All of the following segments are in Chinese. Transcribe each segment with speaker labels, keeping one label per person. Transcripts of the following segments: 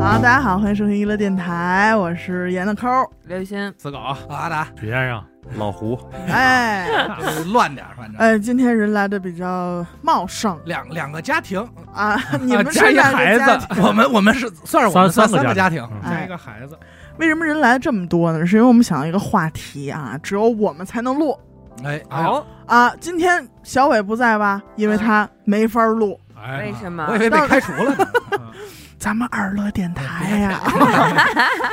Speaker 1: 好，大家好，欢迎收听娱乐电台，我是严的抠儿。
Speaker 2: 刘雨欣，
Speaker 3: 死狗啊，
Speaker 4: 阿 达，
Speaker 5: 许先生，
Speaker 6: 老胡，
Speaker 1: 哎
Speaker 4: 乱点儿，反正。
Speaker 1: 哎，今天人来的比较茂盛
Speaker 4: 两两个家庭，
Speaker 1: 啊，你们
Speaker 3: 加
Speaker 1: 这
Speaker 3: 一
Speaker 1: 两
Speaker 3: 孩
Speaker 1: 个
Speaker 3: 子
Speaker 1: 家庭，
Speaker 4: 我们我们是算是我们
Speaker 5: 三
Speaker 4: 三
Speaker 5: 三
Speaker 4: 个
Speaker 5: 个
Speaker 4: 家
Speaker 5: 家
Speaker 4: 庭，
Speaker 5: 嗯
Speaker 3: 加
Speaker 1: 哎
Speaker 3: 一个孩子，
Speaker 1: 为什么人来这么多呢？是因为我们想要一个话题啊，只有我们才能录
Speaker 4: 哎，哎呀
Speaker 2: 哦，
Speaker 1: 啊。今天小伟不在吧？因为他没法录。
Speaker 3: 哎
Speaker 2: 为，什么
Speaker 4: 我以？为被
Speaker 1: 到底
Speaker 4: 开除了呢。
Speaker 1: 咱们二乐电台呀、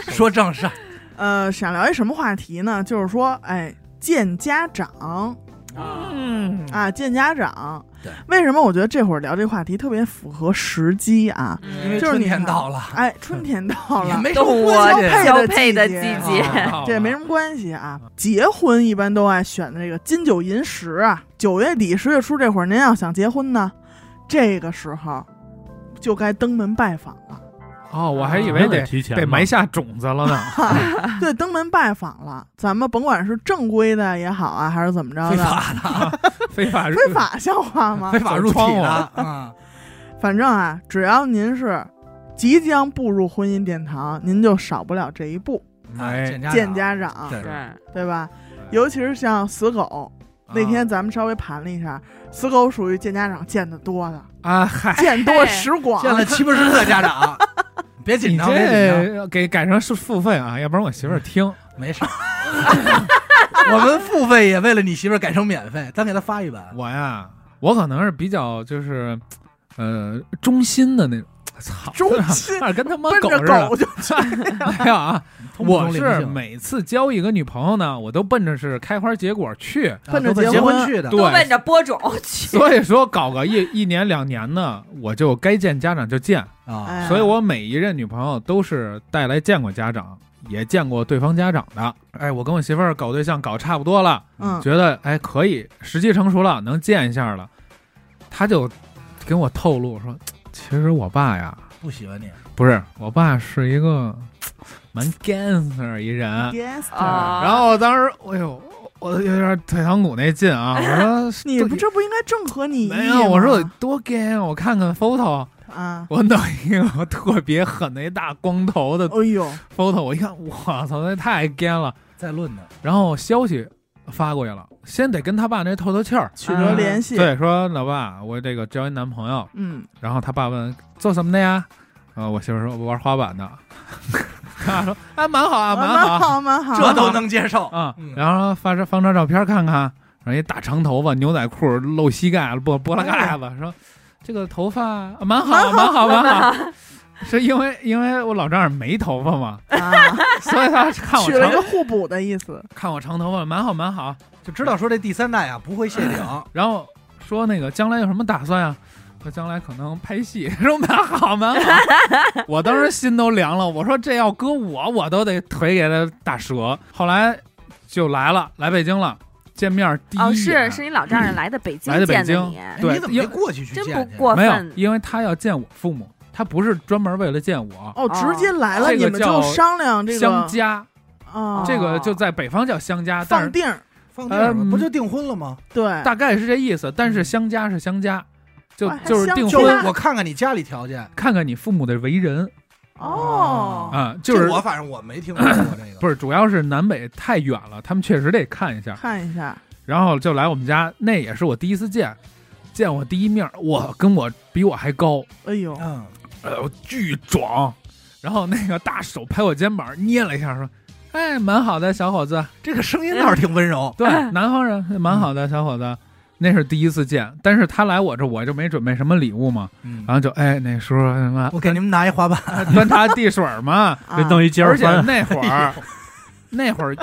Speaker 4: 说正事儿，
Speaker 1: 呃，想聊一什么话题呢？就是说，哎，见家长
Speaker 3: 嗯，
Speaker 1: 啊，见家长。
Speaker 4: 对，
Speaker 1: 为什么我觉得这会儿聊这话题特别符合时机啊？
Speaker 3: 嗯
Speaker 4: 因为
Speaker 1: 就是
Speaker 4: 春
Speaker 1: 你
Speaker 4: 天
Speaker 1: 看
Speaker 4: 到了，
Speaker 1: 哎，春天到
Speaker 4: 也
Speaker 1: 了，
Speaker 4: 没什
Speaker 2: 都
Speaker 4: 么
Speaker 2: 我
Speaker 4: 关系
Speaker 1: 交配
Speaker 2: 交
Speaker 1: 的
Speaker 2: 配的
Speaker 1: 季
Speaker 2: 季
Speaker 1: 节
Speaker 2: 节，
Speaker 3: 啊
Speaker 1: 这也没什么关系啊。结婚一般都爱选这个金九银十啊，九月底十月初这会儿，您要想结婚呢，这个时候就该登门拜访了。
Speaker 3: 哦，我 还以
Speaker 4: 啊
Speaker 3: 为
Speaker 5: 那
Speaker 3: 得
Speaker 5: 提前
Speaker 3: 得
Speaker 5: 嘛
Speaker 3: 埋下种子了呢，
Speaker 1: 对，登门拜访了，咱们甭管是正规的也好啊，还是怎么着
Speaker 4: 非
Speaker 1: 的，
Speaker 4: 法的，啊
Speaker 3: 非法
Speaker 1: 非法像话吗
Speaker 4: 非？法入体
Speaker 3: 走窗户
Speaker 4: 的啊，
Speaker 1: 反正啊，只要您是即将步入婚姻殿堂，您就少不了这一步，
Speaker 4: 嗯啊
Speaker 3: 哎，
Speaker 1: 见
Speaker 4: 家见
Speaker 1: 家长，
Speaker 4: 对
Speaker 2: 对，
Speaker 1: 对吧？尤其是像死狗，
Speaker 4: 啊
Speaker 1: 那
Speaker 3: 啊
Speaker 1: 天咱们稍微盘了一下，死狗属于见家长见得多的，
Speaker 3: 啊，嗨，
Speaker 1: 见多识广，
Speaker 4: 见了七八十个家 长，别紧
Speaker 3: 你
Speaker 4: 张，别紧张，
Speaker 3: 这给改成是付费啊，要不然我媳妇儿听，
Speaker 4: 没事儿。 我们付费也为了你媳妇儿改成免费，咱给她发一版。
Speaker 3: 我呀，我可能是比较就是，呃，忠心的那种，操，
Speaker 1: 忠 心
Speaker 3: 跟他妈
Speaker 1: 奔
Speaker 3: 狗
Speaker 1: 着
Speaker 3: 似的
Speaker 1: 狗，就
Speaker 3: 没有啊，
Speaker 4: 通不
Speaker 3: 我
Speaker 4: 通灵
Speaker 3: 是
Speaker 4: 性
Speaker 3: 每次交一个女朋友呢，我都奔着是开花结果去，
Speaker 4: 啊
Speaker 1: 奔着
Speaker 4: 都奔
Speaker 1: 结
Speaker 4: 结
Speaker 1: 婚
Speaker 4: 婚去的，
Speaker 2: 都
Speaker 3: 对
Speaker 2: 问，着播种去，
Speaker 3: 所以说搞个一一年两年呢，我就该见家长就见，
Speaker 4: 啊，
Speaker 1: 哎
Speaker 3: 所以我每一任女朋友都是带来见过家长，也见过对方家长的。哎，我跟我媳妇儿搞对象搞差不多了，
Speaker 1: 嗯，
Speaker 3: 觉得哎可以，时机成熟了，能见一下了，她就跟我透露说，其实我爸呀，
Speaker 4: 不喜欢你，
Speaker 3: 不是我爸是一个蛮 gangster 一人，
Speaker 1: Yes，
Speaker 2: 啊
Speaker 3: 然后我当时，哎呦，我有点腿堂骨那劲啊！我说
Speaker 1: 你不这不应该正合你意
Speaker 3: 没有？我说
Speaker 1: 吗
Speaker 3: 多 gay，啊我看看 photo，
Speaker 1: 啊，
Speaker 3: 我弄一个特别狠的一大光头的
Speaker 1: 哎呦，
Speaker 3: photo，我一看，我操，那太 gay 了！
Speaker 4: 在论呢，
Speaker 3: 然后消息发过去了，先得跟他爸那透透气儿。
Speaker 1: 取得联系，
Speaker 3: 嗯对，说老爸，我这个交一男朋友。
Speaker 1: 嗯，
Speaker 3: 然后他爸问做什么的呀？呃，我媳妇说我玩滑板的。 他爸说哎，蛮好啊，蛮好
Speaker 1: 蛮
Speaker 3: 啊。
Speaker 1: 好，蛮好，
Speaker 4: 这都能接受。
Speaker 3: 啊
Speaker 4: 嗯，
Speaker 3: 然后发张放张照片看看，然后一大长头发，牛仔裤露膝盖，拨拨了盖子，说这个头发啊蛮好，蛮好，蛮好。是因为因为我老丈人没头发嘛，
Speaker 1: 啊，
Speaker 3: 所以他看我
Speaker 1: 取了一
Speaker 3: 长
Speaker 1: 个互补的意思，
Speaker 3: 看我长头发蛮好蛮好，
Speaker 4: 就知道说这第三代啊不会谢顶，
Speaker 3: 然后说那个将来有什么打算呀、说将来可能拍戏，说蛮好蛮好。我当时心都凉了，我说这要搁我，我都得腿给他打折。后来就来了，来北京了，见面第一
Speaker 2: 哦，是
Speaker 3: 眼
Speaker 2: 是你老丈人来的北京
Speaker 3: 啊来的北
Speaker 2: 见的
Speaker 3: 京
Speaker 2: 你，
Speaker 4: 哎
Speaker 3: 对
Speaker 4: 你怎么没
Speaker 3: 因
Speaker 4: 过去去
Speaker 2: 真
Speaker 4: 见
Speaker 2: 不
Speaker 4: 去？
Speaker 2: 过
Speaker 3: 没有，
Speaker 2: 分，
Speaker 3: 因为他要见我父母，他不是专门为了见我。
Speaker 1: 哦，直接来了，
Speaker 3: 这个
Speaker 1: 你们就
Speaker 3: 叫
Speaker 1: 商量这
Speaker 3: 相
Speaker 1: 个
Speaker 3: 加，
Speaker 1: 啊，
Speaker 3: 这个就在北方叫相加，但
Speaker 1: 放
Speaker 3: 是
Speaker 1: 定儿，
Speaker 4: 放电
Speaker 3: 嗯
Speaker 4: 不就订婚了吗？
Speaker 1: 对，
Speaker 3: 大概是这意思。
Speaker 1: 嗯
Speaker 3: 但是相加是相加，就
Speaker 1: 哎
Speaker 3: 就是订
Speaker 4: 就
Speaker 1: 相加
Speaker 3: 婚，
Speaker 4: 我看看你家里条件。
Speaker 3: 看看你父母的为人
Speaker 1: 哦，
Speaker 3: 啊，就是
Speaker 4: 这我反正我没听说过这个，
Speaker 3: 不是主要是南北太远了，他们确实得看一下。
Speaker 1: 看一下，
Speaker 3: 然后就来我们家，那也是我第一次见，见我第一面，我跟我比我还高，
Speaker 1: 哎呦，
Speaker 4: 嗯，
Speaker 3: 呃，我巨壮。然后那个大手拍我肩膀，捏了一下，说：“哎，蛮好的，小伙子。”
Speaker 4: 这个声音倒是挺温柔。
Speaker 3: 对，南方人蛮好的小伙子，那是第一次见，但是他来我这我就没准备什么礼物嘛，
Speaker 4: 嗯
Speaker 3: 然后就哎那叔叔什么啊
Speaker 4: 我给你们拿一滑板，
Speaker 3: 端茶递水嘛，
Speaker 1: 啊
Speaker 5: 这弄一节
Speaker 3: 而
Speaker 5: 儿
Speaker 3: 且
Speaker 5: 翻，
Speaker 3: 那会儿那会儿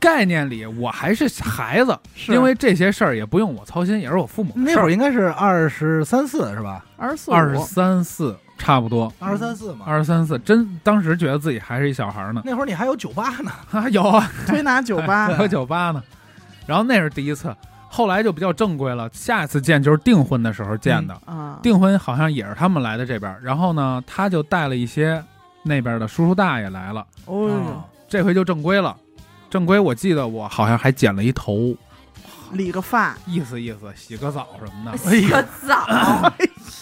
Speaker 3: 概念里我还是孩子，
Speaker 1: 是
Speaker 3: 因为这些事儿也不用我操心，也是我父母的
Speaker 4: 那
Speaker 3: 事
Speaker 4: 会儿
Speaker 3: 儿，
Speaker 4: 应该是二十三四是吧？
Speaker 1: 二十四
Speaker 3: 二十三四差不多，
Speaker 4: 二十三四嘛。
Speaker 3: 二十三四真当时觉得自己还是一小孩 儿呢，
Speaker 4: 那会儿你还有酒吧呢，
Speaker 3: 啊有啊
Speaker 1: 推拿酒吧
Speaker 3: 还，有酒吧呢，然后那是第一次。后来就比较正规了，下一次见就是订婚的时候见的。
Speaker 1: 啊，
Speaker 3: 订婚好像也是他们来的这边儿，然后呢，他就带了一些那边的叔叔大爷来了，
Speaker 1: 哦
Speaker 4: 啊
Speaker 1: 呦，
Speaker 3: 这回就正规了。正规，我记得我好像还剪了一头，
Speaker 1: 理个发，
Speaker 3: 意思意思，洗个澡什 么的。
Speaker 4: 哎呀
Speaker 2: 可 早，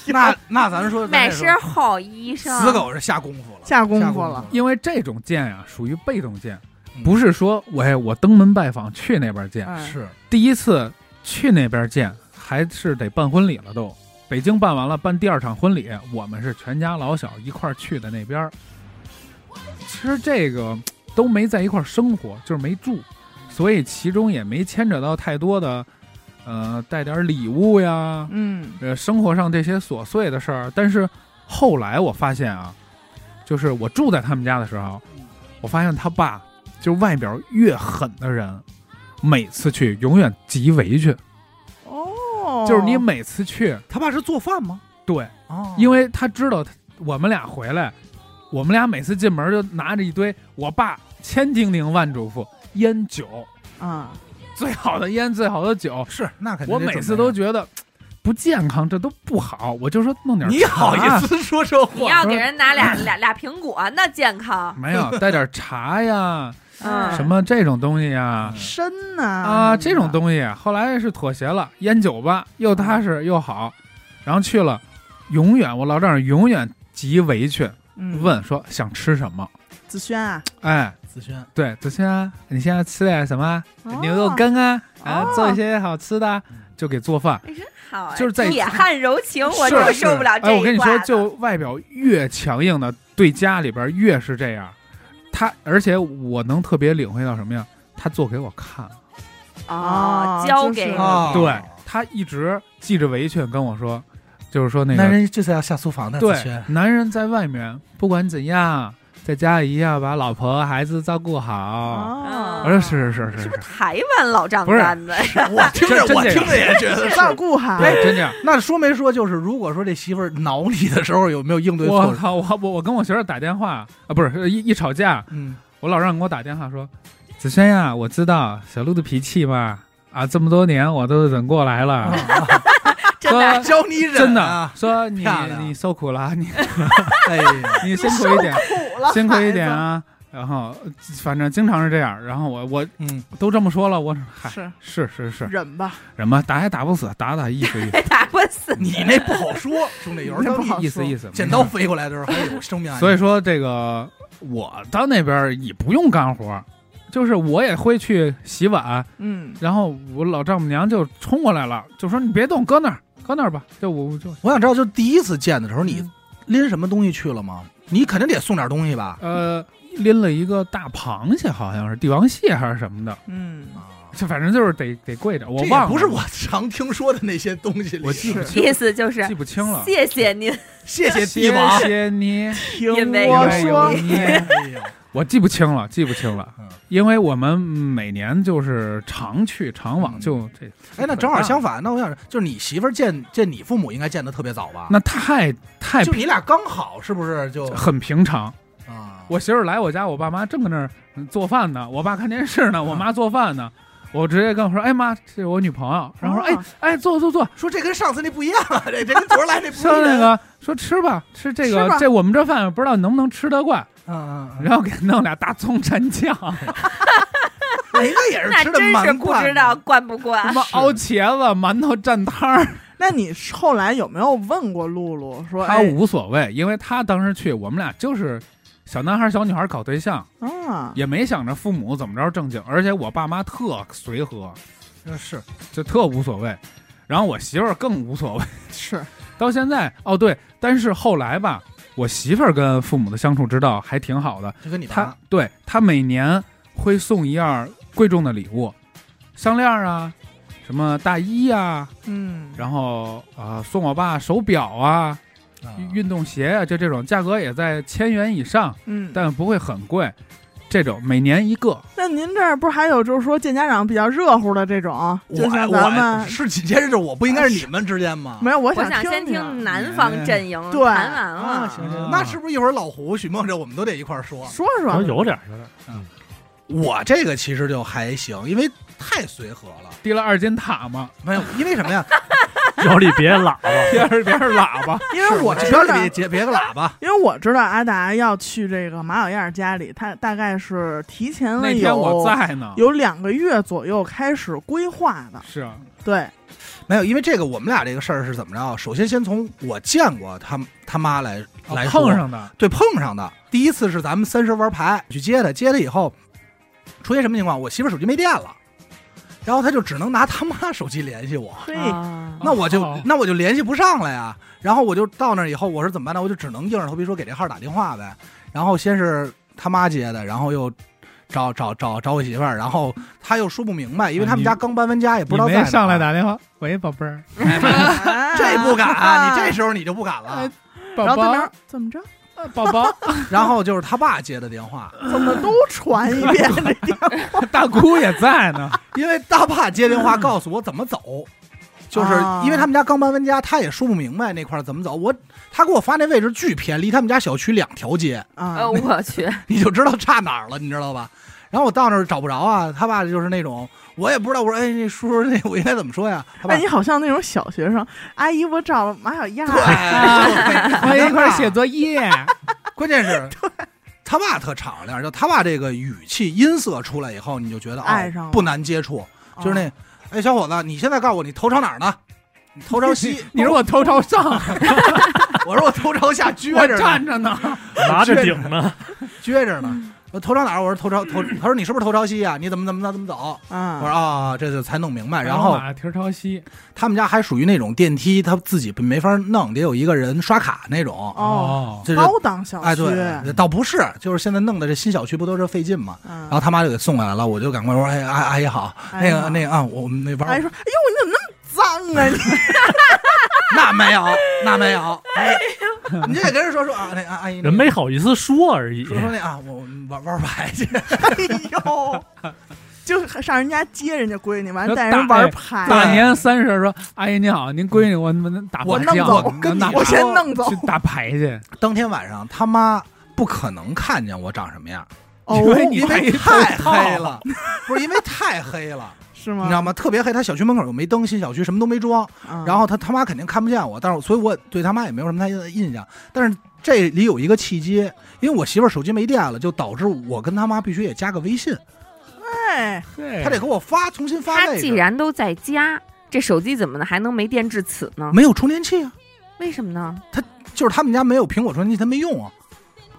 Speaker 4: 那那咱说，
Speaker 2: 买
Speaker 4: 咱这
Speaker 2: 身
Speaker 4: 说
Speaker 2: 好衣裳。
Speaker 4: 死狗是下功夫了，
Speaker 1: 下功
Speaker 4: 下
Speaker 1: 夫
Speaker 4: 夫
Speaker 1: 了，
Speaker 3: 因为这种见呀、属于被动见，
Speaker 4: 嗯
Speaker 3: 不是说我哎我登门拜访去那边见，
Speaker 1: 哎
Speaker 4: 是
Speaker 3: 第一次去那边见，还是得办婚礼了都。北京办完了，办第二场婚礼，我们是全家老小一块儿去的那边儿。其实这个都没在一块儿生活，就是没住，所以其中也没牵扯到太多的，呃，带点儿礼物呀，
Speaker 1: 嗯，
Speaker 3: 呃，生活上这些琐碎的事儿。但是后来我发现啊，就是我住在他们家的时候，我发现他爸就外表越狠的人，每次去永远极为去，
Speaker 1: 哦，
Speaker 3: 就是你每次去，
Speaker 4: 他爸是做饭吗？
Speaker 3: 对，
Speaker 4: 哦，
Speaker 3: 因为他知道他我们俩回来，我们俩每次进门就拿着一堆我爸千叮咛万嘱咐烟酒，
Speaker 1: 啊，
Speaker 3: 最好的烟，最好的酒，
Speaker 4: 是那肯定
Speaker 3: 我
Speaker 4: 得
Speaker 3: 每
Speaker 4: 准
Speaker 3: 次
Speaker 4: 备
Speaker 3: 都
Speaker 4: 啊
Speaker 3: 觉得。不健康，这都不好。我就说弄点啊
Speaker 4: 你好
Speaker 3: 茶
Speaker 4: 意思说这
Speaker 2: 你
Speaker 4: 话？啊
Speaker 2: 要给人拿俩俩俩苹果，那健 康。
Speaker 3: 没有带点 茶呀，
Speaker 2: 嗯
Speaker 3: 什么这种东西呀
Speaker 1: 参呐
Speaker 3: 啊，这种东西。后来是妥协了，烟酒吧又踏实
Speaker 2: 嗯
Speaker 3: 又好，然后去了，永远我老丈人永远极为去
Speaker 1: 嗯
Speaker 3: 问说想吃什么，
Speaker 1: 子轩啊，
Speaker 2: 嗯
Speaker 3: 哎。
Speaker 4: 子轩，
Speaker 3: 对，子轩啊，你现在吃点什么？
Speaker 1: 哦
Speaker 3: 牛肉羹啊，啊
Speaker 1: 哦，
Speaker 3: 做一些好吃的啊，就给做饭。
Speaker 2: 哎真好啊，
Speaker 3: 就是在
Speaker 2: 铁汉柔情，我
Speaker 3: 是
Speaker 2: 就是受不了这
Speaker 3: 哎，我
Speaker 2: 一
Speaker 3: 跟你
Speaker 2: 挂
Speaker 3: 说，
Speaker 2: 了
Speaker 3: 就外表越强硬的，对家里边越是这样。他，而且我能特别领会到什么呀？他做给我看，
Speaker 2: 哦
Speaker 1: 啊，
Speaker 2: 交
Speaker 1: 就
Speaker 2: 给
Speaker 1: 是
Speaker 2: 你
Speaker 1: 啊
Speaker 3: 对他一直系着围裙跟我说，就是说那个
Speaker 4: 男人这次要下厨房的，子
Speaker 3: 对
Speaker 4: 轩，
Speaker 3: 男人在外面不管怎样，在家里要把老婆孩子照顾好。
Speaker 1: 哦
Speaker 3: 我说是是是
Speaker 2: 是
Speaker 3: 是
Speaker 2: 不是
Speaker 3: 是，
Speaker 2: 台湾老丈
Speaker 3: 不是
Speaker 2: 杆子？
Speaker 4: 我听着
Speaker 3: 真
Speaker 4: 我
Speaker 3: 这
Speaker 4: 听
Speaker 3: 样
Speaker 4: 着也觉得
Speaker 1: 照
Speaker 4: 是。
Speaker 1: 顾好，
Speaker 3: 对，真这样。
Speaker 4: 那说没说就是，如果说这媳妇儿挠你的时候，有没有应对
Speaker 3: 我
Speaker 4: 措施？
Speaker 3: 靠！我我我跟我学生打电话啊，不是一一吵架，
Speaker 4: 嗯，
Speaker 3: 我老丈人给我打电话说：“子轩呀，我知道小鹿的脾气嘛，啊，这么多年我都忍过来
Speaker 4: 啊
Speaker 3: 了。
Speaker 2: 真的，
Speaker 4: 嗯
Speaker 3: 说
Speaker 4: 教你忍，
Speaker 3: 真的
Speaker 4: 啊，
Speaker 3: 说你
Speaker 4: 漂亮
Speaker 3: 你受苦了，你
Speaker 4: 哎呀，
Speaker 3: 你辛苦一点，
Speaker 1: 苦 了，
Speaker 3: 辛苦一点啊。然后反正经常是这样。然后我我
Speaker 4: 嗯，
Speaker 3: 都这么说了，我说嗨
Speaker 1: 孩子，
Speaker 3: 是是
Speaker 1: 是
Speaker 3: 是，
Speaker 1: 忍吧，
Speaker 3: 什么打也打不死，打打意思 意思
Speaker 2: 打不死。
Speaker 4: 你那不好说，兄弟，有时候
Speaker 1: 那不
Speaker 4: 当
Speaker 1: 好
Speaker 4: 你
Speaker 3: 意思意思。
Speaker 4: 剪刀飞过来的时候，还有生命安全。
Speaker 3: 所以说这个我到那边也不用干活，就是我也会去洗碗，
Speaker 1: 嗯，
Speaker 3: 然后我老丈母娘就冲过来了，就说你别动，搁那儿，搁那儿吧。就我我就
Speaker 4: 我想知道，就第一次见的时候，
Speaker 3: 嗯
Speaker 4: 你拎什么东西去了吗？你肯定得送点东西吧？
Speaker 3: 呃拎了一个大螃蟹，好像是帝王蟹还是什么的，
Speaker 1: 嗯，
Speaker 4: 啊，
Speaker 3: 就反正就是得得跪着，我
Speaker 4: 这也
Speaker 3: 忘了，
Speaker 4: 不是我常听说的那些东西里。
Speaker 3: 我记不清，
Speaker 2: 意思就是
Speaker 3: 记不清了。
Speaker 2: 谢谢您，
Speaker 4: 谢谢帝
Speaker 3: 谢
Speaker 4: 王。
Speaker 3: 谢你，
Speaker 1: 听
Speaker 2: 因为
Speaker 1: 我
Speaker 3: 因为有
Speaker 1: 说，
Speaker 3: 你，
Speaker 4: 哎呀，
Speaker 3: 我记不清了，记不清了
Speaker 4: 嗯，
Speaker 3: 因为我们每年就是常去常往，
Speaker 4: 嗯
Speaker 3: 就这。
Speaker 4: 哎，那正好相反，那我想就是你媳妇儿见见你父母应该见的特别早吧？
Speaker 3: 那太太
Speaker 4: 就你俩刚好是不是就
Speaker 3: 很平常。
Speaker 4: 啊？
Speaker 3: 我媳妇儿来我家，我爸妈正搁那儿嗯做饭呢，我爸看电视
Speaker 4: 嗯
Speaker 3: 呢，我妈做饭呢。我直接跟我说：“哎妈，这是我女朋友。”然后说：“哎
Speaker 1: 哦
Speaker 3: 哎，坐坐坐，
Speaker 4: 说这跟上次那不一样啊，这这跟昨儿来那不一
Speaker 3: 说
Speaker 4: 样。
Speaker 3: 那个说吃吧，吃这
Speaker 1: 吃
Speaker 3: 个
Speaker 1: 吧
Speaker 3: 这我们这饭不知道能不能吃得惯，
Speaker 4: 嗯，嗯嗯，
Speaker 3: 然后给弄俩大葱蘸酱， 什
Speaker 4: 那应该也是
Speaker 2: 那
Speaker 4: 吃的
Speaker 2: 真是
Speaker 4: 蛮
Speaker 2: 不
Speaker 4: 惯的
Speaker 2: 知道惯不惯。
Speaker 3: 么熬茄子、馒头蘸汤儿，
Speaker 1: 那你后来有没有问过露露说，
Speaker 3: 他
Speaker 1: 哎，
Speaker 3: 无所谓，因为他当时去，我们俩就是小男孩、小女孩搞对象，
Speaker 1: 啊，
Speaker 3: 也没想着父母怎么着正经，而且我爸妈特随和，
Speaker 4: 嗯是
Speaker 3: 就特无所谓，然后我媳妇儿更无所谓。”
Speaker 1: 是，
Speaker 3: 到现在哦对，但是后来吧，我媳妇儿跟父母的相处之道还挺好的。
Speaker 4: 就跟你
Speaker 3: 她
Speaker 4: 爸
Speaker 3: 对她每年会送一样贵重的礼物，项链啊，什么大衣啊，
Speaker 1: 嗯，
Speaker 3: 然后啊、呃送我爸手表啊、
Speaker 4: 啊
Speaker 3: 运动鞋啊，就这种价格也在千元以上，
Speaker 1: 嗯，
Speaker 3: 但不会很贵。这种每年一个，
Speaker 1: 那您这儿不是还有就是说见家长比较热乎的这种，
Speaker 4: 我
Speaker 1: 就像咱
Speaker 4: 我
Speaker 1: 们
Speaker 4: 是紧接着就我不应该是你们之间吗？
Speaker 1: 没有，我
Speaker 2: 我
Speaker 1: 想
Speaker 2: 先听
Speaker 1: 听
Speaker 2: 南方阵营
Speaker 1: 对
Speaker 2: 谈完
Speaker 4: 啊，
Speaker 2: 了，
Speaker 4: 行行
Speaker 3: 啊，
Speaker 4: 那是不是一会儿老胡、许梦这我们都得一块儿说？
Speaker 1: 说说，
Speaker 7: 有点儿有点儿，
Speaker 4: 我这个其实就还行，因为太随和了，
Speaker 8: 提了二斤塔 嘛，
Speaker 4: 没有，因为什么呀？
Speaker 9: 手里别喇叭，
Speaker 8: 第二边是喇叭，
Speaker 1: 因为我知
Speaker 4: 车里
Speaker 1: 道，
Speaker 4: 别别别个喇叭，
Speaker 1: 因为我知道阿达要去这个马小燕家里，他大概是提前了
Speaker 8: 那天我
Speaker 1: 有
Speaker 8: 在
Speaker 4: 哎
Speaker 8: 呢，
Speaker 1: 有两个月左右开始规划的。
Speaker 8: 是啊
Speaker 1: 对，
Speaker 4: 没有，因为这个我们俩这个事儿是怎么着啊？首先先从我见过他他妈来
Speaker 8: 哦
Speaker 4: 来说
Speaker 8: 碰上的，
Speaker 4: 对，碰上的。第一次是咱们三十玩牌去接他，接他以后出现什么情况？我媳妇儿手机没电了，然后他就只能拿他妈手机联系我，
Speaker 1: 嘿，
Speaker 2: 啊
Speaker 4: 那我就、
Speaker 8: 哦
Speaker 4: 那我就联系不上了呀。然后我就到那儿以后，我说怎么办呢？我就只能硬着头皮说给这号打电话呗。然后先是他妈接的，然后又。找找找找我媳妇儿，然后他又说不明白，因为他们家刚搬完家，也不
Speaker 8: 哎你
Speaker 4: 知道在
Speaker 8: 没
Speaker 4: 哪儿
Speaker 8: 上来打电话，喂，宝贝儿，
Speaker 4: 这
Speaker 1: 这
Speaker 4: 不敢，啊你这时候你就不敢了
Speaker 8: 哎。
Speaker 1: 啊然
Speaker 8: 宝
Speaker 1: 后对
Speaker 8: 宝
Speaker 1: 面，怎么着，
Speaker 8: 呃宝宝，
Speaker 4: 然后就是他爸接的电话，
Speaker 1: 怎么都传一 遍这地儿
Speaker 8: 大姑也在呢，
Speaker 4: 因为他爸接电话告诉我怎么走，就是
Speaker 1: 啊
Speaker 4: 因为他们家刚搬完家，他也说不明白那块儿怎么走。我他给我发那位置巨偏，离他们家小区两条街，
Speaker 1: 啊
Speaker 2: 呃，？我去，
Speaker 4: 你就知道差哪儿了，你知道吧？然后我到那儿找不着啊，他爸就是那种我也不知道，我说哎，那叔叔那我应该怎么说呀？他爸、
Speaker 1: 哎，你好像那种小学生，阿姨，我找马小燕儿。
Speaker 4: 哎 对，
Speaker 8: 我一块儿写
Speaker 4: 作，
Speaker 8: 作业，，
Speaker 4: 关键是。他爸特敞亮，就他爸这个语气音色出来以后，你就觉得
Speaker 1: 爱上
Speaker 4: 哦
Speaker 1: 了
Speaker 4: 不难接触，就是那，哎，小伙子，你现在告诉我你头朝哪儿呢？ 你头朝 西
Speaker 8: 你说我头朝 上，
Speaker 4: 我说我头朝下撅
Speaker 8: 我
Speaker 4: 着呢，
Speaker 8: 站着呢，
Speaker 9: 拿着顶呢，
Speaker 4: 撅着呢。我头朝哪儿？我说头朝头。他说你是不是头朝西啊呀？你怎么怎么着怎么走？我说
Speaker 1: 啊，
Speaker 4: 啊，这就才弄明白。然后
Speaker 8: 马蹄儿朝西，
Speaker 4: 他们家还属于那种电梯，他自己没法弄，得有一个人刷卡那种。
Speaker 1: 哦，
Speaker 4: 这是
Speaker 1: 高档小
Speaker 4: 哎，
Speaker 1: 区，
Speaker 4: 对，倒不是，就是现在弄的这新小区不都是费劲嘛。然后
Speaker 1: 啊，
Speaker 4: 他妈就给送来了，我就赶快说：“哎，阿阿姨好，那
Speaker 1: 哎呀
Speaker 4: 个那个啊，我们那玩
Speaker 1: 阿姨说：“哎呦，你怎么那么脏啊 你
Speaker 4: 那 没有，那没有，哎 你就得跟人说说啊，那阿阿姨那个
Speaker 9: 人没好意思说而已。
Speaker 4: 说说那啊，我们玩玩牌去。？”
Speaker 1: 哎呦，就是上人家接人家闺女，完了
Speaker 8: 这
Speaker 1: 带人
Speaker 8: 大
Speaker 1: 玩
Speaker 8: 哎
Speaker 1: 牌，
Speaker 8: 大年三十说：“阿姨您好，您闺女我他妈打
Speaker 4: 我
Speaker 8: 麻
Speaker 1: 弄
Speaker 8: 将，
Speaker 1: 走
Speaker 8: 我
Speaker 1: 跟
Speaker 8: 打
Speaker 1: 你我先弄走
Speaker 8: 去打牌去。
Speaker 4: 当天晚上他妈不可能看见我长什么样，
Speaker 1: 哦，
Speaker 8: 以为你
Speaker 4: 因
Speaker 8: 戴
Speaker 4: 为
Speaker 8: 一头
Speaker 4: 太
Speaker 8: 套
Speaker 4: 黑了，不是因为太黑了，
Speaker 1: 是
Speaker 4: 你
Speaker 1: 吗？
Speaker 4: 知道吗？特别黑，他小区门口又没灯，新小区什么都没装，
Speaker 2: 嗯
Speaker 1: 啊
Speaker 4: 然后他他妈肯定看不见我，但是所以我对他妈也没有什么太印象。但是这里有一个契机，因为我媳妇儿手机没电了，就导致我跟他妈必须也加个微信，
Speaker 1: 哎，
Speaker 8: 对
Speaker 4: 他得给我发重新发
Speaker 2: 他
Speaker 4: 位
Speaker 2: 既
Speaker 4: 置，
Speaker 2: 然都在家，这手机怎么能还能没电至此呢？
Speaker 4: 没有充电器啊，
Speaker 2: 为什么 呢？
Speaker 4: 就是他们家没有苹果充电器，他没用啊，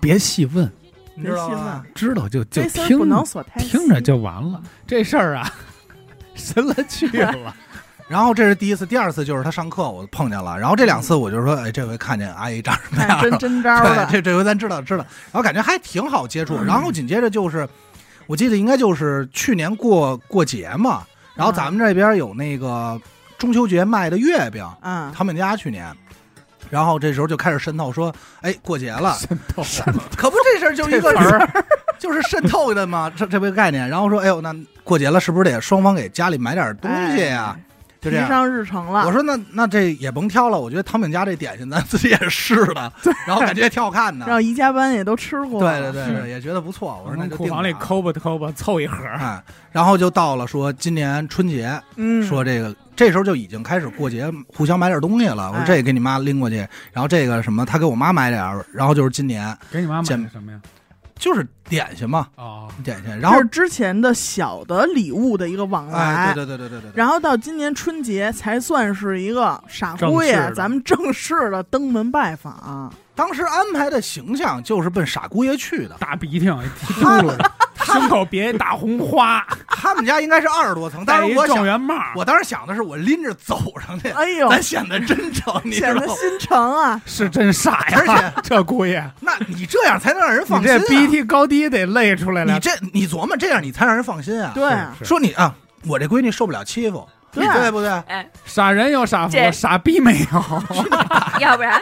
Speaker 8: 别细问，
Speaker 4: 你知道
Speaker 2: 啊
Speaker 1: 别细
Speaker 4: 吗
Speaker 1: 问？
Speaker 8: 知道就就
Speaker 1: 这事儿
Speaker 8: 听
Speaker 1: 不能所太细
Speaker 8: 听着就完了。这事儿啊，神了去了。
Speaker 4: 然后这是第一次，第二次就是他上课我碰见了，然后这两次我就说，哎，这回看见阿姨长什么样
Speaker 1: 看
Speaker 4: 了。
Speaker 1: 真真招儿
Speaker 4: 对，
Speaker 1: 了，
Speaker 4: 这这回咱知道知道，然后感觉还挺好接触。然后紧接着就是，我记得应该就是去年过过节嘛，然后咱们这边有那个中秋节卖的月饼，
Speaker 1: 啊，
Speaker 4: 他们家去年。然后这时候就开始渗透，说：“哎，过节了，
Speaker 8: 渗透
Speaker 4: 可不这事儿就是一个就是渗透的嘛，这这个概念。”然后说：“哎呦，那过节了是不是得双方给家里买点东西呀、
Speaker 1: 哎
Speaker 4: 就
Speaker 1: 提
Speaker 4: 这样。
Speaker 1: 上日程了。
Speaker 4: 我说那那这也甭挑了，我觉得唐饼家这点心咱自己也试了，然后感觉也挺好看的。
Speaker 1: 让宜家班也都吃过，
Speaker 4: 对对对，
Speaker 8: 是
Speaker 4: 对也觉得不错。我说那
Speaker 8: 从
Speaker 4: 就
Speaker 8: 库
Speaker 4: 定
Speaker 8: 房里
Speaker 4: 了啊
Speaker 8: 抠吧抠吧，凑一盒儿。
Speaker 4: 哎，然后就到了说今年春节，
Speaker 1: 嗯，
Speaker 4: 说这个这时候就已经开始过节，互相买点东西了。我说
Speaker 1: 哎
Speaker 4: 这给你妈拎过去，然后这个什么，他给我妈买点儿，然后就是今年
Speaker 8: 给你妈买
Speaker 4: 见
Speaker 8: 的什么呀？
Speaker 4: 就是点心嘛，
Speaker 8: 哦，
Speaker 4: 点心。然
Speaker 1: 这
Speaker 4: 后
Speaker 1: 是之前的小的礼物的一个往
Speaker 4: 哎，
Speaker 1: 来，
Speaker 4: 对对对对对对，
Speaker 1: 然后到今年春节才算是一个傻姑
Speaker 9: 正式
Speaker 1: 爷，
Speaker 9: 的
Speaker 1: 咱们正式的登门拜访。
Speaker 4: 当时安排的形象就是奔傻姑爷去的。
Speaker 8: 大鼻涕踢秃噜了，胸口别一大红花，
Speaker 4: 他们家应该是二十多层，但
Speaker 8: 戴一
Speaker 4: 是我
Speaker 8: 状
Speaker 4: 想，
Speaker 8: 元帽儿，
Speaker 4: 我当时想的是我拎着走上去，
Speaker 1: 哎呦，
Speaker 4: 咱显得真诚，你知
Speaker 1: 显
Speaker 4: 道
Speaker 1: 得
Speaker 4: 吗？
Speaker 1: 心诚啊！
Speaker 8: 是真傻呀！
Speaker 4: 而且
Speaker 8: 这姑爷，
Speaker 4: 那你这样才能让人
Speaker 8: 你
Speaker 4: 放心、啊。
Speaker 8: 这鼻涕高低得累出来
Speaker 4: 你
Speaker 8: 了。
Speaker 4: 这你琢磨这样，你才让人放心啊。
Speaker 1: 对
Speaker 8: 是是
Speaker 4: 说你啊，我这闺女受不了欺负，
Speaker 1: 对
Speaker 8: 啊
Speaker 4: 对不对？
Speaker 2: 哎，
Speaker 8: 傻人有傻福，
Speaker 2: 这
Speaker 8: 傻逼没 有。
Speaker 2: 要不然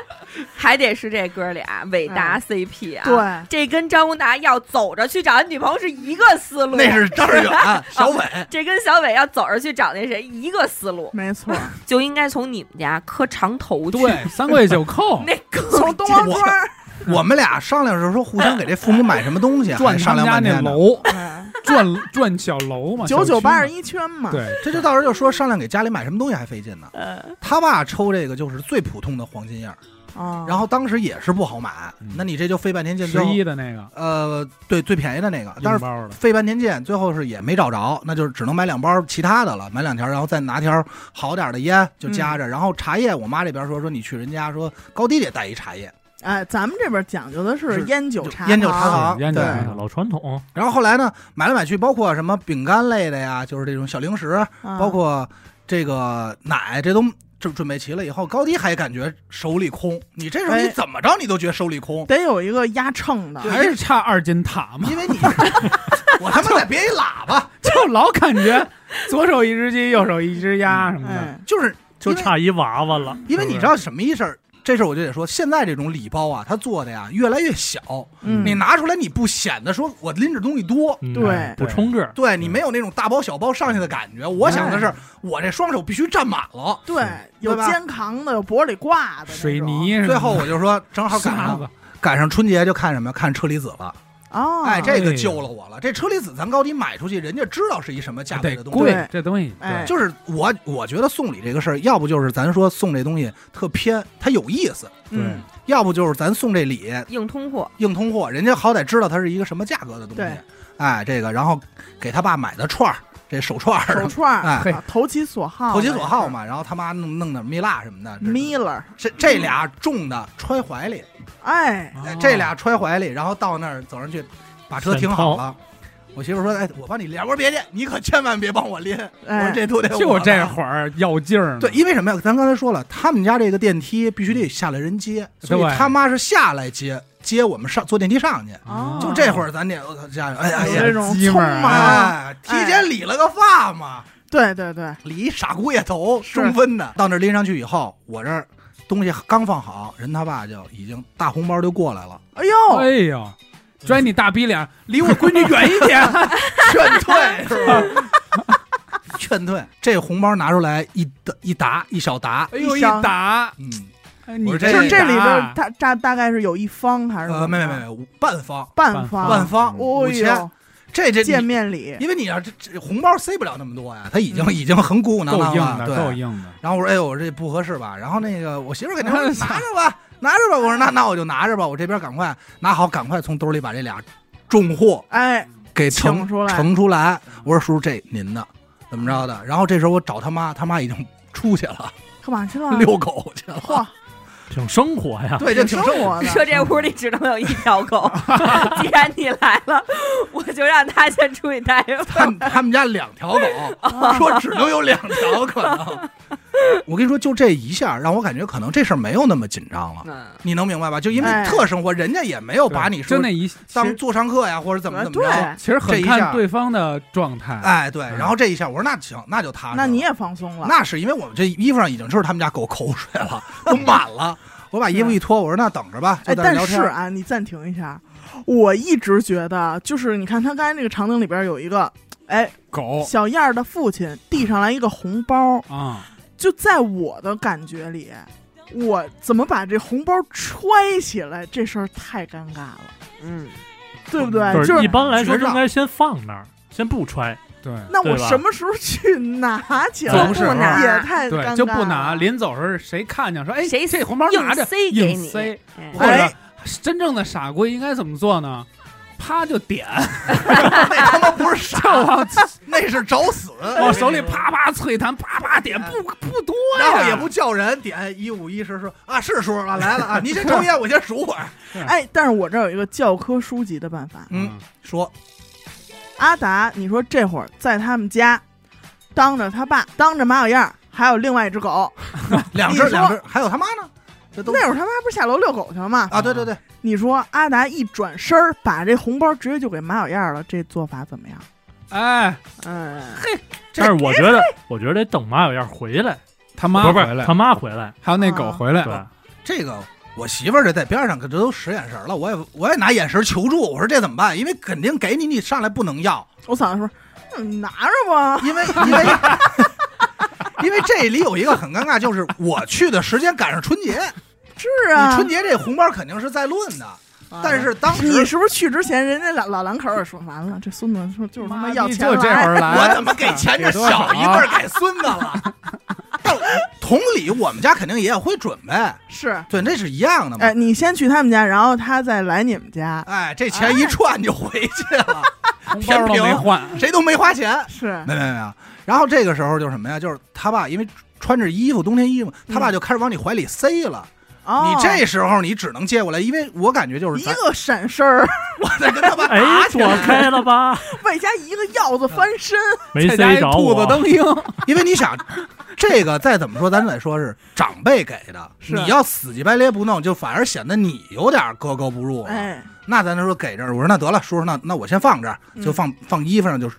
Speaker 2: 还得是这哥俩伟达 CP 啊。
Speaker 1: 对，
Speaker 2: 这跟张宏达要走着去找女朋友是一个思路，
Speaker 4: 那是张志远、 小伟，
Speaker 2: 这跟小伟要走着去找那谁一个思路，
Speaker 1: 没错，
Speaker 2: 就应该从你们家磕长头去。
Speaker 8: 对，三跪九 叩，
Speaker 2: 那更
Speaker 1: 从东王庄儿，
Speaker 4: 我们俩商量着说，互相给这父母买什么东西，
Speaker 8: 转
Speaker 4: 还商
Speaker 8: 他们
Speaker 4: 量
Speaker 8: 家那
Speaker 4: 半天 呢。
Speaker 8: 楼，
Speaker 1: 哎
Speaker 8: 转转小楼 嘛，
Speaker 1: 九九八
Speaker 8: 小
Speaker 1: 十
Speaker 8: 区
Speaker 1: 一圈
Speaker 8: 嘛，
Speaker 1: 嘛，
Speaker 8: 对，
Speaker 4: 这就到时候就说商量给家里买什么东西还费劲呢。
Speaker 8: 嗯
Speaker 2: 呃，
Speaker 4: 他爸抽这个就是最普通的黄金叶儿，
Speaker 1: 啊，
Speaker 4: 然后当时也是不好买
Speaker 8: 哦嗯，
Speaker 4: 那你这就费半天劲。最
Speaker 8: 十
Speaker 4: 后
Speaker 8: 一的那个
Speaker 4: 呃，对，最便宜的那个，但
Speaker 8: 硬
Speaker 4: 是
Speaker 8: 包的，
Speaker 4: 费半天劲，最后是也没找着，那就是只能买两包其他的了，买两条，然后再拿条好点的烟就夹
Speaker 1: 嗯
Speaker 4: 着。然后茶叶，我妈这边说说你去人家说高低得带一茶叶，
Speaker 1: 哎，咱们这边讲究的是
Speaker 4: 是
Speaker 1: 烟酒茶
Speaker 4: 烟酒茶
Speaker 1: 行
Speaker 4: 行
Speaker 9: 烟酒
Speaker 4: 啊对
Speaker 9: 那个老传统，
Speaker 4: 然后后来呢，买来买去，包括什么饼干类的呀，就是这种小零食，
Speaker 1: 啊
Speaker 4: 包括这个奶，这都准准备齐了以后，高低还感觉手里空。你这时候
Speaker 1: 哎
Speaker 4: 你怎么着你都觉得手里 空，
Speaker 1: 得有一个压秤的，
Speaker 8: 还是差二斤塔嘛，
Speaker 4: 因为你 我他妈再别一喇叭，
Speaker 8: 就老感觉左手一只鸡，右手一只鸭什么的，
Speaker 1: 哎，
Speaker 4: 就是
Speaker 9: 就
Speaker 4: 嗯因为
Speaker 9: 差一娃娃了。
Speaker 4: 因为你知道什么一事儿。这事儿我就得说，现在这种礼包啊，它做的呀越来越小，
Speaker 1: 嗯
Speaker 4: 你拿出来你不显得说我拎着东西多，
Speaker 9: 嗯
Speaker 1: 对
Speaker 9: 哎不冲个儿，
Speaker 4: 对你没有那种大包小包上去的感觉。我想的是
Speaker 1: 哎，
Speaker 4: 我这双手必须占满了。
Speaker 1: 对，有
Speaker 4: 对吧
Speaker 1: 肩扛的，有脖里挂的那种，
Speaker 8: 水泥
Speaker 1: 嗯
Speaker 8: 什么的
Speaker 4: 最后我就说，正好啊赶
Speaker 8: 沙
Speaker 4: 上
Speaker 8: 子，
Speaker 4: 赶上春节就看什么？看车厘子了。
Speaker 1: 哦，
Speaker 4: 哎，这
Speaker 8: 哎
Speaker 4: 个
Speaker 8: 呀
Speaker 4: 救了我了。这车厘子咱高低买出去，人家知道是一什么价位
Speaker 8: 得
Speaker 4: 的东西。
Speaker 8: 贵
Speaker 1: 对
Speaker 8: 这东西，
Speaker 1: 哎
Speaker 8: 对
Speaker 4: 就是我，我觉得送礼这个事儿，要不就是咱说送这东西特偏，它有意思；
Speaker 1: 嗯，
Speaker 4: 要不就是咱送这礼
Speaker 2: 硬通货，
Speaker 4: 硬通货，人家好歹知道它是一个什么价格的东
Speaker 1: 对
Speaker 4: 西。哎，这个，然后给他爸买的串儿，这手串
Speaker 1: 手
Speaker 4: 儿，
Speaker 1: 串儿，
Speaker 4: 哎
Speaker 8: 嘿
Speaker 1: 啊投其所好，
Speaker 4: 投其所好。嘛。然后他妈弄弄点蜜蜡什么的，这嗯
Speaker 1: Miller，
Speaker 4: 这这俩重的揣怀里，
Speaker 1: 哎，
Speaker 4: 哎
Speaker 8: 哦
Speaker 4: 这俩揣怀里，然后到那儿走上去，把车停好了。我媳妇说：“哎，我帮你拎，我说别介，你可千万别帮我拎。”我说
Speaker 1: 哎，
Speaker 4: 这都得
Speaker 8: 就
Speaker 4: 我
Speaker 8: 这
Speaker 4: 来
Speaker 8: 会儿要劲儿呢，
Speaker 4: 对，因为什么呀？咱刚才说了，他们家这个电梯必须得下来人接，所
Speaker 8: 对
Speaker 4: 以他妈是下来接接我们上坐电梯上去。
Speaker 1: 哦
Speaker 4: 就这会儿咱得我操家人，哎呀哎
Speaker 1: 有
Speaker 4: 呀
Speaker 1: 这，种
Speaker 8: 鸡
Speaker 1: 匆
Speaker 8: 们儿
Speaker 1: 忙，
Speaker 4: 哎，提前理了个发嘛，
Speaker 1: 对对对，
Speaker 4: 理一傻姑爷头，
Speaker 1: 是
Speaker 4: 中分的。到那儿拎上去以后，我这儿东西刚放好，人他爸就已经大红包就过来了，
Speaker 1: 哎呦，
Speaker 8: 哎呦，拽你大逼脸，离我闺女远一点。
Speaker 4: 劝 退是吧？劝退，这红包拿出来一沓一沓一小沓，
Speaker 8: 哎呦，
Speaker 1: 一
Speaker 8: 一
Speaker 1: 箱
Speaker 8: 打，
Speaker 4: 嗯，
Speaker 8: 哎你
Speaker 4: 我这
Speaker 1: 是
Speaker 8: 一打
Speaker 1: 这里边大大大概是有一方还是
Speaker 4: 呃，没没没，没半方
Speaker 1: 半方
Speaker 4: 半方
Speaker 1: 哦
Speaker 4: 五千
Speaker 1: 呦，，
Speaker 4: 这这
Speaker 1: 见面礼，
Speaker 4: 因为你要这这红包塞不了那么多呀，他已经、已经很鼓鼓囊
Speaker 8: 够
Speaker 4: 囊
Speaker 8: 硬
Speaker 4: 了，
Speaker 8: 的，
Speaker 4: 对。
Speaker 8: 够硬的。
Speaker 4: 然后我说，哎呦，我这不合适吧？然后那个我媳妇儿肯定说，
Speaker 8: 哎
Speaker 4: 拿着吧，拿着吧。我说那那我就拿着吧，我这边赶快拿好，赶快从兜里把这俩重货
Speaker 1: 哎，
Speaker 4: 给
Speaker 1: 请
Speaker 4: 盛
Speaker 1: 出来
Speaker 4: 盛出来。我说叔叔，这您的怎么着的？然后这时候我找他妈，他妈已经出去了，
Speaker 1: 干嘛 去了？
Speaker 4: 遛狗去 了。
Speaker 1: 嚯，
Speaker 9: 挺生活呀。
Speaker 4: 对，这挺生
Speaker 1: 活的，呃
Speaker 2: 说这屋里只能有一条狗，既然你来了，我就让它先出去待 一会
Speaker 4: 他
Speaker 2: 儿。
Speaker 4: 们他们家两条狗，说只能有两条可能。我跟你说，就这一下，让我感觉可能这事儿没有那么紧张了，
Speaker 2: 嗯，
Speaker 4: 你能明白吧？就因为
Speaker 1: 哎
Speaker 4: 特生活，人家也没有把你说
Speaker 8: 就那一，其
Speaker 4: 当
Speaker 8: 实
Speaker 4: 座上客呀，或者怎么怎么
Speaker 1: 对
Speaker 4: 着。
Speaker 8: 其实很
Speaker 4: 这一
Speaker 8: 看
Speaker 4: 下
Speaker 8: 对方的状态。
Speaker 4: 哎，对。然后这一下，我说那行，那就踏实了。
Speaker 1: 那你也放松了，
Speaker 4: 那是因为我们这衣服上已经就是他们家狗口水了，都满 了。我把衣服一脱，我说那等着吧，
Speaker 1: 哎，
Speaker 4: 就在
Speaker 1: 但
Speaker 4: 这聊
Speaker 1: 是
Speaker 4: 天。
Speaker 1: 啊，你暂停一下，我一直觉得，就是你看他刚才那个场景里边有一个，哎，
Speaker 4: 哦
Speaker 8: 狗
Speaker 1: 小燕儿的父亲递上来一个红包，
Speaker 8: 啊，
Speaker 1: 就在我的感觉里，我怎么把这红包揣起来，这事儿太尴尬了，
Speaker 2: 嗯，
Speaker 1: 对不
Speaker 4: 嗯
Speaker 1: 对？
Speaker 9: 不
Speaker 1: 就是是
Speaker 9: 一般来说
Speaker 4: 学上
Speaker 9: 应该先放那儿，先不揣。
Speaker 8: 对
Speaker 1: 那我
Speaker 9: 对吧
Speaker 1: 什么时候去拿起
Speaker 9: 走
Speaker 1: 来？
Speaker 4: 不是啊
Speaker 2: 拿
Speaker 1: 也太尴尬
Speaker 8: 对，
Speaker 1: 了
Speaker 8: 就不拿。临走时候谁看见说，哎，
Speaker 2: 谁
Speaker 8: 这红包拿着
Speaker 2: 硬塞给
Speaker 8: 硬
Speaker 2: 你
Speaker 8: 塞，
Speaker 2: 嗯
Speaker 8: 或者
Speaker 1: 哎
Speaker 8: 真正的傻龟应该怎么做呢？啪就点，
Speaker 4: 那他妈 不是傻，
Speaker 8: 就往
Speaker 4: 那是找死。
Speaker 8: 往手里啪啪脆弹，啪啪点，不不多呀，
Speaker 4: 然后也不叫人，点一五一十说啊是叔啊来了啊，您先抽烟，我先数会儿。
Speaker 1: 哎，但是我这儿有一个教科书籍的办法。
Speaker 4: 嗯， 说
Speaker 1: 阿达，你说这会儿在他们家，当着他爸，当着马小燕儿，还有另外一只狗，
Speaker 4: 两
Speaker 1: 你
Speaker 4: 只
Speaker 1: 说
Speaker 4: 两只，还有他妈呢，这都
Speaker 1: 那会儿他妈不是下楼遛狗去了吗？
Speaker 4: 啊对对对，
Speaker 1: 你说阿达一转身儿把这红包直接就给马小燕儿了，这做法怎么样？
Speaker 8: 哎，
Speaker 2: 嗯，
Speaker 9: 但 是我觉
Speaker 2: 哎
Speaker 9: 得，我觉得得等马小燕回来，
Speaker 8: 他
Speaker 9: 不
Speaker 8: 妈
Speaker 3: 啊
Speaker 9: 是不
Speaker 8: 回
Speaker 9: 是
Speaker 8: 来
Speaker 9: 他，妈回来，
Speaker 8: 还有那狗回来，
Speaker 9: 对，
Speaker 4: 这个我媳妇儿这在边上，可这都使眼神了，我也我也拿眼神求助，我说这怎么办？因为肯定给你，你上来不能要，
Speaker 1: 我嫂子说：“嗯你拿着吧。
Speaker 4: 因为因为因为这里有一个很尴尬，就是我去的时间赶上春节，”
Speaker 1: 是啊，哎
Speaker 4: 你春节这红包肯定是在论的，但是当时
Speaker 1: 你是不是去之前，人家老老两口也说完了，这孙子说就是他妈要
Speaker 3: 逼
Speaker 1: 钱哎
Speaker 3: 就这会
Speaker 1: 来
Speaker 3: 儿来，
Speaker 4: 我怎么给钱这小一辈儿给孙子了？但同理，我们家肯定也会准备，
Speaker 1: 是。
Speaker 4: 对，那是一样的嘛
Speaker 1: 哎，。你先去他们家，然后他再来你们家，
Speaker 4: 哎，这钱一串就回去了，
Speaker 3: 红包都没换，
Speaker 4: 谁都没花钱。
Speaker 1: 是啊
Speaker 4: 没没没有。然后这个时候就是什么呀？就是他爸因为穿着衣服，冬天衣服，他爸就开始往你怀里塞了。
Speaker 1: 嗯哦，
Speaker 4: 你这时候你只能接过来，因为我感觉就是
Speaker 1: 一
Speaker 4: 咱
Speaker 1: 个闪身儿，
Speaker 4: 我 在跟他爸
Speaker 10: 哎
Speaker 1: 啊
Speaker 4: 打，起
Speaker 10: 躲
Speaker 4: 来。
Speaker 10: 开了 吧，
Speaker 1: 外加一个鹞子翻身，
Speaker 10: 没
Speaker 3: 再加
Speaker 10: 塞
Speaker 3: 一
Speaker 10: 着
Speaker 3: 兔子
Speaker 10: 我。
Speaker 3: 灯鹰，
Speaker 4: 因为你想，这个再怎么说，咱得说是长辈给的，
Speaker 1: 是
Speaker 4: 你要死乞白咧不弄，就反而显得你有点格格不入了。
Speaker 1: 哎，
Speaker 4: 那咱就说给这儿，我说那得了，叔叔，那那我先放这儿，就放、放衣服上，就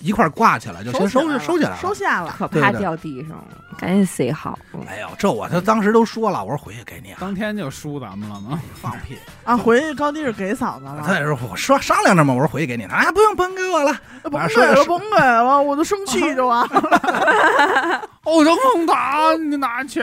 Speaker 4: 一块儿挂起来，就先嗯收拾收
Speaker 1: 收
Speaker 4: 起来了。
Speaker 1: 收下了。
Speaker 2: 可
Speaker 4: 对
Speaker 2: 怕
Speaker 4: 对
Speaker 2: 掉地上了，赶紧塞好了。
Speaker 4: 哎呦，这我他当时都说了，我说回去给你啊，
Speaker 3: 当天就输咱们了嘛。
Speaker 4: 放屁！
Speaker 1: 啊，回去高低是给嫂子
Speaker 4: 他
Speaker 1: 了，哎
Speaker 4: 也是我说商量着嘛，我说回去给你，啊，不用不用给我了，
Speaker 1: 甭给了，甭给了，我都生气啊就完了。
Speaker 3: 欧洲空打，你拿钱，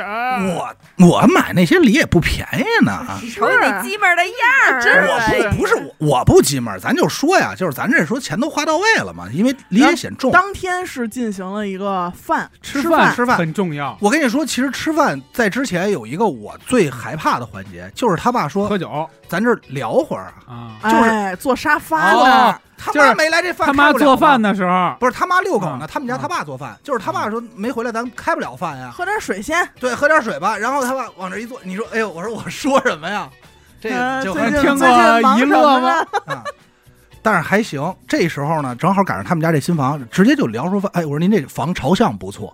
Speaker 4: 我我买那些礼也不便宜 呢。
Speaker 2: 瞅你那鸡巴的样儿，
Speaker 1: 啊
Speaker 2: 啊
Speaker 1: 真是
Speaker 4: 我不不是我我不急门，咱就说呀，就是咱这说钱都花到位了嘛，因为礼也显重。
Speaker 1: 当天是进行了一个饭吃
Speaker 3: 饭
Speaker 4: 吃饭
Speaker 3: 很重要，
Speaker 4: 我跟你说，其实吃饭在之前有一个我最害怕的环节，就是他爸说
Speaker 3: 喝酒
Speaker 4: 咱这儿聊会儿啊，
Speaker 3: 啊。
Speaker 4: 就是
Speaker 1: 哎，坐沙发
Speaker 3: 哦
Speaker 1: 的，
Speaker 4: 啊他
Speaker 3: 就
Speaker 4: 妈
Speaker 3: 是
Speaker 4: 没来这饭
Speaker 3: 他
Speaker 4: 开
Speaker 3: 妈
Speaker 4: 不了
Speaker 3: 做
Speaker 4: 吗
Speaker 3: 饭的时
Speaker 1: 哦
Speaker 3: 候，
Speaker 4: 不是他妈遛狗呢，
Speaker 3: 嗯
Speaker 4: 他们家他爸做饭，就是他爸说没回来，咱开不了饭呀。
Speaker 1: 喝点水先。
Speaker 4: 对，喝点水吧。然后他爸往这一坐，你说，哎呦，我说我说什么呀？啊这
Speaker 1: 呃
Speaker 4: 个就
Speaker 1: 最
Speaker 4: 很
Speaker 1: 近
Speaker 3: 听过
Speaker 1: 最近忙
Speaker 3: 娱乐
Speaker 1: 什么
Speaker 3: 吗
Speaker 1: 了？
Speaker 4: 啊。但是还行，这时候呢，正好赶上他们家这新房，直接就聊出饭。哎，我说您这房朝向不错。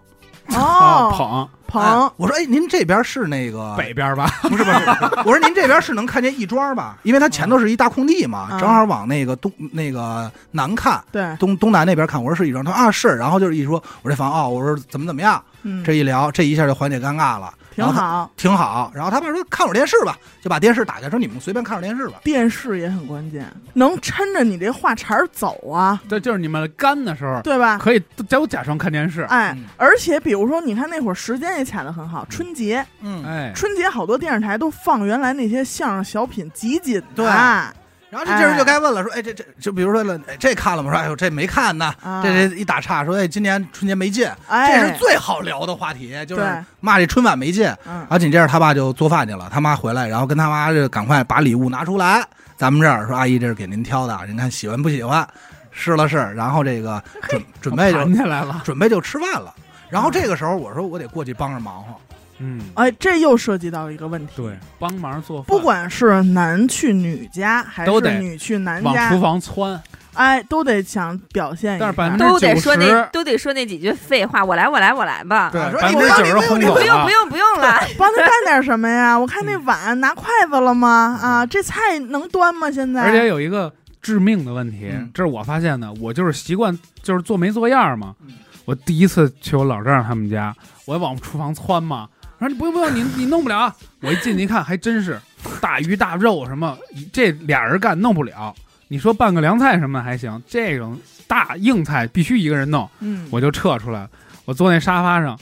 Speaker 3: 啊，
Speaker 1: 哦，
Speaker 3: 捧
Speaker 1: 捧
Speaker 4: 哎，我说哎，您这边是那个
Speaker 3: 北边吧，
Speaker 4: 不是不 是，我说您这边是能看见亦庄吧？因为它前头是一大空地嘛，
Speaker 1: 嗯
Speaker 4: 正好往那个东那个南看，
Speaker 1: 对，
Speaker 4: 东东南那边看。我说是亦庄，他说啊是，然后就是一说，我这房啊、我说怎么怎么样，
Speaker 1: 嗯，
Speaker 4: 这一聊，这一下就缓解尴尬了，
Speaker 1: 挺
Speaker 4: 然后他，
Speaker 1: 好。
Speaker 4: 挺好。然后他爸说看会儿电视吧，就把电视打开，说你们随便看会儿电视吧。
Speaker 1: 电视也很关键，能抻着你这话茬儿走啊，
Speaker 3: 这就是你们干的时候，
Speaker 1: 对啊吧？
Speaker 3: 可以都假装看电视，
Speaker 1: 哎
Speaker 4: 嗯，
Speaker 1: 而且比如说，你看那会儿时间也卡得很好，春节，
Speaker 4: 嗯，
Speaker 3: 哎，
Speaker 1: 春节好多电视台都放原来那些相声小品集锦
Speaker 4: 对
Speaker 1: 的啊，
Speaker 4: 然后这这时就该问了，说哎这这就比如说了，哎这看了吗？说哎呦这没看呢。
Speaker 1: 啊
Speaker 4: 这这一打岔说，哎，今年春节没进，这
Speaker 1: 哎，
Speaker 4: 是最好聊的话题，就是
Speaker 1: 对
Speaker 4: 骂这春晚没进。
Speaker 1: 嗯
Speaker 4: 然，后紧接着他爸就做饭去了，他妈回来，然后跟他妈就赶快把礼物拿出来，咱们这儿说阿姨这是给您挑的，您看喜欢不喜欢？试了试，然后这个准准备就
Speaker 3: 盘起来了，
Speaker 4: 准备就吃饭了。然后这个时候我说我得过去帮着忙活，
Speaker 3: 嗯，
Speaker 1: 哎，这又涉及到一个问题，
Speaker 3: 对，，帮忙做饭，
Speaker 1: 不管是男去女家还
Speaker 3: 都得
Speaker 1: 是女去男
Speaker 3: 往
Speaker 1: 家
Speaker 3: 厨，房窜，
Speaker 1: 哎，都得想表现一
Speaker 3: 但
Speaker 1: 下
Speaker 3: 是。百分之
Speaker 2: 都得说那
Speaker 3: 90%
Speaker 2: 都得说那几句废话，我来我来我来吧。哎
Speaker 4: 对，啊说
Speaker 3: 百
Speaker 4: 你
Speaker 3: 分之九十轰走啊
Speaker 2: 不用
Speaker 3: 了
Speaker 2: 不，用不用 了，
Speaker 1: 帮他干点什么呀？ 我看那碗拿筷子了吗？啊，这菜能端吗？现在
Speaker 3: 嗯而且有一个致命的问题
Speaker 4: 嗯，
Speaker 3: 这是我发现的，我就是习惯就是做没做样嘛
Speaker 4: 嗯。
Speaker 3: 我第一次去我老丈人他们家，我往厨房窜嘛，他说你不用不用，你你弄不了。我一进去一看，还真是大鱼大肉什么，这俩人干弄不了。你说拌个凉菜什么的还行，这种大硬菜必须一个人弄，
Speaker 1: 嗯，
Speaker 3: 我就撤出来了。我坐那沙发上，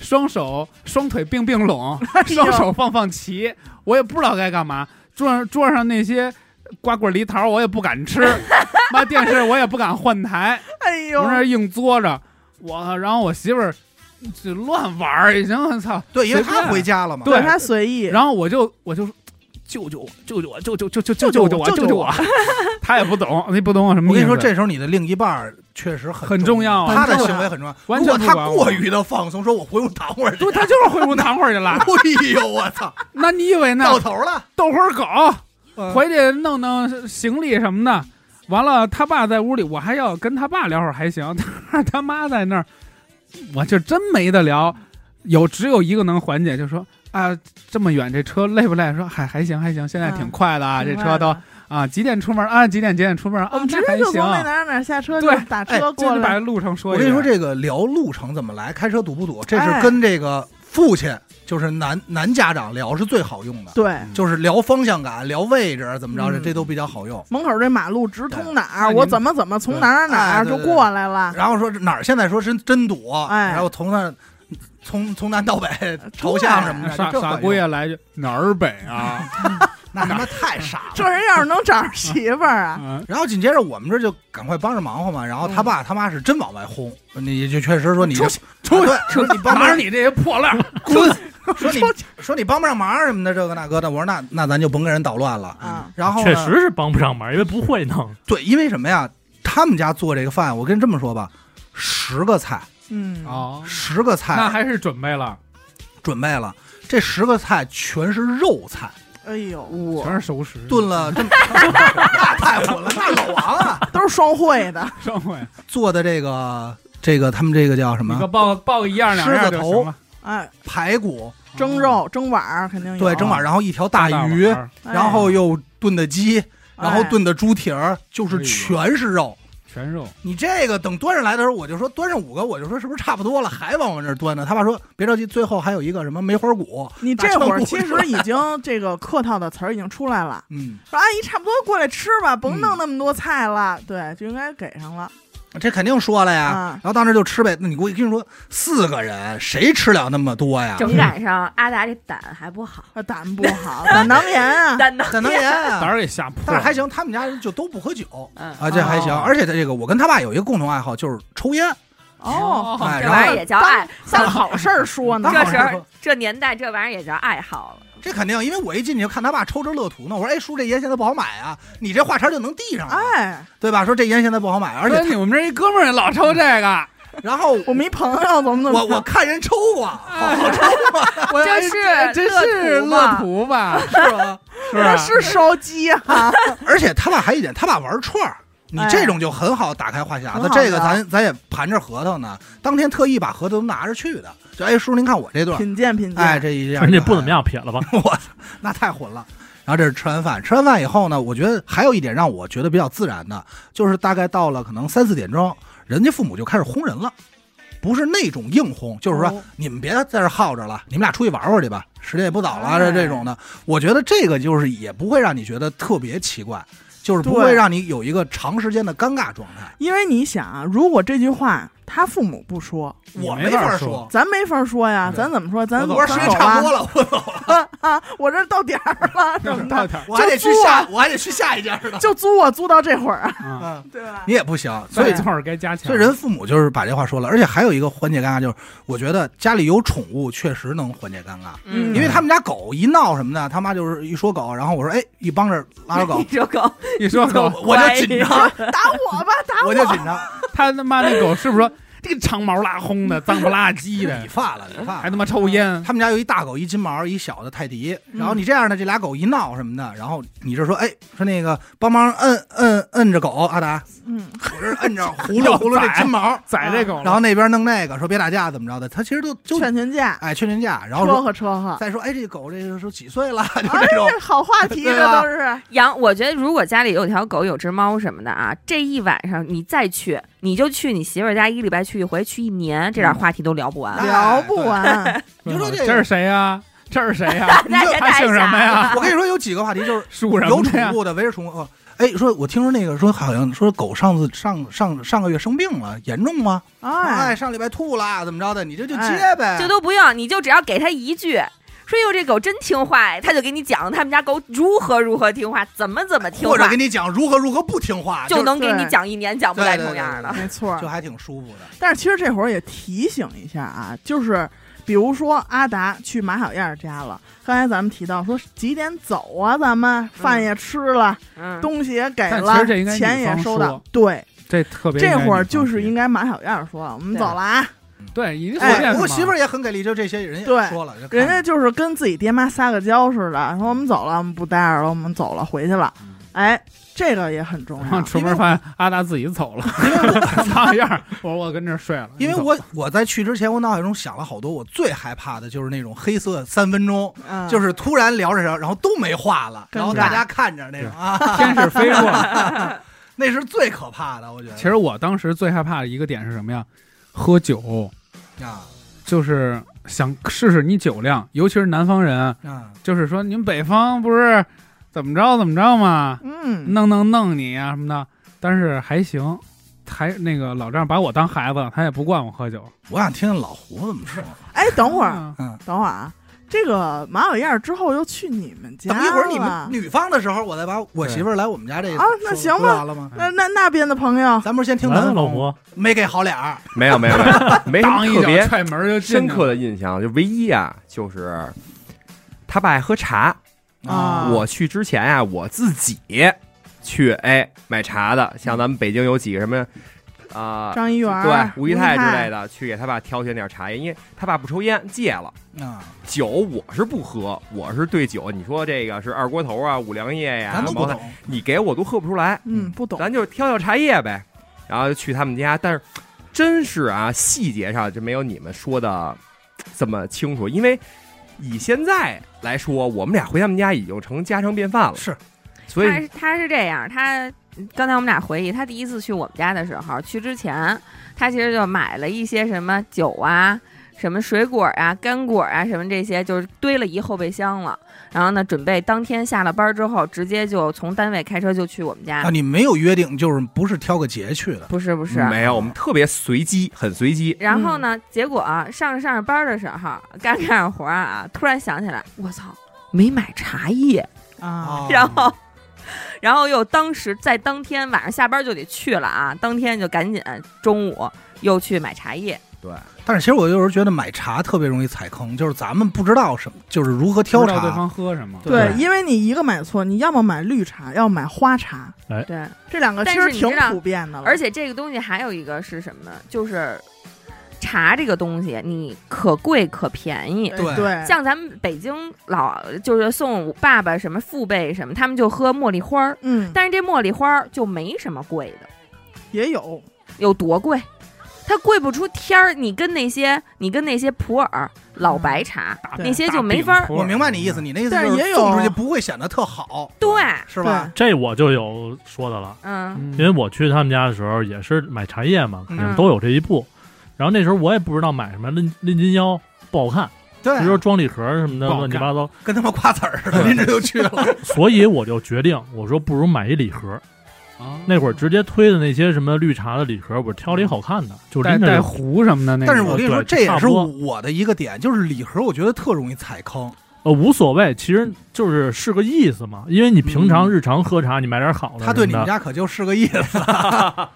Speaker 3: 双手双腿并并拢，双手放放齐，我也不知道该干嘛。桌上桌上那些瓜果梨桃我也不敢吃，妈电视我也不敢换台，
Speaker 1: 哎
Speaker 3: 我
Speaker 1: 呦
Speaker 3: 那，儿硬作着。我然后我媳妇儿就乱玩儿，已经我操。
Speaker 4: 对，因为
Speaker 3: 随
Speaker 4: 他
Speaker 3: 便
Speaker 4: 回家了嘛。
Speaker 3: 对
Speaker 1: 他随意，
Speaker 3: 然后我就我就救救我，救救我，救救救救救救救我，救救我！ 他也不懂，你不懂我什么
Speaker 4: 我
Speaker 3: 意
Speaker 4: 跟
Speaker 3: 思。
Speaker 4: 你说，这时候你的另一半儿确实很
Speaker 3: 很重要啊
Speaker 4: 他的
Speaker 1: 很重要
Speaker 4: 行为很重要。
Speaker 3: 完
Speaker 4: 如果
Speaker 3: 全不
Speaker 4: 他
Speaker 3: 管我
Speaker 4: 过于的放松，说我回屋躺会儿去
Speaker 3: 对，，啊他就是回屋躺会儿去了。
Speaker 4: 哎呦我操，
Speaker 3: 那你以为呢？
Speaker 4: 到头了。
Speaker 3: 逗会儿狗，
Speaker 4: 嗯
Speaker 3: 回去弄弄行李什么的。完了，他爸在屋里，我还要跟他爸聊会儿还行，他他妈在那儿，我就真没得聊。有只有一个能缓解，就说啊，这么远这车累不累？说还还行还行，现在挺快的啊，这车都啊几点出门啊？几点几点出门啊？
Speaker 1: 嗯我们直
Speaker 3: 那还
Speaker 1: 接就
Speaker 3: 行
Speaker 1: 从那
Speaker 3: 啊。
Speaker 1: 哪儿哪儿下车，就
Speaker 3: 对
Speaker 1: 打
Speaker 3: 哎，
Speaker 1: 车过
Speaker 3: 就是把
Speaker 1: 来。
Speaker 3: 路程说
Speaker 4: 我
Speaker 3: 一
Speaker 4: 跟你
Speaker 3: 遍。
Speaker 4: 说，这个聊路程怎么来，开车堵不堵，这是
Speaker 1: 哎
Speaker 4: 跟这个父亲，就是男男家长聊是最好用的，
Speaker 1: 对，
Speaker 4: 就是聊方向感、聊位置怎么着，这
Speaker 1: 嗯
Speaker 4: 这都比较好用。
Speaker 1: 门口这马路直通哪
Speaker 3: 那
Speaker 1: 儿，
Speaker 3: 你
Speaker 1: 我怎么怎么从哪儿哪
Speaker 4: 哎
Speaker 1: 儿
Speaker 4: 对
Speaker 1: 就
Speaker 4: 对
Speaker 1: 过来了。
Speaker 4: 然后说这哪儿现在说真真堵，
Speaker 1: 嗯哎
Speaker 4: 然后从那儿 从从南到北朝向什么的，
Speaker 3: 傻
Speaker 4: 这
Speaker 3: 傻
Speaker 4: 管
Speaker 3: 姑
Speaker 4: 用
Speaker 3: 爷来句哪儿北啊？
Speaker 4: 那他妈太傻了。
Speaker 1: 这人要是能找着媳妇儿啊，
Speaker 8: 嗯
Speaker 4: 然后紧接着我们这就赶快帮着忙活嘛，然后
Speaker 1: 嗯
Speaker 4: 他爸他妈是真往外轰，你就确实说你
Speaker 8: 出
Speaker 4: 去出去，说你帮不
Speaker 8: 拿着
Speaker 4: 上，
Speaker 8: 你这些破烂儿，
Speaker 4: 嗯 说你说你帮不上忙什么的，这个那个的。我说那那咱就甭跟人捣乱了。
Speaker 1: 啊，
Speaker 4: 然后呢
Speaker 9: 确实是帮不上忙，因为不会弄。
Speaker 4: 对，因为什么呀？他们家做这个饭，我跟你这么说吧，十个菜，
Speaker 1: 嗯，
Speaker 8: 哦，
Speaker 4: 十个
Speaker 8: 那
Speaker 4: 菜
Speaker 8: 还是准备了，
Speaker 4: 准备了，这十个菜全是肉菜，
Speaker 1: 哎呦，
Speaker 8: 全是熟食，
Speaker 4: 炖了这么 那太混了，那老王啊
Speaker 1: 都是双汇的，
Speaker 8: 上回
Speaker 4: 做的这个这个他们这个叫什
Speaker 8: 你给
Speaker 4: 么
Speaker 8: 报报个一样两样就行了，哦
Speaker 1: 哎，
Speaker 4: 排骨，
Speaker 1: 蒸肉、蒸碗儿肯定有，
Speaker 4: 哦对，整碗，然后一条大鱼，
Speaker 1: 哎
Speaker 4: 然后又炖的鸡，然后炖的猪蹄儿，就是
Speaker 8: 哎呦
Speaker 4: 全是肉。
Speaker 8: 全肉，
Speaker 4: 你这个等端上来的时候，我就说端上五个，我就说是不是差不多了，还往我这儿端呢？他爸说别着急，最后还有一个什么梅花骨，
Speaker 1: 你
Speaker 4: 打
Speaker 1: 这
Speaker 4: 成
Speaker 1: 会儿
Speaker 4: 骨
Speaker 1: 其
Speaker 4: 头
Speaker 1: 实已经这个客套的词儿已经出来了，
Speaker 4: 嗯，
Speaker 1: 说阿姨差不多过来吃吧，甭
Speaker 4: 嗯
Speaker 1: 弄那么多菜了，对，就应该给上了
Speaker 4: 这肯定说了呀。
Speaker 1: 啊
Speaker 4: 然后到那儿就吃呗。那你给我跟你说，四个人谁吃了那么多呀？
Speaker 2: 正赶上阿达这胆还不好，
Speaker 1: 啊，胆不 好，胆囊炎啊，
Speaker 2: 胆囊
Speaker 4: 胆 囊炎
Speaker 8: 胆
Speaker 4: 啊。
Speaker 8: 儿给吓破
Speaker 4: 但是
Speaker 8: 了，
Speaker 4: 还行，他们家人就都不喝酒
Speaker 2: 嗯
Speaker 4: 啊，这还行。
Speaker 8: 哦
Speaker 4: 而且他这个，我跟他爸有一个共同爱好，就是抽烟。
Speaker 1: 哦，
Speaker 4: 哎，
Speaker 2: 这
Speaker 4: 然
Speaker 2: 玩意
Speaker 4: 后
Speaker 2: 儿也叫爱，
Speaker 1: 当好事儿说呢
Speaker 4: 当，
Speaker 2: 这
Speaker 4: 好
Speaker 2: 时
Speaker 4: 事儿
Speaker 2: 候这年代这玩意儿也叫爱好了。
Speaker 4: 这肯定，因为我一进去就看他爸抽着乐图呢。我说：“哎，叔，这烟现在不好买啊，你这话茬就能递上来，
Speaker 1: 哎，
Speaker 4: 对吧？”说这烟现在不好买，而
Speaker 8: 而
Speaker 4: 且
Speaker 8: 且你们这一哥们儿也老抽这个，
Speaker 4: 他然后
Speaker 1: 我们一朋友怎么怎么
Speaker 4: 我我看人抽过，好好抽啊
Speaker 8: 我
Speaker 2: 这是
Speaker 8: 哎这是乐
Speaker 2: 乐
Speaker 8: 图吧？
Speaker 4: 是吧？
Speaker 8: 是吧？
Speaker 4: 啊
Speaker 1: 是啊烧鸡哈、
Speaker 4: 而且他爸还一点，他爸玩串儿，你
Speaker 1: 哎
Speaker 4: 这种就很好打开话匣子
Speaker 1: 很。好
Speaker 4: 这
Speaker 1: 的
Speaker 4: 个咱咱也盘着核桃呢，当天特意把核桃都拿着去的。就哎，叔您看我这段，
Speaker 1: 品鉴品鉴，
Speaker 4: 哎，这一下
Speaker 9: 而且
Speaker 4: 就
Speaker 9: 不怎么样，撇了吧。
Speaker 4: 我操，那太混了。然后这是吃完饭，吃完饭以后呢，我觉得还有一点让我觉得比较自然的，就是大概到了可能三四点钟，人家父母就开始轰人了，不是那种硬轰，就是说、
Speaker 1: 哦
Speaker 4: 你们别在这儿耗着了，你们俩出去玩玩去吧，时间也不早了，
Speaker 1: 哎
Speaker 4: 这这种的，我觉得这个就是也不会让你觉得特别奇怪，就是不
Speaker 1: 对
Speaker 4: 会让你有一个长时间的尴尬状态。
Speaker 1: 因为你想啊，如果这句话他父母不说，
Speaker 8: 你
Speaker 4: 我
Speaker 8: 没法
Speaker 4: 法
Speaker 8: 说，
Speaker 1: 咱没法说呀，
Speaker 4: 对
Speaker 1: 咱怎么说？咱
Speaker 4: 我
Speaker 1: 走
Speaker 4: 说时
Speaker 1: 咱
Speaker 4: 间
Speaker 1: 走啊
Speaker 4: 差不多
Speaker 1: 吧
Speaker 4: 了，我走，
Speaker 1: 啊！我这到点儿 了，什么
Speaker 8: 到
Speaker 1: 的，
Speaker 8: 点儿
Speaker 4: 我还得去
Speaker 1: 就
Speaker 4: 下，
Speaker 1: 租
Speaker 4: 我还得去下一家呢。
Speaker 1: 就租我租到这会儿啊，
Speaker 8: 嗯，
Speaker 4: 嗯，
Speaker 1: 对吧
Speaker 4: 你？也不行，所
Speaker 8: 所
Speaker 4: 以
Speaker 8: 以就是该加强。
Speaker 4: 所以人父母就是把这话说了，而且还有一个缓解尴尬，就是我觉得家里有宠物确实能缓解尴尬，
Speaker 1: 嗯
Speaker 4: 因为他们家狗一闹什么的，他妈就是一说狗，然后我说哎，一帮着拉着狗
Speaker 2: 你，说狗，
Speaker 8: 一说狗，
Speaker 4: 我就紧张，
Speaker 1: 打我吧，打
Speaker 4: 我
Speaker 1: 我！
Speaker 4: 就紧张，
Speaker 8: 他他妈那狗是不是说这个长毛拉轰的、脏不拉几
Speaker 4: 理
Speaker 8: 的，
Speaker 4: 发了理发
Speaker 8: 还
Speaker 4: 了。
Speaker 8: 他妈抽烟？，
Speaker 4: 他们家有一大狗，一金毛，一小的泰迪。然后你这样的，这俩狗一闹什么的，然后你就说，哎，说那个帮忙摁摁摁着狗，阿达，
Speaker 1: 嗯，
Speaker 4: 我这摁着葫芦葫芦这金毛
Speaker 8: 宰这狗了，
Speaker 4: 然后那边弄那个，说别打架怎么着的，他其实都就
Speaker 1: 劝劝架，
Speaker 4: 哎劝劝架，然后说
Speaker 1: 车和车和，
Speaker 4: 再说，哎，这狗这个说几岁 了，就
Speaker 1: 哎
Speaker 4: 这种，
Speaker 1: 这好话题，
Speaker 4: 对
Speaker 1: 这
Speaker 4: 吧哎
Speaker 1: 都是
Speaker 2: 养，我觉得如果家里有条狗、有只猫什么的啊，这一晚上你再去，你就去你媳妇儿家，一个礼拜去一回，去一年，
Speaker 4: 嗯
Speaker 2: 这点话题都聊不完。？
Speaker 4: 哎
Speaker 1: 聊不完。
Speaker 4: 你说
Speaker 8: 嗯
Speaker 4: 这
Speaker 8: 这
Speaker 4: 个
Speaker 8: 是谁呀？这是谁呀
Speaker 2: 那也
Speaker 8: 他
Speaker 2: 太
Speaker 8: 姓什么
Speaker 2: 傻
Speaker 8: 呀？
Speaker 2: 了。
Speaker 4: 我跟你说，有几个话题就是
Speaker 8: 属什
Speaker 4: 有
Speaker 8: 么的呀
Speaker 4: 宠？物的，围着宠物。哦哎，说我听说那个说好像说狗上次上上上个月生病了，严重吗？哎，
Speaker 1: 哎，
Speaker 4: 上礼拜吐了，怎么着的？你这就
Speaker 1: 哎
Speaker 4: 接呗。
Speaker 2: 这都不用，你就只要给他一句。说哟，这狗真听话，哎他就给你讲他们家狗如何如何听话，怎么怎么听
Speaker 4: 或者
Speaker 2: 话
Speaker 4: 给，你讲如何如何不听话，
Speaker 2: 就
Speaker 4: 就
Speaker 2: 能给你
Speaker 1: 对
Speaker 2: 讲一年讲不来
Speaker 4: 对对
Speaker 2: 重
Speaker 4: 对
Speaker 2: 样的。
Speaker 1: 没错 儿
Speaker 4: 就。还挺舒服的。
Speaker 1: 但是其实这会儿也提醒一下啊，就是比如说阿达去马小燕家了，刚才咱们提到说几点走啊，咱们饭也吃了，
Speaker 2: 嗯，
Speaker 1: 东西也给
Speaker 8: 但
Speaker 1: 了
Speaker 8: 其实这应该，
Speaker 1: 钱也
Speaker 8: 女方
Speaker 1: 收
Speaker 8: 说
Speaker 1: 到，对，
Speaker 8: 这特别应该
Speaker 1: 这
Speaker 8: 女
Speaker 1: 会儿
Speaker 8: 方
Speaker 1: 就是
Speaker 8: 提
Speaker 1: 应该马小燕说了，我们
Speaker 2: 对
Speaker 1: 走了啊，
Speaker 8: 对，已经
Speaker 1: 哎
Speaker 8: 随便
Speaker 4: 我
Speaker 8: 什么
Speaker 4: 媳妇儿也很给力，就这些人也
Speaker 1: 对
Speaker 4: 说了，就看
Speaker 1: 人家就是跟自己爹妈撒个娇似的，说我们走了，我们不待着了，我们走了，回去了，
Speaker 8: 嗯
Speaker 1: 哎，这个也很重
Speaker 8: 然 后
Speaker 1: 要，
Speaker 8: 出门发现阿达自己走了， 藏样儿。我说我跟这儿睡了，
Speaker 4: 因为
Speaker 8: 你走
Speaker 4: 我我在去之前，我脑海中想了好多，我最害怕的就是那种黑色三分钟，
Speaker 1: 嗯，
Speaker 4: 就是突然聊着聊，然后都没话了，然后
Speaker 1: 尴尬
Speaker 4: 大家看着那种啊，
Speaker 8: 天使飞过来。
Speaker 4: 那是最可怕的，我觉得。
Speaker 8: 其实我当时最害怕的一个点是什么呀？喝酒，
Speaker 4: 啊，
Speaker 8: 就是想试试你酒量，尤其是南方人，啊
Speaker 4: 嗯，
Speaker 8: 就是说你们北方不是怎么着怎么着嘛，
Speaker 1: 嗯，
Speaker 8: 弄弄弄你啊什么的。但是还行，还那个老丈人把我当孩子，他也不惯我喝酒。
Speaker 4: 我想听听老胡怎么说。
Speaker 1: 哎，等会儿，
Speaker 8: 啊
Speaker 1: 等会儿啊，这个马小燕儿之后又去你们家
Speaker 4: 等一会儿你
Speaker 1: 了
Speaker 4: 们女方的时候，我再把我媳妇儿来我们家这
Speaker 1: 啊那行吧
Speaker 4: 吧，不就完了吗？
Speaker 1: 那那那边的朋友，
Speaker 11: 啊
Speaker 4: 咱不是先听
Speaker 9: 来
Speaker 4: 咱
Speaker 9: 了，老婆，
Speaker 4: 没给好脸
Speaker 1: 啊
Speaker 4: 儿，
Speaker 11: 没有没有没有，没什
Speaker 8: 当
Speaker 11: 么
Speaker 8: 一
Speaker 11: 特
Speaker 8: 脚
Speaker 11: 别
Speaker 8: 踹门就进
Speaker 11: 深
Speaker 8: 去了。
Speaker 11: 刻的印象，就唯一啊，就是他爸爱喝茶。
Speaker 1: 啊
Speaker 11: 我去之前啊，我自己去哎买茶的，像咱们北京有几个什么啊、
Speaker 1: 张一元儿
Speaker 11: 对，吴
Speaker 1: 仪
Speaker 11: 仪泰之类
Speaker 1: 的，
Speaker 11: 的，去给他爸挑选点茶叶，因为他爸不抽烟，戒了。
Speaker 4: 啊，
Speaker 11: 酒我是不喝，我是对酒。你说这个是二锅头啊、五粮液呀、
Speaker 4: 咱都不
Speaker 11: 茅台
Speaker 4: 懂，
Speaker 11: 你给我都喝不出来，
Speaker 1: 嗯，不懂，
Speaker 11: 咱就挑挑茶叶呗。然后就去他们家，但是真是啊，细节上就没有你们说的这么清楚。因为以现在来说，我们俩回他们家已经成家常便饭了，
Speaker 4: 是
Speaker 11: 所以
Speaker 2: 他是他是这样，他刚才我们俩回忆，他第一次去我们家的时候，去之前他其实就买了一些什么酒啊、什么水果啊、干果啊什么这些，就是堆了一后备箱了。然后呢，准备当天下了班之后，直接就从单位开车就去我们家。
Speaker 4: 啊，你没有约定，就是不是挑个节去的，
Speaker 2: 不是不
Speaker 4: 啊
Speaker 2: 是，
Speaker 11: 没有，我们特别随机，很随机。
Speaker 2: 然后呢，结果、啊、上着上着班的时候，干着干着活儿啊，突然想起来，我操，没买茶叶。
Speaker 1: 啊，
Speaker 4: 啊
Speaker 11: 哦
Speaker 2: 然后，然后又当时在当天晚上下班就得去了啊，当天就赶紧中午又去买茶叶。
Speaker 11: 对，
Speaker 4: 但是其实我有时候觉得买茶特别容易踩坑，就是咱们不知道什么，就是如何挑
Speaker 8: 不知道对
Speaker 4: 茶。
Speaker 8: 方喝什么，
Speaker 1: 对，因为你一个买错，你要么买绿茶，要么买花茶，
Speaker 2: 对，
Speaker 1: 这两个其
Speaker 2: 但
Speaker 1: 实
Speaker 2: 是你
Speaker 1: 挺
Speaker 2: 知道
Speaker 1: 普遍的了，
Speaker 2: 而且这个东西还有一个是什么呢？就是茶这个东西，你可贵可便宜。
Speaker 1: 对
Speaker 4: 对
Speaker 2: 像咱们北京老就是送爸爸什么父辈什么，他们就喝茉莉花儿，
Speaker 1: 嗯，
Speaker 2: 但是这茉莉花儿就没什么贵的，
Speaker 1: 也有，
Speaker 2: 有多贵？它贵不出天儿。你跟那些你跟那些普洱老白茶，
Speaker 1: 对
Speaker 2: 那些就没法儿。
Speaker 4: 我明白你意思，你那意思
Speaker 1: 但是
Speaker 4: 就
Speaker 1: 也
Speaker 4: 是
Speaker 1: 有
Speaker 4: 送出去不会显得特好，
Speaker 2: 对，
Speaker 4: 是吧？
Speaker 9: 这我就有说的了。
Speaker 2: 嗯，
Speaker 9: 因为我去他们家的时候也是买茶叶嘛，肯定
Speaker 2: 嗯
Speaker 9: 都有这一步。然后那时候我也不知道买什么，拎拎金腰不好看，
Speaker 4: 对
Speaker 9: 比如说装礼盒什么的
Speaker 8: 不好看
Speaker 9: 乱七八糟，
Speaker 4: 跟他们瓜子儿似的，拎着就去了。
Speaker 9: 所以我就决定，我说不如买一礼盒。
Speaker 4: 嗯
Speaker 8: 哦
Speaker 9: 那会儿直接推的那些什么绿茶的礼盒，我挑了一好看的，
Speaker 4: 嗯
Speaker 9: 就
Speaker 8: 带
Speaker 9: 拎
Speaker 8: 带
Speaker 9: 着就。
Speaker 8: 壶什么的那
Speaker 4: 但是
Speaker 8: 种
Speaker 4: 我跟你说，
Speaker 9: 对
Speaker 4: 这也
Speaker 9: 差
Speaker 4: 是
Speaker 9: 不多
Speaker 4: 我的一个点，就是礼盒，我觉得特容易踩坑。
Speaker 9: 呃，无所谓，其实就是是个意思嘛。因为你平常
Speaker 8: 嗯
Speaker 9: 日常喝茶，你买点好的什么的，
Speaker 4: 他对你们家可就是个意思，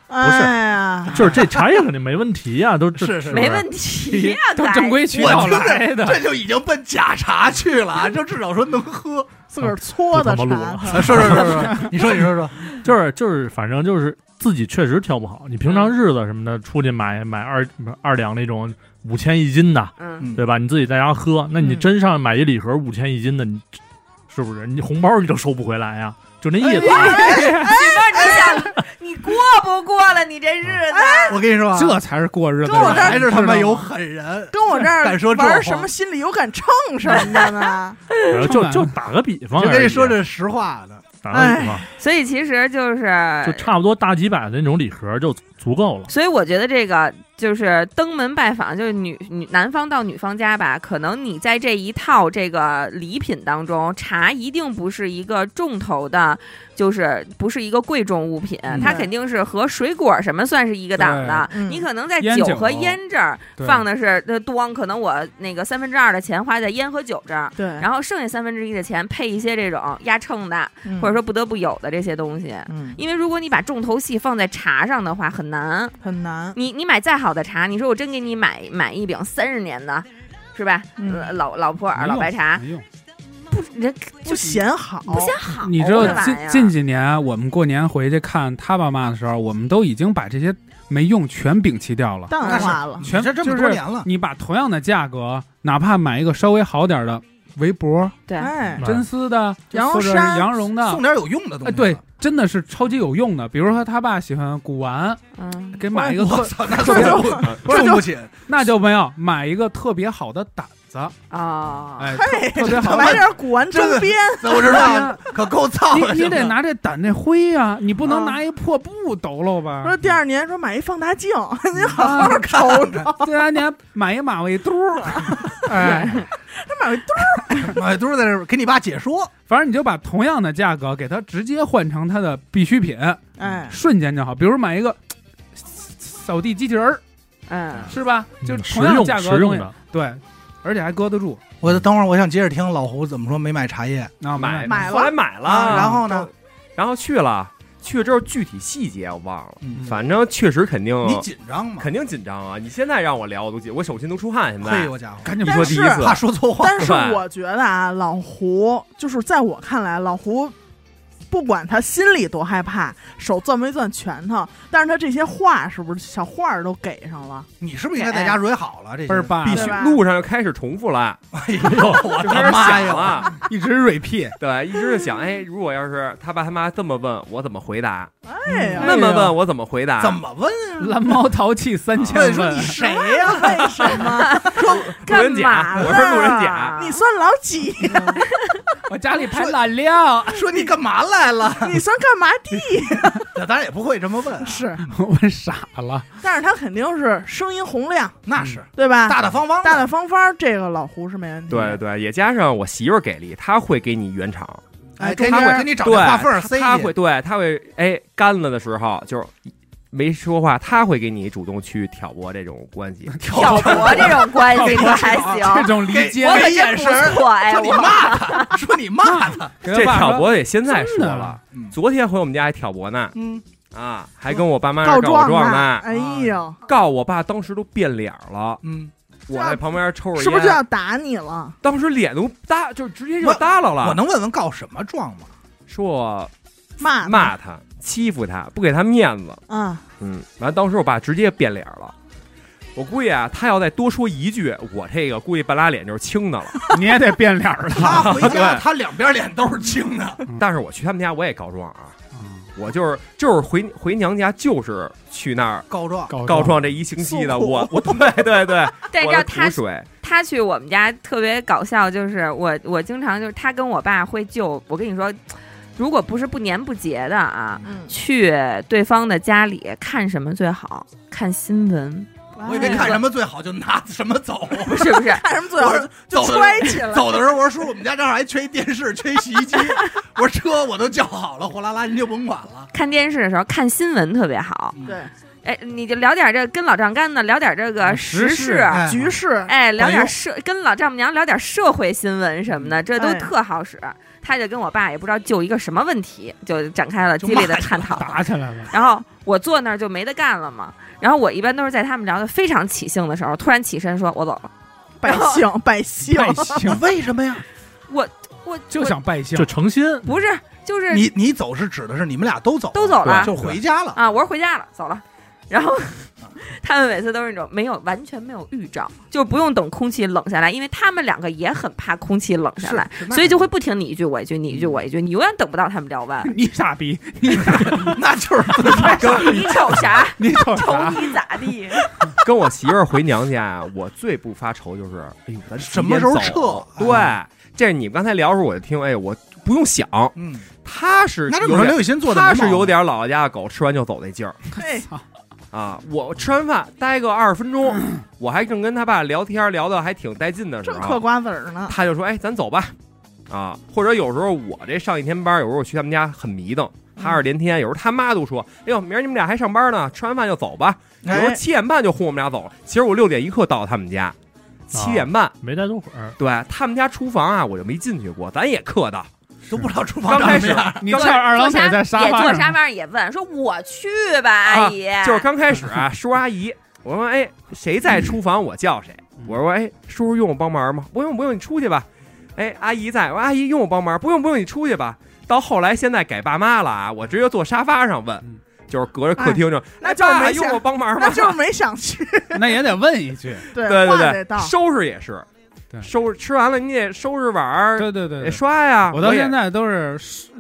Speaker 1: 哎呀，
Speaker 9: 就 是这茶叶肯定没问题呀，都这
Speaker 4: 是是
Speaker 2: 没问题 呀、
Speaker 8: 都
Speaker 2: 咱
Speaker 8: 正规渠
Speaker 4: 我
Speaker 8: 道
Speaker 4: 觉得
Speaker 8: 来的，
Speaker 4: 这就已经奔假茶去了啊，就至少说能喝。
Speaker 1: 自个儿搓的
Speaker 9: 不他妈录
Speaker 1: 茶
Speaker 9: 了
Speaker 1: 可
Speaker 4: 是是是是，你说你说说，
Speaker 9: 就是就是，反正就是自己确实挑不好。你
Speaker 8: 嗯
Speaker 9: 平常日子什么的，出去买买二二两那种五千一斤的，
Speaker 2: 嗯，
Speaker 9: 对吧？你自己在家喝，那
Speaker 8: 嗯
Speaker 9: 你真上买一礼盒五千一斤的，你是不是？你红包你都收不回来呀？就那意思。
Speaker 2: 你过不过了？你这日子，
Speaker 4: 我跟你说啊，
Speaker 8: 这才是过日子。
Speaker 1: 跟我这儿
Speaker 4: 还是他妈有狠人。
Speaker 1: 跟我这儿
Speaker 4: 敢说这
Speaker 1: 玩
Speaker 4: 话
Speaker 1: 什么心理有敢秤什么的呢？
Speaker 8: 哎
Speaker 9: 然后就就打个比方而
Speaker 4: 我
Speaker 9: 已，啊
Speaker 4: 跟你说这实话呢，
Speaker 9: 打个
Speaker 1: 哎
Speaker 9: 比方，
Speaker 2: 所以其实就是
Speaker 9: 就差不多大几百的那种礼盒就足够了。
Speaker 2: 所以我觉得这个就是登门拜访，就是女女男方到女方家吧，可能你在这一套这个礼品当中，茶一定不是一个重头的，就是不是一个贵重物品，
Speaker 8: 嗯
Speaker 2: 它肯定是和水果什么算是一个档的。
Speaker 1: 对嗯
Speaker 2: 你可能在
Speaker 8: 烟
Speaker 2: 酒
Speaker 8: 酒
Speaker 2: 和烟这儿
Speaker 8: 对
Speaker 2: 放的是呃多，可能我那个三分之二的钱花在烟和酒这儿，
Speaker 1: 对，
Speaker 2: 然后剩下三分之一的钱配一些这种压秤的，
Speaker 1: 嗯
Speaker 2: 或者说不得不有的这些东西。
Speaker 1: 嗯
Speaker 2: 因为如果你把重头戏放在茶上的话，很
Speaker 8: 嗯
Speaker 2: 难。
Speaker 1: 很难，
Speaker 2: 你你买再好的茶，你说我真给你买买一饼三十年的，是吧？
Speaker 1: 嗯
Speaker 2: 呃老老普洱、
Speaker 8: 没
Speaker 2: 老
Speaker 8: 用
Speaker 2: 白茶，
Speaker 8: 没用
Speaker 2: 不人
Speaker 1: 不显好，
Speaker 2: 不显好，
Speaker 8: 哦你知
Speaker 2: 这
Speaker 8: 道
Speaker 2: 玩
Speaker 8: 近
Speaker 2: 意儿
Speaker 8: 近几年我们过年回去看他爸妈的时候，我们都已经把这些没用全摒弃掉了。
Speaker 1: 淡化啊了，
Speaker 8: 全
Speaker 4: 这这
Speaker 8: 就
Speaker 4: 么
Speaker 8: 是
Speaker 4: 多年了，
Speaker 8: 你把同样的价格，哪怕买一个稍微好点儿的围脖、
Speaker 2: 对，
Speaker 1: 哎，
Speaker 8: 真丝的、
Speaker 1: 羊绒
Speaker 8: 或者是
Speaker 1: 衫
Speaker 8: 羊绒的
Speaker 4: 送，点有用的东
Speaker 8: 哎，
Speaker 4: 西。
Speaker 8: 对，，真的是超级有用的。比如说他爸喜欢古玩，
Speaker 2: 嗯，
Speaker 8: 给买一个
Speaker 4: 我
Speaker 8: 特，
Speaker 4: 操，那特别送不起，
Speaker 8: 那就没有买一个特别好的掸子，
Speaker 2: 哦，
Speaker 8: 哎，
Speaker 1: 啊嘿
Speaker 8: 特特别好。
Speaker 1: 买点古玩周边，
Speaker 4: 那我知
Speaker 3: 哎
Speaker 4: 道，可够操了。
Speaker 8: 哎你你得
Speaker 4: 行吗，
Speaker 8: 拿这掸这灰呀、你不
Speaker 1: 啊
Speaker 8: 能拿一破布抖搂
Speaker 3: 嗯
Speaker 8: 吧？
Speaker 1: 说第二年说买一放大镜， 你好
Speaker 8: 啊
Speaker 1: 好瞅瞅，
Speaker 8: 第二年买一马未都 儿，哎，
Speaker 1: 买个对
Speaker 4: 买都是在这儿给你爸解说，
Speaker 8: 反正你就把同样的价格给它直接换成它的必需品，
Speaker 1: 哎，
Speaker 8: 瞬间就好。比如买一个扫地机器人儿，
Speaker 2: 嗯，
Speaker 8: 是吧？
Speaker 9: 嗯
Speaker 8: 就是
Speaker 9: 实
Speaker 8: 同样
Speaker 9: 用
Speaker 8: 价格
Speaker 9: 实
Speaker 8: 的东
Speaker 9: 用
Speaker 8: 西，
Speaker 9: 的，
Speaker 8: 对，而且还搁得住，
Speaker 4: 我等会儿我想接着听老胡怎么说没买茶叶，
Speaker 8: 那
Speaker 11: 买
Speaker 1: 买了
Speaker 11: 后来买了，
Speaker 4: 啊然后呢，
Speaker 11: 然后去了，去了之后具体细节我忘了，
Speaker 4: 嗯
Speaker 11: 反正确实肯定
Speaker 4: 你紧张吗？
Speaker 11: 肯定紧张啊！你现在让我聊，我都紧，我手心都出汗。现
Speaker 4: 嘿，
Speaker 11: 在
Speaker 4: 我家伙，
Speaker 8: 赶紧
Speaker 11: 你
Speaker 8: 说
Speaker 11: 说第一
Speaker 1: 但
Speaker 11: 次
Speaker 4: 怕说错 话。
Speaker 1: 但是我觉得啊，老胡就是在我看来，老胡不管他心里多害怕，手攥没攥拳头，但是他这些话是不是小话儿都给上了？
Speaker 4: 你是不是应该在家蕊好了？这
Speaker 8: 倍儿
Speaker 4: 些
Speaker 8: 棒，
Speaker 11: 必
Speaker 1: 对
Speaker 11: 须
Speaker 1: 吧
Speaker 11: 路上就开始重复了，
Speaker 4: 哎呦，我
Speaker 11: 就开
Speaker 4: 的
Speaker 11: 始
Speaker 4: 啊妈
Speaker 11: 想
Speaker 4: 呀！
Speaker 11: 了，
Speaker 8: 一直 repeat，
Speaker 11: 对，一直就想，哎，如果要是他爸他妈这么问我怎么回答，
Speaker 1: 哎呀，
Speaker 11: 那么问我怎么回答？
Speaker 4: 怎么问啊？
Speaker 8: 蓝猫淘气三千
Speaker 4: 那你说
Speaker 8: 问
Speaker 4: 你，谁呀？
Speaker 1: 为什么？
Speaker 11: 路人
Speaker 2: 干
Speaker 11: 甲，
Speaker 2: 嘛
Speaker 11: 我是路人甲
Speaker 2: 呢，
Speaker 1: 你算老几？
Speaker 8: 我家里排懒料，
Speaker 4: 啊说你干嘛来了？
Speaker 1: 你算干嘛的？
Speaker 4: 那当然也不会这么问，啊
Speaker 1: 是，
Speaker 8: 我傻了，
Speaker 1: 但是他肯定是声音洪亮，
Speaker 4: 那是
Speaker 1: 对吧？
Speaker 4: 大大方方的，
Speaker 1: 嗯大大方方，这个老胡是没问题。
Speaker 11: 对，对，也加上我媳妇儿给力，她会给你圆场，
Speaker 4: 哎，
Speaker 1: 中
Speaker 4: 给
Speaker 1: 间
Speaker 4: 你给你找
Speaker 11: 对，
Speaker 4: 个话缝儿塞
Speaker 11: 她
Speaker 4: 进
Speaker 11: 会
Speaker 4: 去。
Speaker 11: 对，她会哎干了的时候就是没说话，她会给你主动去挑拨这种关
Speaker 4: 嗯
Speaker 11: 系。
Speaker 2: 挑拨这种关 系可还
Speaker 8: 这
Speaker 2: 行，
Speaker 8: 种离间
Speaker 2: 我
Speaker 4: 给
Speaker 2: 可真
Speaker 4: 给眼
Speaker 2: 不
Speaker 4: 神儿
Speaker 2: 错哎，
Speaker 4: 说你
Speaker 2: 我
Speaker 4: 骂他，说你骂他，
Speaker 8: 给
Speaker 11: 这
Speaker 8: 他爸
Speaker 11: 挑
Speaker 8: 说
Speaker 11: 拨得现在说
Speaker 8: 真的
Speaker 11: 了
Speaker 4: 嗯，
Speaker 11: 昨天回我们家还挑拨呢
Speaker 4: 嗯，
Speaker 11: 啊，还跟我爸妈那
Speaker 1: 告
Speaker 11: 儿告我
Speaker 1: 状
Speaker 11: 状
Speaker 1: 呢？
Speaker 11: 呢，
Speaker 1: 哎呦，
Speaker 11: 告我爸当时都变脸了，
Speaker 4: 嗯，
Speaker 11: 我在旁边抽着
Speaker 1: 是不是就
Speaker 11: 烟，
Speaker 1: 要打你了？
Speaker 11: 当时脸都耷，就直接就耷拉
Speaker 4: 我
Speaker 11: 了，
Speaker 4: 能问问告什么状吗？
Speaker 11: 说我
Speaker 1: 骂
Speaker 11: 骂他、欺负他、不给他面子，
Speaker 1: 啊！
Speaker 11: 嗯，完当时我爸直接变脸了。我估计啊，他要再多说一句，我这个估计半拉脸就是青的了。
Speaker 8: 你也得变脸儿了，
Speaker 4: 他回家
Speaker 11: 对
Speaker 4: 他两边脸都是青的，
Speaker 11: 但是我去他们家，我也告状啊，我就是就是回回娘家，就是去那儿
Speaker 4: 告状。
Speaker 8: 告
Speaker 11: 告状这一星期的，
Speaker 1: 诉苦
Speaker 11: 我我 对对对，
Speaker 2: 但你
Speaker 11: 我
Speaker 2: 知道
Speaker 11: 的
Speaker 2: 他
Speaker 11: 苦水，
Speaker 2: 他去我们家特别搞笑，就是我我经常就是他跟我爸会就我跟你说，如果不是不年不节的啊，
Speaker 1: 嗯，
Speaker 2: 去对方的家里看什么最好？看新闻，
Speaker 4: 我以为
Speaker 1: 哎？
Speaker 4: 看什么最好就拿什么走，
Speaker 2: 不是不是
Speaker 1: 看什么最好
Speaker 4: 我是
Speaker 1: 就
Speaker 4: 走的
Speaker 1: 揣起来。
Speaker 4: 走的时候我说叔，我们家正好还缺一电视，缺一洗 衣机，我说车我都叫好了，货拉拉您就甭管了。
Speaker 2: 看电视的时候看新闻特别好，
Speaker 4: 嗯
Speaker 1: 对，
Speaker 2: 哎，你就聊点这跟老丈干的，聊点这
Speaker 3: 啊
Speaker 2: 个啊时
Speaker 8: 时事啊
Speaker 2: 事，
Speaker 4: 哎
Speaker 1: 局势
Speaker 2: 哎，聊
Speaker 4: 哎
Speaker 2: 点
Speaker 4: 呦
Speaker 2: 社，跟老丈母娘聊点社会新闻什么的，这都
Speaker 1: 哎
Speaker 2: 特好使。他就跟我爸也不知道就一个什么问题，就展开了
Speaker 4: 就
Speaker 2: 激烈的
Speaker 4: 骂起
Speaker 2: 探讨。
Speaker 8: 打起来了，
Speaker 2: 然后我坐那儿就没得干了嘛。然后我一般都是在他们聊得非常起兴的时候，突然起身说：“我走了。
Speaker 1: 百姓，百姓，
Speaker 8: 拜 相
Speaker 4: 为什么呀？
Speaker 2: 我”我
Speaker 8: 就想拜相
Speaker 9: 就，诚心，
Speaker 2: 不是，就是
Speaker 4: 你你走是指的是你们俩都走，
Speaker 2: 都走了
Speaker 4: 就回家了。
Speaker 2: 啊，我说回家了，走了。然后 他们每次都是那种没有完全没有预兆，就不用等空气冷下来，因为他们两个也很怕空气冷下来，
Speaker 4: 是，
Speaker 2: 所以就会不停你一句我一句，你一
Speaker 8: 嗯
Speaker 2: 句我一句，你永远等不到他们聊 完。
Speaker 8: 你傻逼，
Speaker 4: 那就是
Speaker 2: 哎你瞅啥？
Speaker 8: 你瞅
Speaker 2: 瞅
Speaker 8: 啥？
Speaker 2: 你咋地？
Speaker 11: 跟我媳妇儿回娘家，我最不发愁就是，哎呦，咱几
Speaker 4: 什么时候
Speaker 11: 点走
Speaker 4: 撤哎
Speaker 11: 对，这是你们刚才聊的时候我就听，哎，我不用想，
Speaker 4: 嗯，
Speaker 11: 他是
Speaker 4: 那这
Speaker 11: 有
Speaker 4: 么说
Speaker 11: 点
Speaker 4: 刘雨欣做的
Speaker 11: 他是有点老家的狗，吃完就走那劲儿
Speaker 1: 嘿，
Speaker 11: 啊！我吃完饭待个二十分钟，我还正跟他爸聊天聊的还挺带劲的时
Speaker 1: 正嗑
Speaker 11: 候，
Speaker 1: 瓜子儿 呢。
Speaker 11: 他就说：“哎，咱走吧。”啊，或者有时候我这上一天班，有时候我去他们家很迷瞪，哈二连天，有时候他妈都说：“哎呦，明儿你们俩还上班呢，吃完饭就走吧。”有时候
Speaker 4: 哎，
Speaker 11: 七点半就轰我们俩走了。其实我六点一刻到他们家，七点半，
Speaker 9: 没待多会儿，
Speaker 11: 对他们家厨房啊，我就没进去过，咱也客套。
Speaker 4: 都不知道厨房
Speaker 11: 刚开始
Speaker 4: 长什么样
Speaker 8: 你
Speaker 2: 坐
Speaker 8: 翘二郎腿在沙
Speaker 2: 也坐
Speaker 8: 发
Speaker 2: 沙
Speaker 8: 上，啊
Speaker 2: 发上也问说：“我去吧，哎阿姨。”
Speaker 1: 哎
Speaker 11: 就是刚开始啊，叔阿姨，我说哎，谁在厨房我叫谁。
Speaker 8: 嗯
Speaker 11: 我说哎，叔叔用我帮忙吗？不用不用，你出去吧。哎，阿姨在，我说阿姨用我帮忙，不用不用，你出去吧。到后来现在改爸妈了啊，我直接坐沙发上问
Speaker 8: 嗯，
Speaker 11: 就是隔着客厅就，
Speaker 1: 那
Speaker 11: 哎
Speaker 1: 就是
Speaker 11: 爸
Speaker 1: 没
Speaker 11: 用
Speaker 1: 想
Speaker 11: 我帮忙吗
Speaker 1: 那？就是没想去，
Speaker 8: 那也得问一句，
Speaker 1: 对
Speaker 11: 对
Speaker 1: 话
Speaker 11: 对
Speaker 1: 得
Speaker 11: 对，
Speaker 1: 到。
Speaker 11: 收拾也是
Speaker 8: 对，
Speaker 11: 收拾吃完了你得收拾碗儿，
Speaker 8: 对对对
Speaker 11: 得
Speaker 8: 对。
Speaker 11: 刷呀。
Speaker 8: 我到
Speaker 11: 也
Speaker 8: 现在都是刷，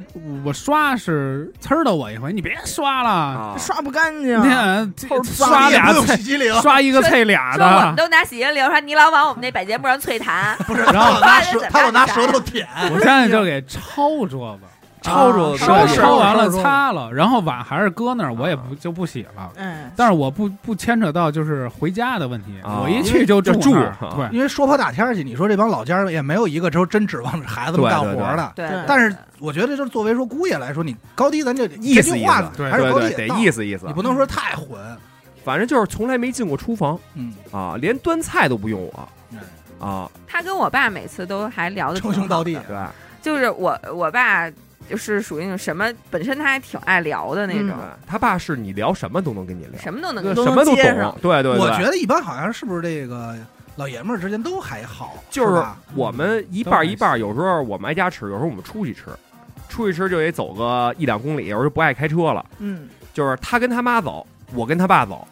Speaker 8: 我刷是呲儿的我一回，你别刷了，
Speaker 11: 啊，
Speaker 1: 刷不干净，
Speaker 8: 你看这
Speaker 1: 后边脏
Speaker 8: 刷
Speaker 4: 你也
Speaker 8: 俩
Speaker 4: 不用
Speaker 8: 菜
Speaker 4: 洗，机灵，
Speaker 8: 刷一个菜俩
Speaker 2: 说我们
Speaker 8: 的，
Speaker 2: 都拿洗洁灵，说你老往我们那百洁布上啐 痰，
Speaker 4: 不是，
Speaker 8: 然
Speaker 4: 他
Speaker 8: 后
Speaker 4: 老拿舌，他老拿舌 头舔，
Speaker 8: 我现在就给抄桌子，
Speaker 11: 抄桌子
Speaker 1: 收
Speaker 8: 我
Speaker 1: 拾
Speaker 8: 啊抄完了
Speaker 4: 收拾
Speaker 8: 擦了，然后碗还是搁那儿，我也
Speaker 9: 啊
Speaker 8: 不就不洗了。
Speaker 1: 哎，
Speaker 8: 但是我不不牵扯到就是回家的问题，
Speaker 11: 啊
Speaker 8: 我一去就
Speaker 11: 就
Speaker 8: 住那儿
Speaker 11: 住
Speaker 8: 对，
Speaker 4: 因为说跑打天儿去，你说这帮老家儿也没有一个说真指望着孩子们
Speaker 11: 对
Speaker 4: 干
Speaker 11: 对
Speaker 4: 活儿的。
Speaker 2: 对
Speaker 1: 对
Speaker 4: 但是我觉得，就是作为说姑爷来说，你高低咱就
Speaker 11: 意思
Speaker 4: 这句话
Speaker 11: 意思
Speaker 8: 对
Speaker 4: 还是
Speaker 11: 对
Speaker 4: 高低
Speaker 11: 对，得
Speaker 4: 道
Speaker 11: 意，思意思
Speaker 4: 你。不能说太混。
Speaker 11: 反正就是从来没进过厨房
Speaker 4: 嗯，
Speaker 11: 啊，连端菜都不用我
Speaker 4: 嗯
Speaker 11: 啊，
Speaker 2: 他跟我爸每次都还聊的
Speaker 4: 称兄道弟，
Speaker 11: 对吧？
Speaker 2: 就是我我爸就是属于那种什么，本身他还挺爱聊的那种，
Speaker 1: 嗯
Speaker 11: 他爸是你聊什么都能跟你聊，
Speaker 2: 什么都能
Speaker 11: 什
Speaker 2: 跟
Speaker 1: 都能
Speaker 11: 么都
Speaker 1: 接上
Speaker 11: 懂，对对对。
Speaker 4: 我觉得一般好像是不是这个老爷们儿之间都还好，
Speaker 11: 就是是
Speaker 4: 吧
Speaker 11: 我们一半儿一半儿，有时候我们挨家吃，有时候我们出去吃，出去吃就得走个一两公里，有时候不爱开车了，
Speaker 1: 嗯，
Speaker 11: 就是他跟他妈走，我跟他爸走，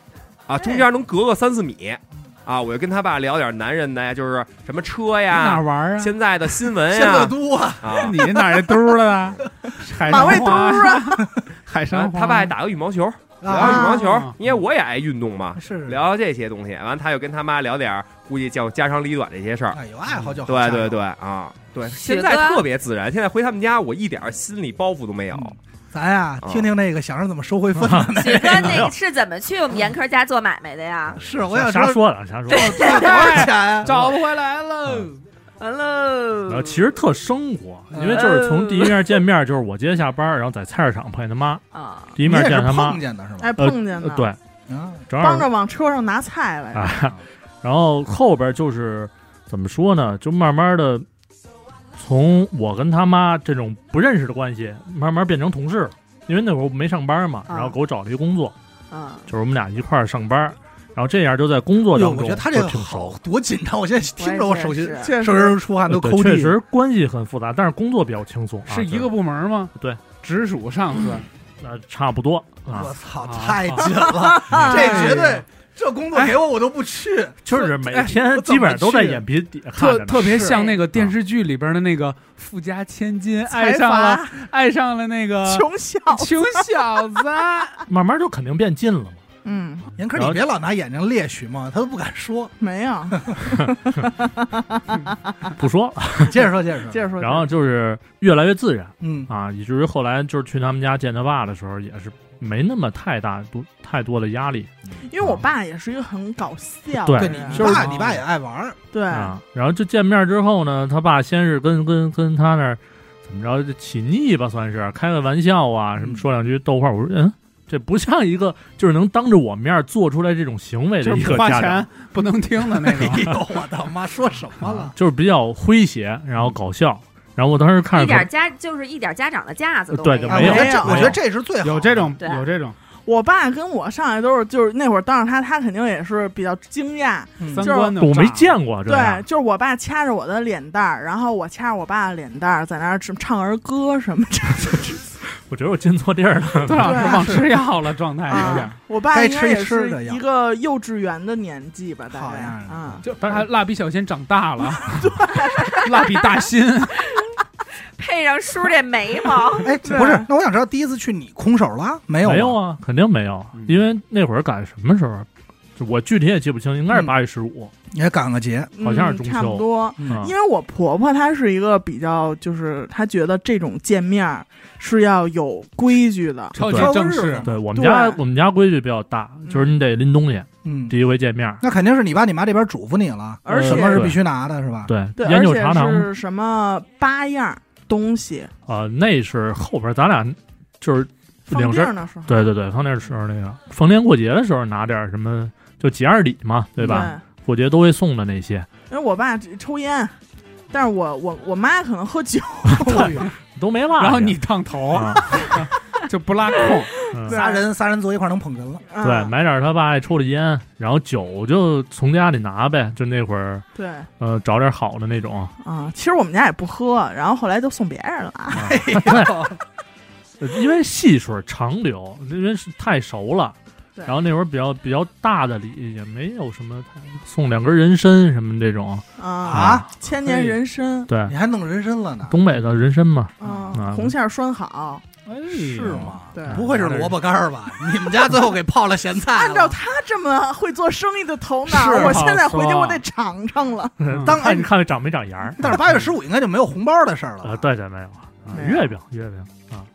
Speaker 11: 啊，中间能隔个三四米，啊，我就跟他爸聊点男人的呀，就是什么车
Speaker 8: 哪
Speaker 11: 呀，
Speaker 8: 玩啊？
Speaker 11: 现在的新闻
Speaker 4: 现在
Speaker 11: 哎呀，
Speaker 4: 多啊，
Speaker 11: 啊，
Speaker 8: 你哪儿兜了啊？
Speaker 3: 哎
Speaker 8: 海
Speaker 1: 马
Speaker 8: 上
Speaker 1: 未都
Speaker 8: 花，
Speaker 1: 啊，
Speaker 8: 海
Speaker 11: 然
Speaker 8: 上
Speaker 11: 后
Speaker 8: 花，
Speaker 11: 他爸还打个羽毛球，聊
Speaker 1: 啊
Speaker 11: 聊羽毛球
Speaker 8: 啊，
Speaker 11: 因为我也爱运动嘛，
Speaker 4: 是
Speaker 11: 聊聊这些东西，完他又跟他妈聊点儿估计叫家长里短这些事儿，
Speaker 4: 哎，有爱好就好，
Speaker 11: 对对对，啊，对，
Speaker 2: 雪
Speaker 11: 现在
Speaker 2: 哥
Speaker 11: 特别自然。现在回他们家，我一点儿心理包袱都没有。
Speaker 8: 嗯
Speaker 4: 咱呀
Speaker 11: 啊
Speaker 4: 听听那个想着怎么收回份子，
Speaker 2: 许哥那个是怎么去我们严科家做买卖的呀？
Speaker 11: 嗯
Speaker 4: 是我想知
Speaker 9: 瞎
Speaker 4: 道
Speaker 9: 瞎说的，瞎说的。
Speaker 4: 多少钱，
Speaker 8: 找不回来了。
Speaker 9: 嗯
Speaker 2: 完喽
Speaker 9: 然后呃其实特生活，因为就是
Speaker 8: 嗯
Speaker 9: 从第一面见面，就是我接下班，然后在菜市场碰见他妈，
Speaker 2: 啊，
Speaker 9: 第一
Speaker 4: 你
Speaker 9: 面
Speaker 4: 也
Speaker 9: 见
Speaker 4: 是
Speaker 9: 着他妈
Speaker 4: 碰，见的是吗？
Speaker 1: 哎，碰见
Speaker 9: 呃
Speaker 1: 了，，
Speaker 9: 对，
Speaker 4: 嗯，
Speaker 9: 正好
Speaker 1: 帮着往车上拿菜来着，
Speaker 9: 啊，然后后边就是怎么说呢？就慢慢的从我跟他妈这种不认识的关系，慢慢变成同事了。因为那会儿我没上班嘛，
Speaker 2: 啊
Speaker 9: 然后给我找了一个工作，
Speaker 2: 嗯，
Speaker 9: 就是我们俩一块儿上班，然后这样就在工作
Speaker 4: 哟，
Speaker 9: 当中
Speaker 4: 哎我觉得他这
Speaker 9: 就
Speaker 4: 个
Speaker 9: 挺熟
Speaker 4: 好。多紧张，我现在听着我手心
Speaker 2: 也是
Speaker 1: 确
Speaker 4: 手
Speaker 1: 实
Speaker 4: 心出汗都
Speaker 9: 对
Speaker 4: 抠
Speaker 9: 确
Speaker 4: 地。
Speaker 9: 实关系很复杂，但是工作比较轻松，啊
Speaker 8: 是一个部门吗？
Speaker 9: 对，
Speaker 8: 直属上司。
Speaker 9: 就是呃差不多啊哎
Speaker 4: 我，操，
Speaker 8: 啊
Speaker 4: 太紧 了，这绝对这工作给我我都不去。
Speaker 9: 就是每
Speaker 4: 哎
Speaker 9: 天
Speaker 4: 我怎么
Speaker 9: 基本上都在
Speaker 4: 去
Speaker 9: 眼皮底下看着
Speaker 8: 特
Speaker 9: 呢啊
Speaker 8: 特别
Speaker 4: 是
Speaker 8: 像那个电视剧里边的那个富家千金，爱
Speaker 1: 财
Speaker 8: 上了
Speaker 1: 阀
Speaker 8: 爱上了那
Speaker 3: 呃
Speaker 8: 个
Speaker 1: 穷小子，
Speaker 8: 穷小 子，
Speaker 9: 慢慢就肯定变近了嘛。
Speaker 1: 嗯，
Speaker 4: 严科，
Speaker 9: 然
Speaker 4: 你
Speaker 9: 后
Speaker 4: 别老拿眼睛猎许嘛，他都不敢说。
Speaker 1: 没有，
Speaker 9: 不说了，
Speaker 4: 接着说，接着说，
Speaker 1: 接着说，
Speaker 9: 然后就是越来越自然
Speaker 4: 嗯，
Speaker 9: 啊，以至于后来就是去他们家见他爸的时候，也是没那么太大多太多的压力
Speaker 1: 因为我爸也是一个很搞笑
Speaker 9: 对
Speaker 1: 的
Speaker 4: 对你
Speaker 1: 人，啊
Speaker 4: 你
Speaker 8: 就是
Speaker 4: 爸，你爸也爱玩儿，
Speaker 1: 对，
Speaker 8: 哎
Speaker 9: 啊。然后就见面之后呢，他爸先是跟跟跟他那儿怎么着就起腻吧，算是开个玩笑啊，
Speaker 8: 嗯
Speaker 9: 什么说两句逗话。我说嗯，这不像一个就是能当着我面做出来这种行为
Speaker 8: 就
Speaker 9: 的一
Speaker 8: 是不
Speaker 9: 个
Speaker 8: 花
Speaker 9: 家长
Speaker 8: 钱。不能听的那
Speaker 4: 哎
Speaker 8: 种。
Speaker 4: 呦，我的妈，说什么了？
Speaker 9: 啊就是比较�诙谐，然后搞笑。然后我当时看
Speaker 2: 一
Speaker 9: 着
Speaker 2: 点家就是一点家长的架子都
Speaker 9: 对
Speaker 2: 有
Speaker 9: 就
Speaker 4: 哎
Speaker 9: 没
Speaker 4: 我觉得
Speaker 1: 没有
Speaker 4: 这，我觉得这是最好的
Speaker 8: 有这种
Speaker 2: 对
Speaker 8: 有这种
Speaker 1: 我爸跟我上来都是，就是那会儿当着他，他肯定也是比较惊讶。
Speaker 4: 嗯
Speaker 8: 三观的，
Speaker 9: 我没。见过这
Speaker 1: 对
Speaker 9: 样，，
Speaker 1: 就是我爸掐着我的脸蛋儿，然后我掐着我爸的脸蛋儿，在那儿唱唱儿歌什么的。
Speaker 9: 我觉得我进错地儿了。
Speaker 8: 多少是忘吃药了，状态
Speaker 9: 哎
Speaker 8: 有点
Speaker 1: 啊。我爸
Speaker 4: 该
Speaker 1: 应该
Speaker 4: 吃一
Speaker 1: 也
Speaker 4: 吃
Speaker 1: 是
Speaker 4: 的呀
Speaker 1: 一个幼稚园的年纪吧，大
Speaker 4: 好
Speaker 1: 概
Speaker 4: 样的
Speaker 1: 啊。
Speaker 8: 就但是蜡笔小新长大了，蜡笔大新，
Speaker 2: 配上叔这眉毛，
Speaker 4: 哎，不是，那我想知道第一次去你空手了没有？
Speaker 9: 没
Speaker 4: 没
Speaker 9: 有，啊，肯定没有
Speaker 8: 嗯，
Speaker 9: 因为那会儿赶什么时候，就我具体也记不清，应该是
Speaker 4: 嗯
Speaker 9: 八月十五。
Speaker 4: 你还赶个节，
Speaker 9: 好像是
Speaker 1: 嗯
Speaker 9: 中
Speaker 1: 差不
Speaker 9: 秋
Speaker 1: 多。
Speaker 9: 嗯
Speaker 1: 因为我婆婆她是一个比较，就是她觉得这种见面儿是要有规矩的，
Speaker 8: 超级
Speaker 9: 对
Speaker 8: 正式。
Speaker 9: 对我们
Speaker 1: 对
Speaker 9: 家我们家规矩比较大，就是你得拎东西，
Speaker 4: 嗯，
Speaker 9: 第一回见面，
Speaker 4: 那肯定是你爸你妈这边嘱咐你了，
Speaker 9: 呃
Speaker 1: 而且
Speaker 4: 什么是必须拿的，是吧？
Speaker 9: 对
Speaker 1: 对，
Speaker 9: 烟
Speaker 1: 而
Speaker 9: 酒
Speaker 1: 且
Speaker 9: 茶糖
Speaker 1: 是什么八样东西
Speaker 9: 啊，那是后边咱俩就是
Speaker 1: 放
Speaker 9: 领
Speaker 1: 地
Speaker 9: 事
Speaker 1: 儿的时候，
Speaker 9: 对对对，放那时候那个逢年过节的时候拿点儿什么，就节二礼嘛，对吧？？过节都会送的那些
Speaker 1: 因为我爸只抽烟，但是我我我妈可能喝 酒，
Speaker 9: 都没落下。
Speaker 8: 然后你烫头
Speaker 9: 啊，
Speaker 8: 就不拉空，
Speaker 9: 嗯
Speaker 1: 对
Speaker 4: 仨人仨人坐一块儿能捧哏了，
Speaker 9: 对，
Speaker 1: 嗯
Speaker 9: 买点他爸爱抽的烟，然后酒就从家里拿呗，就那会儿
Speaker 1: 对
Speaker 9: 呃找点好的那种，
Speaker 1: 啊，其实我们家也不喝，然后后来就送别人了啊。
Speaker 9: 呃因为细水长流，因为是太熟了。
Speaker 1: 对
Speaker 9: 然后那会儿比较比较大的礼也没有什么太，送两根人参什么这种，
Speaker 1: 啊，
Speaker 4: 啊，
Speaker 1: 千年人参，
Speaker 9: 对，
Speaker 4: 你还弄人参了呢？
Speaker 9: 东北的人参嘛，
Speaker 1: 啊，
Speaker 9: 嗯
Speaker 1: 红线拴好。啊
Speaker 4: 是哦吗？
Speaker 1: 对
Speaker 4: 不会是萝卜干儿吧？你们家最后给泡了咸菜
Speaker 1: 按照
Speaker 4: 了？
Speaker 1: 他这么会做生意的头脑
Speaker 4: 是，
Speaker 1: 我现在回去
Speaker 8: 好
Speaker 1: 我得尝尝了。
Speaker 8: 嗯
Speaker 4: 当哎
Speaker 9: 看你看长没长芽儿，
Speaker 4: 但是八月十五应该就没有红包的事儿了吧
Speaker 9: 呃，，对对没有，啊
Speaker 1: 没有
Speaker 9: 月饼月饼啊，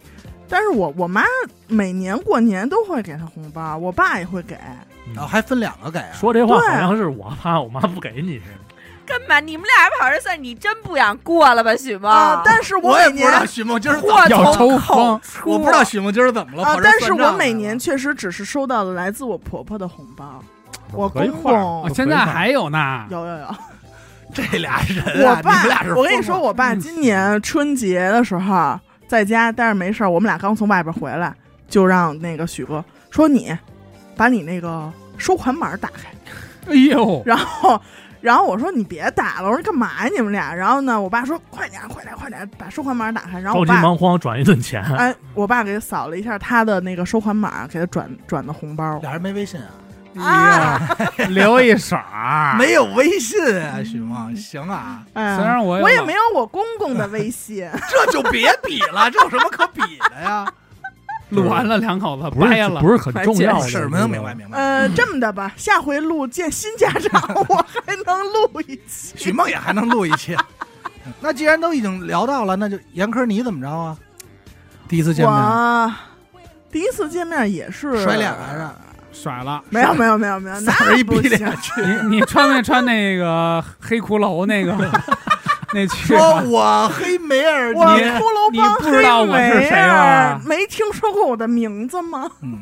Speaker 1: 但是我我妈每年过年都会给她红包，我爸也会给。
Speaker 4: 然后还分两个给啊，
Speaker 9: 说这话
Speaker 1: 对
Speaker 9: 好像是我怕我妈不给你似的，
Speaker 2: 根本你们俩跑这算，你真不想过了吧，许梦？
Speaker 1: 啊，但是
Speaker 4: 我也
Speaker 1: 每
Speaker 4: 不知
Speaker 1: 年
Speaker 4: 道许梦今儿怎么
Speaker 2: 祸
Speaker 8: 要
Speaker 2: 从
Speaker 8: 抽
Speaker 2: 口
Speaker 8: 风
Speaker 2: 出，
Speaker 4: 我不知道许梦今儿怎么了，
Speaker 1: 啊
Speaker 4: 跑，这
Speaker 1: 但是
Speaker 4: 算账
Speaker 1: 我每年
Speaker 4: 来
Speaker 1: 确实只是收到了来自我婆婆的红包，我
Speaker 9: 合一
Speaker 1: 公
Speaker 9: 块儿
Speaker 1: 公
Speaker 8: 哦现在还有呢，
Speaker 1: 有有有，
Speaker 4: 了这俩人啊，
Speaker 1: 我
Speaker 4: 你们俩
Speaker 1: 爸
Speaker 4: 是，
Speaker 1: 我跟你
Speaker 4: 疯
Speaker 1: 说，
Speaker 4: 了，嗯
Speaker 1: 我爸今年春节的时候在家待着没事儿，我们俩刚从外边回来，就让那个许哥说你把你那个收款码打开，
Speaker 3: 哎呦，
Speaker 1: 然后。然后我说你别打了，我说干嘛呀你们俩？然后呢，我爸说快点快点快点把收款码打开。然后
Speaker 9: 着
Speaker 1: 我
Speaker 9: 急
Speaker 1: 爸
Speaker 9: 忙慌转一顿钱，
Speaker 1: 哎，我爸给扫了一下他的那个收款码，给他转转的红包。
Speaker 4: 俩人没微信啊，
Speaker 8: 哎
Speaker 1: 啊，
Speaker 3: 留一手儿，
Speaker 4: 没有微信啊，许梦，行啊，
Speaker 1: 哎呀
Speaker 3: 虽然我有
Speaker 1: 我也没有我公公的微信，
Speaker 4: 这就别比了，这有什么可比的 呀？
Speaker 3: 录完了，两口子
Speaker 9: 不
Speaker 3: 掰
Speaker 9: 是
Speaker 3: 了，
Speaker 9: 不是很重要的，
Speaker 4: 是，啊能明白明白。
Speaker 1: 呃，这么的吧，下回录见新家长， 我还能录一期。
Speaker 4: 许梦也还能录一 期，那既然都已经聊到了，那就严科你怎么着啊？第一次见面
Speaker 1: 我第一次见面也是
Speaker 4: 甩脸来着，
Speaker 3: 甩了。
Speaker 1: 没有没有没有 没有，
Speaker 4: 仨人
Speaker 1: 那
Speaker 4: 一
Speaker 1: 不
Speaker 4: 逼
Speaker 1: 行。
Speaker 4: 脸去，
Speaker 3: 你你穿没穿那个黑骷髅那个那去
Speaker 4: 说我黑梅尔
Speaker 1: 我
Speaker 4: 你，
Speaker 1: 骷髅
Speaker 3: 你
Speaker 1: 帮
Speaker 3: 不知道
Speaker 1: 黑
Speaker 3: 我是
Speaker 1: 莓
Speaker 3: 谁
Speaker 1: 儿
Speaker 3: 吗，
Speaker 1: 没听说过我的名字吗？
Speaker 4: 嗯，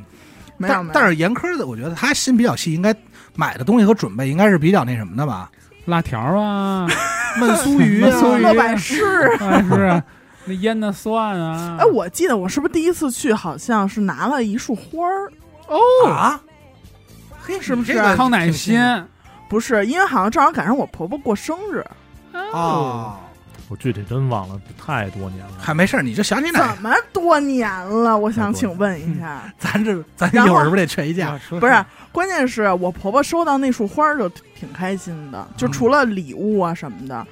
Speaker 1: 没有
Speaker 4: 但
Speaker 1: 没有，
Speaker 4: 但是严科的，我觉得他心比较细，应该买的东西和准备应该是比较那什么的 吧？
Speaker 3: 辣条啊，
Speaker 4: 焖酥鱼
Speaker 3: 焖酥
Speaker 4: 啊
Speaker 3: 鱼，
Speaker 1: 乐百氏。
Speaker 3: 啊是不是？那腌的蒜啊，
Speaker 1: 哎，我记得我是不是第一次去，好像是拿了一束花儿。
Speaker 4: 啊，嘿，
Speaker 1: 是不是
Speaker 4: 你啊这个
Speaker 3: 康乃馨，
Speaker 1: 不是，因为好像正好赶上我婆婆过生日，
Speaker 4: 哦，
Speaker 9: 我具体真忘了，太多年了。
Speaker 4: 嗨，没事儿，你就想起哪，
Speaker 1: 怎么多年了？我想
Speaker 9: 太多
Speaker 1: 请
Speaker 9: 了
Speaker 1: 问一下，
Speaker 4: 咱这咱一
Speaker 1: 然后
Speaker 4: 会儿是不是得劝一架？
Speaker 3: 不
Speaker 1: 不是，关键是我婆婆收到那束花儿就挺开心的，就
Speaker 9: 嗯
Speaker 1: 除了礼物啊什么的，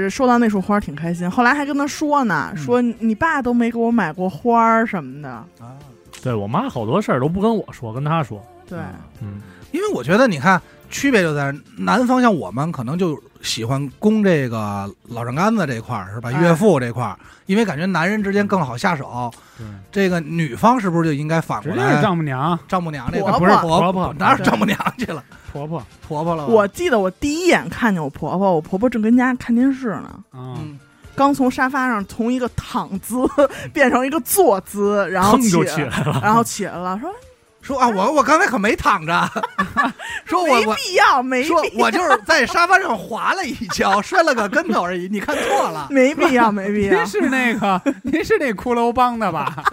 Speaker 1: 呃收到那束花儿挺开心。后来还跟她说呢，
Speaker 4: 嗯
Speaker 1: 说你爸都没给我买过花儿什么的。
Speaker 4: 啊
Speaker 9: 对我妈好多事儿都不跟我说，跟她说。
Speaker 1: 对，
Speaker 9: 嗯，
Speaker 4: 因为我觉得你看区别就在南方，像我们可能就喜欢攻这个老丈杆子这块儿，是吧？
Speaker 1: 哎
Speaker 4: 岳父这块儿，因为感觉男人之间更好下手。
Speaker 9: 对，
Speaker 4: 这个女方是不是就应该反
Speaker 3: 直
Speaker 4: 过
Speaker 3: 接是
Speaker 4: 来？
Speaker 3: 丈母娘、
Speaker 4: 丈母娘这
Speaker 1: 婆
Speaker 4: 个
Speaker 1: 婆
Speaker 4: 不是
Speaker 3: 婆
Speaker 4: 婆
Speaker 3: 婆
Speaker 4: 哪有丈母娘去了？
Speaker 3: 婆婆，
Speaker 4: 婆婆了吧，
Speaker 1: 我记得我第一眼看见我婆婆，我婆婆正跟家看电视呢，
Speaker 3: 嗯，
Speaker 4: 嗯，
Speaker 1: 刚从沙发上从一个躺 姿变成一个坐姿，然后
Speaker 9: 腾就
Speaker 1: 起，
Speaker 9: 起来了。
Speaker 1: 然后起来了，说
Speaker 4: 说啊，我我刚才可没躺 着，说我
Speaker 1: 没
Speaker 4: 我
Speaker 1: 必要，没必
Speaker 4: 说我就是在沙发上滑了一跤， 摔了个跟头而已，你看错了。
Speaker 1: 没必要，没 必要
Speaker 3: 您。是那个您是那骷髅帮的吧？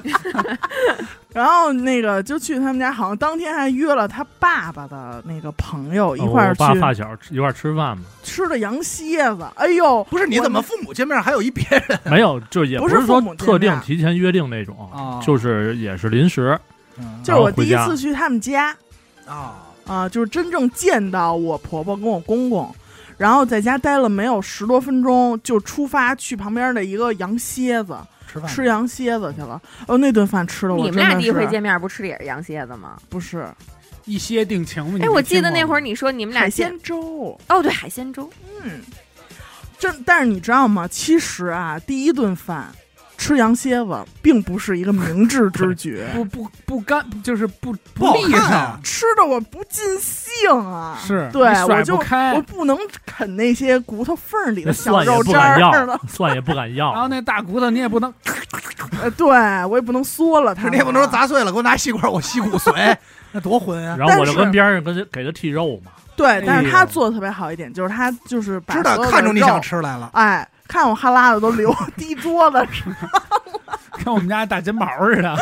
Speaker 1: 然后那个就去他们家，好像当天还约了他爸爸的那个朋友一块儿
Speaker 9: 呃哦我
Speaker 1: 去
Speaker 9: 爸发小一块儿吃饭嘛，
Speaker 1: 吃的羊蝎子。哎呦，
Speaker 4: 不是你
Speaker 1: 我
Speaker 4: 怎么父母见面还有一别人
Speaker 9: 没有，就也
Speaker 1: 不是
Speaker 9: 是说
Speaker 1: 父母见
Speaker 9: 特定
Speaker 1: 面
Speaker 9: 提前约定那种，
Speaker 4: 啊嗯
Speaker 9: 就是也是临时。
Speaker 1: 就是我
Speaker 9: 然后回
Speaker 1: 第一
Speaker 9: 家
Speaker 1: 次去他们家
Speaker 4: 啊？
Speaker 1: 啊、就是真正见到我婆婆跟我公公，然后在家待了没有十多分钟，就出发去旁边的一个羊蝎子
Speaker 4: 吃饭
Speaker 1: 吃羊蝎子去了。哦，那顿饭吃的我
Speaker 2: 你
Speaker 1: 真
Speaker 2: 们
Speaker 1: 的
Speaker 2: 俩第一
Speaker 1: 是
Speaker 2: 回见面不吃的也是羊蝎子吗？
Speaker 1: 不是
Speaker 3: 一歇定情嘛。你
Speaker 2: 哎，
Speaker 3: 没
Speaker 2: 我记得
Speaker 3: 听过
Speaker 2: 那会儿
Speaker 3: 吗，
Speaker 2: 你说你们俩
Speaker 1: 海
Speaker 2: 见
Speaker 1: 鲜粥。
Speaker 2: 哦，对，海鲜粥，
Speaker 1: 嗯，这但是你知道吗？其实啊，第一顿饭吃羊蝎子并不是一个明智之举
Speaker 3: 不不不干，就是不
Speaker 4: 不好
Speaker 3: 利
Speaker 4: 看
Speaker 3: 索
Speaker 4: 啊，
Speaker 1: 吃的我不尽兴啊。
Speaker 3: 是
Speaker 1: 对
Speaker 3: 你甩
Speaker 1: 我
Speaker 3: 不
Speaker 1: 就
Speaker 3: 开
Speaker 1: 我。不能啃那些骨头缝儿里
Speaker 9: 那
Speaker 1: 的小
Speaker 9: 蒜
Speaker 1: 肉
Speaker 9: 也不
Speaker 1: 渣
Speaker 9: 敢
Speaker 1: 儿了
Speaker 9: 要，， 蒜也不敢
Speaker 3: 然后
Speaker 9: 要。
Speaker 3: 那大骨头你也不能，
Speaker 1: 呃对我也不能嗦了它
Speaker 4: 是
Speaker 1: 们。
Speaker 4: 你也不能说砸碎了，给我拿吸管，我吸骨髓， 那多浑啊！
Speaker 9: 然后我就
Speaker 1: 但是
Speaker 9: 跟边上跟给他剃肉嘛，
Speaker 1: 对，但
Speaker 3: 哎呦
Speaker 1: 是他做的特别好一点，就是他就是把
Speaker 4: 知道
Speaker 1: 所有的
Speaker 4: 看出你
Speaker 1: 肉
Speaker 4: 想，吃来了，
Speaker 1: 哎，看我哈喇子都流 滴桌子上，
Speaker 3: 跟我们家大金毛似的。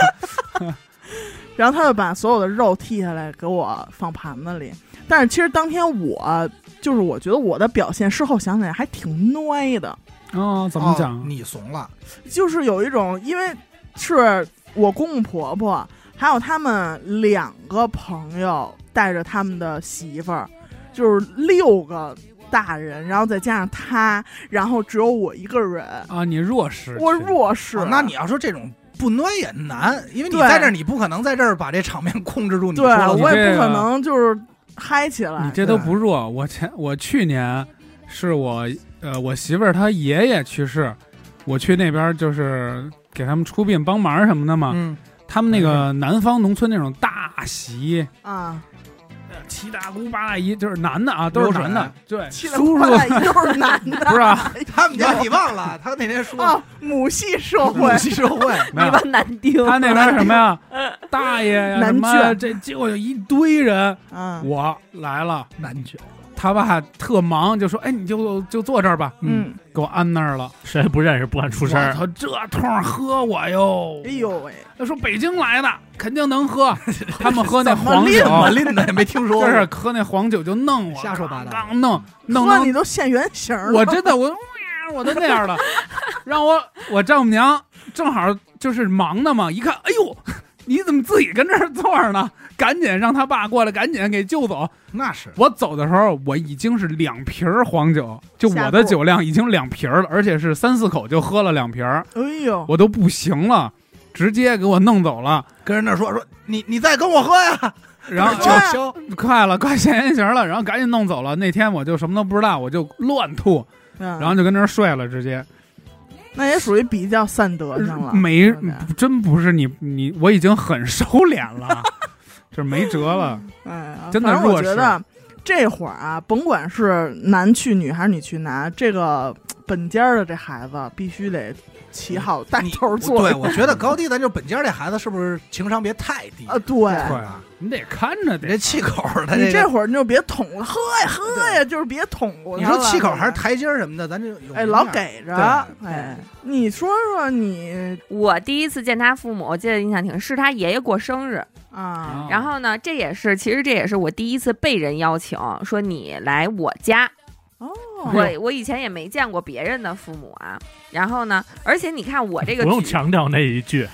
Speaker 1: 然后他就把所有的肉剔下来给我放盘子里。但是其实当天我就是我觉得我的表现，事后想起来还挺 孬的，
Speaker 3: 哦，怎么
Speaker 4: 哦
Speaker 3: 讲？
Speaker 4: 你怂了，
Speaker 1: 就是有一种因为是我公公婆婆还有他们两个朋友带着他们的媳妇儿，就是六个大人，然后再加上他，然后只有我一个人，
Speaker 3: 啊，你弱势，
Speaker 1: 我弱势。
Speaker 4: 哦那你要说这种不暖也难，因为你
Speaker 1: 对
Speaker 4: 在这儿，你不可能在这儿把这场面控制住。你
Speaker 1: 对
Speaker 4: 说了
Speaker 1: 我
Speaker 4: 算
Speaker 1: 也
Speaker 3: 这
Speaker 1: 不
Speaker 3: 个
Speaker 1: 可能就是嗨起来。
Speaker 3: 你这都不弱。我前我去年是我呃我媳妇儿她爷爷去世，我去那边就是给他们出殡帮忙什么的嘛。
Speaker 4: 嗯，
Speaker 3: 他们那
Speaker 1: 哎
Speaker 3: 个南方农村那种大席，
Speaker 1: 啊，
Speaker 3: 呃七大姑八大姨，就是男的啊，都是
Speaker 4: 流水
Speaker 3: 男的，对，
Speaker 1: 七大
Speaker 3: 叔
Speaker 1: 姑八
Speaker 3: 叔
Speaker 1: 大姨都是男的
Speaker 3: 不 是啊，
Speaker 4: 他们家你忘了，他那 天说
Speaker 1: 啊，母系社会
Speaker 4: 母。系社会，
Speaker 3: 没有
Speaker 2: 一。般难丢。
Speaker 3: 他那边什 么呀，大爷呀，
Speaker 1: 男
Speaker 3: 什么呀
Speaker 1: 眷
Speaker 3: 这结果有一堆人，
Speaker 1: 嗯，
Speaker 3: 我来了，
Speaker 4: 男爵
Speaker 3: 他爸特忙，就说：“哎，你就就坐这儿吧，
Speaker 1: 嗯，
Speaker 3: 给我安那儿了。
Speaker 9: 谁也不认识，不敢”出声
Speaker 3: 我
Speaker 9: 儿。
Speaker 3: 操，这通儿喝我哟！
Speaker 1: 哎，呦喂，
Speaker 3: 他说北京来的肯定 能喝，他们喝
Speaker 4: 啊
Speaker 3: 那黄
Speaker 1: 怎
Speaker 3: 酒，
Speaker 4: 我拎的也没听说
Speaker 3: 就
Speaker 4: 过，
Speaker 3: 是喝那黄酒就弄我，
Speaker 4: 瞎说八道
Speaker 3: 刚弄弄
Speaker 1: 喝
Speaker 3: 弄
Speaker 1: 你都现原形儿了，
Speaker 3: 我真的我 我都那样了，让我我丈母娘正好就是忙的嘛，一看，哎呦，你怎么自己跟这儿坐着呢？赶紧让他爸过来，赶紧给救走。
Speaker 4: 那是
Speaker 3: 我走的时候，我已经是两瓶儿黄酒，就我的酒量已经两瓶儿了，而且是三四口就喝了两瓶儿，
Speaker 1: 哎呦，
Speaker 3: 我都不行了，直接给我弄走了。
Speaker 4: 跟人那说说你你再跟我喝呀，
Speaker 3: 然后
Speaker 1: 对
Speaker 4: 酒
Speaker 1: 哎
Speaker 4: 消，
Speaker 3: 快了，快现原形了，然后赶紧弄走了。那天我就什么都不知道，我就乱吐，
Speaker 1: 然
Speaker 3: 然后就跟那儿睡了，直接。
Speaker 1: 那也属于比较散德性了，
Speaker 3: 嗯没
Speaker 1: 对不对，
Speaker 3: 真不是你你，我已经很收敛了，这没辙了。
Speaker 1: 哎呀，
Speaker 3: 真的
Speaker 1: 反正我
Speaker 3: 弱
Speaker 1: 觉
Speaker 3: 势
Speaker 1: 得这会儿啊，甭管是男去女还是女去男，这个本家儿的这孩子必须得起好带
Speaker 4: 你
Speaker 1: 头做
Speaker 4: 对，我觉得高低咱就本家这孩子是不是情商别太低？
Speaker 1: 啊，对。
Speaker 4: 啊，
Speaker 3: 你得看着
Speaker 4: 你
Speaker 3: 得
Speaker 4: 这气口儿他
Speaker 1: 你
Speaker 4: 这
Speaker 1: 这
Speaker 4: 个，
Speaker 1: 会儿你就别捅了，喝呀喝呀，就是别捅过
Speaker 4: 你
Speaker 1: 他了
Speaker 4: 说气口
Speaker 1: 啊
Speaker 4: 还是台阶儿什么的，咱这有
Speaker 1: 哎
Speaker 4: 影
Speaker 1: 老
Speaker 4: 响
Speaker 1: 给着
Speaker 4: 对
Speaker 1: 哎，你说说你
Speaker 2: 我第一次见他父母，我记得印象挺是他爷爷过生日，
Speaker 3: 哦
Speaker 1: 啊，
Speaker 2: 然后呢，这也是其实这也是我第一次被人邀请，说你来我家。
Speaker 1: 哦，
Speaker 2: 我我以前也没见过别人的父母啊。然后呢，而且你看我这个
Speaker 9: 不用
Speaker 2: 局
Speaker 9: 强调那一句，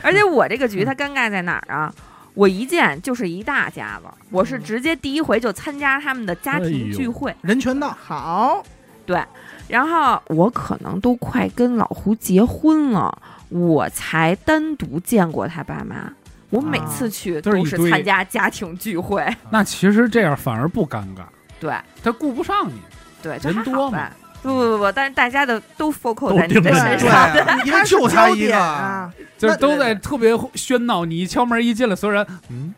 Speaker 2: 而且我这个
Speaker 3: 嗯
Speaker 2: 局它尴尬在哪儿啊？我一见就是一大家子，我
Speaker 3: 嗯
Speaker 2: 是直接第一回就参加他们的家
Speaker 3: 哎
Speaker 2: 庭聚会，
Speaker 4: 人权 道，
Speaker 1: 好，
Speaker 2: 然后我可能都快跟老胡结婚了，我才单独见过他爸妈。我每次去
Speaker 3: 都是
Speaker 2: 都
Speaker 3: 一
Speaker 2: 是
Speaker 3: 堆
Speaker 2: 参加家庭聚会，
Speaker 3: 那其实这样反而不尴尬，
Speaker 2: 对
Speaker 3: 他顾不上你。
Speaker 2: 对，这
Speaker 3: 人
Speaker 2: 还
Speaker 3: 多
Speaker 2: 好
Speaker 3: 嘛
Speaker 2: 吧？不不不不，但是大家的都 focus 在你
Speaker 9: 盯
Speaker 2: 的
Speaker 9: 着
Speaker 2: 身
Speaker 9: 你
Speaker 2: 上，
Speaker 4: 对，啊因为就他
Speaker 1: 焦
Speaker 4: 一
Speaker 1: 点
Speaker 4: 个，
Speaker 1: 啊，
Speaker 3: 就是
Speaker 4: 那
Speaker 3: 都在特别喧闹，你一敲门一进来，所有人嗯，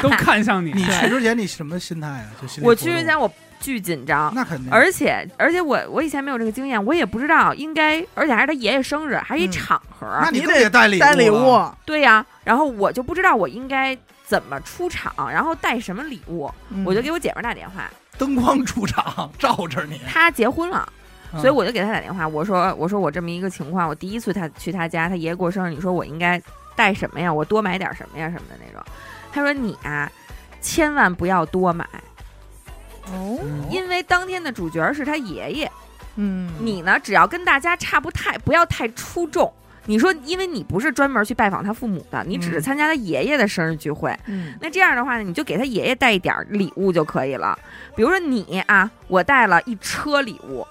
Speaker 3: 都看向你。
Speaker 4: 你去之前你什么心态啊？就心理
Speaker 2: 我
Speaker 4: 活
Speaker 2: 去之
Speaker 4: 动
Speaker 2: 前我巨紧张，
Speaker 4: 那肯定，
Speaker 2: 而且而且我我以前没有这个经验，我也不知道应该，而且还是他爷爷生日，还是一
Speaker 1: 嗯
Speaker 2: 场合，
Speaker 4: 那你
Speaker 1: 你
Speaker 4: 更
Speaker 1: 得
Speaker 4: 带礼
Speaker 1: 带礼
Speaker 4: 了
Speaker 1: 物，
Speaker 2: 对呀、然后我就不知道我应该怎么出场，然后带什么礼物，
Speaker 1: 嗯
Speaker 2: 我就给我姐们儿打电话，
Speaker 4: 灯光出场照着你，
Speaker 2: 她结婚了。
Speaker 4: 嗯
Speaker 2: 所以我就给她打电话，我说我说我这么一个情况，我第一次她去她家，她爷爷过生日，你说我应该带什么呀？我多买点什么呀什么的那种。她说你啊，千万不要多买，
Speaker 1: 哦，
Speaker 3: 嗯
Speaker 2: 因为当天的主角是她爷爷，
Speaker 1: 嗯，
Speaker 2: 你呢只要跟大家差不太，不要太出众。你说，因为你不是专门去拜访他父母的，你只是
Speaker 1: 嗯
Speaker 2: 参加他爷爷的生日聚会，
Speaker 1: 嗯
Speaker 2: 那这样的话呢，你就给他爷爷带一点儿礼物就可以了。比如说你啊，我带了一车礼物，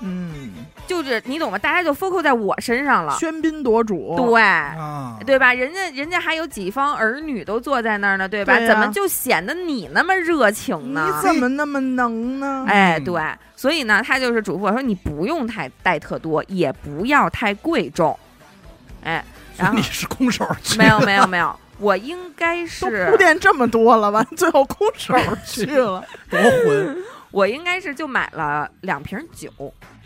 Speaker 1: 嗯，
Speaker 2: 就是你懂吗？大家就 focus 在我身上了，
Speaker 1: 喧宾夺主，
Speaker 2: 对。
Speaker 4: 啊，
Speaker 2: 对吧？人家人家还有几方儿女都坐在那儿呢，对吧？
Speaker 1: 对呀
Speaker 2: 怎么就显得你那么热情
Speaker 1: 你
Speaker 2: 呢？
Speaker 1: 怎么那么能呢？
Speaker 2: 哎，
Speaker 4: 嗯
Speaker 2: 对，所以呢，他就是嘱咐我说，你不用太带特多，也不要太贵重。哎，然后
Speaker 4: 你是空手儿去，
Speaker 2: 没有没有没有，我应该
Speaker 1: 都
Speaker 2: 是
Speaker 1: 铺垫这么多了，完最后空手去了
Speaker 4: 多混
Speaker 2: 我应该是就买了两瓶酒，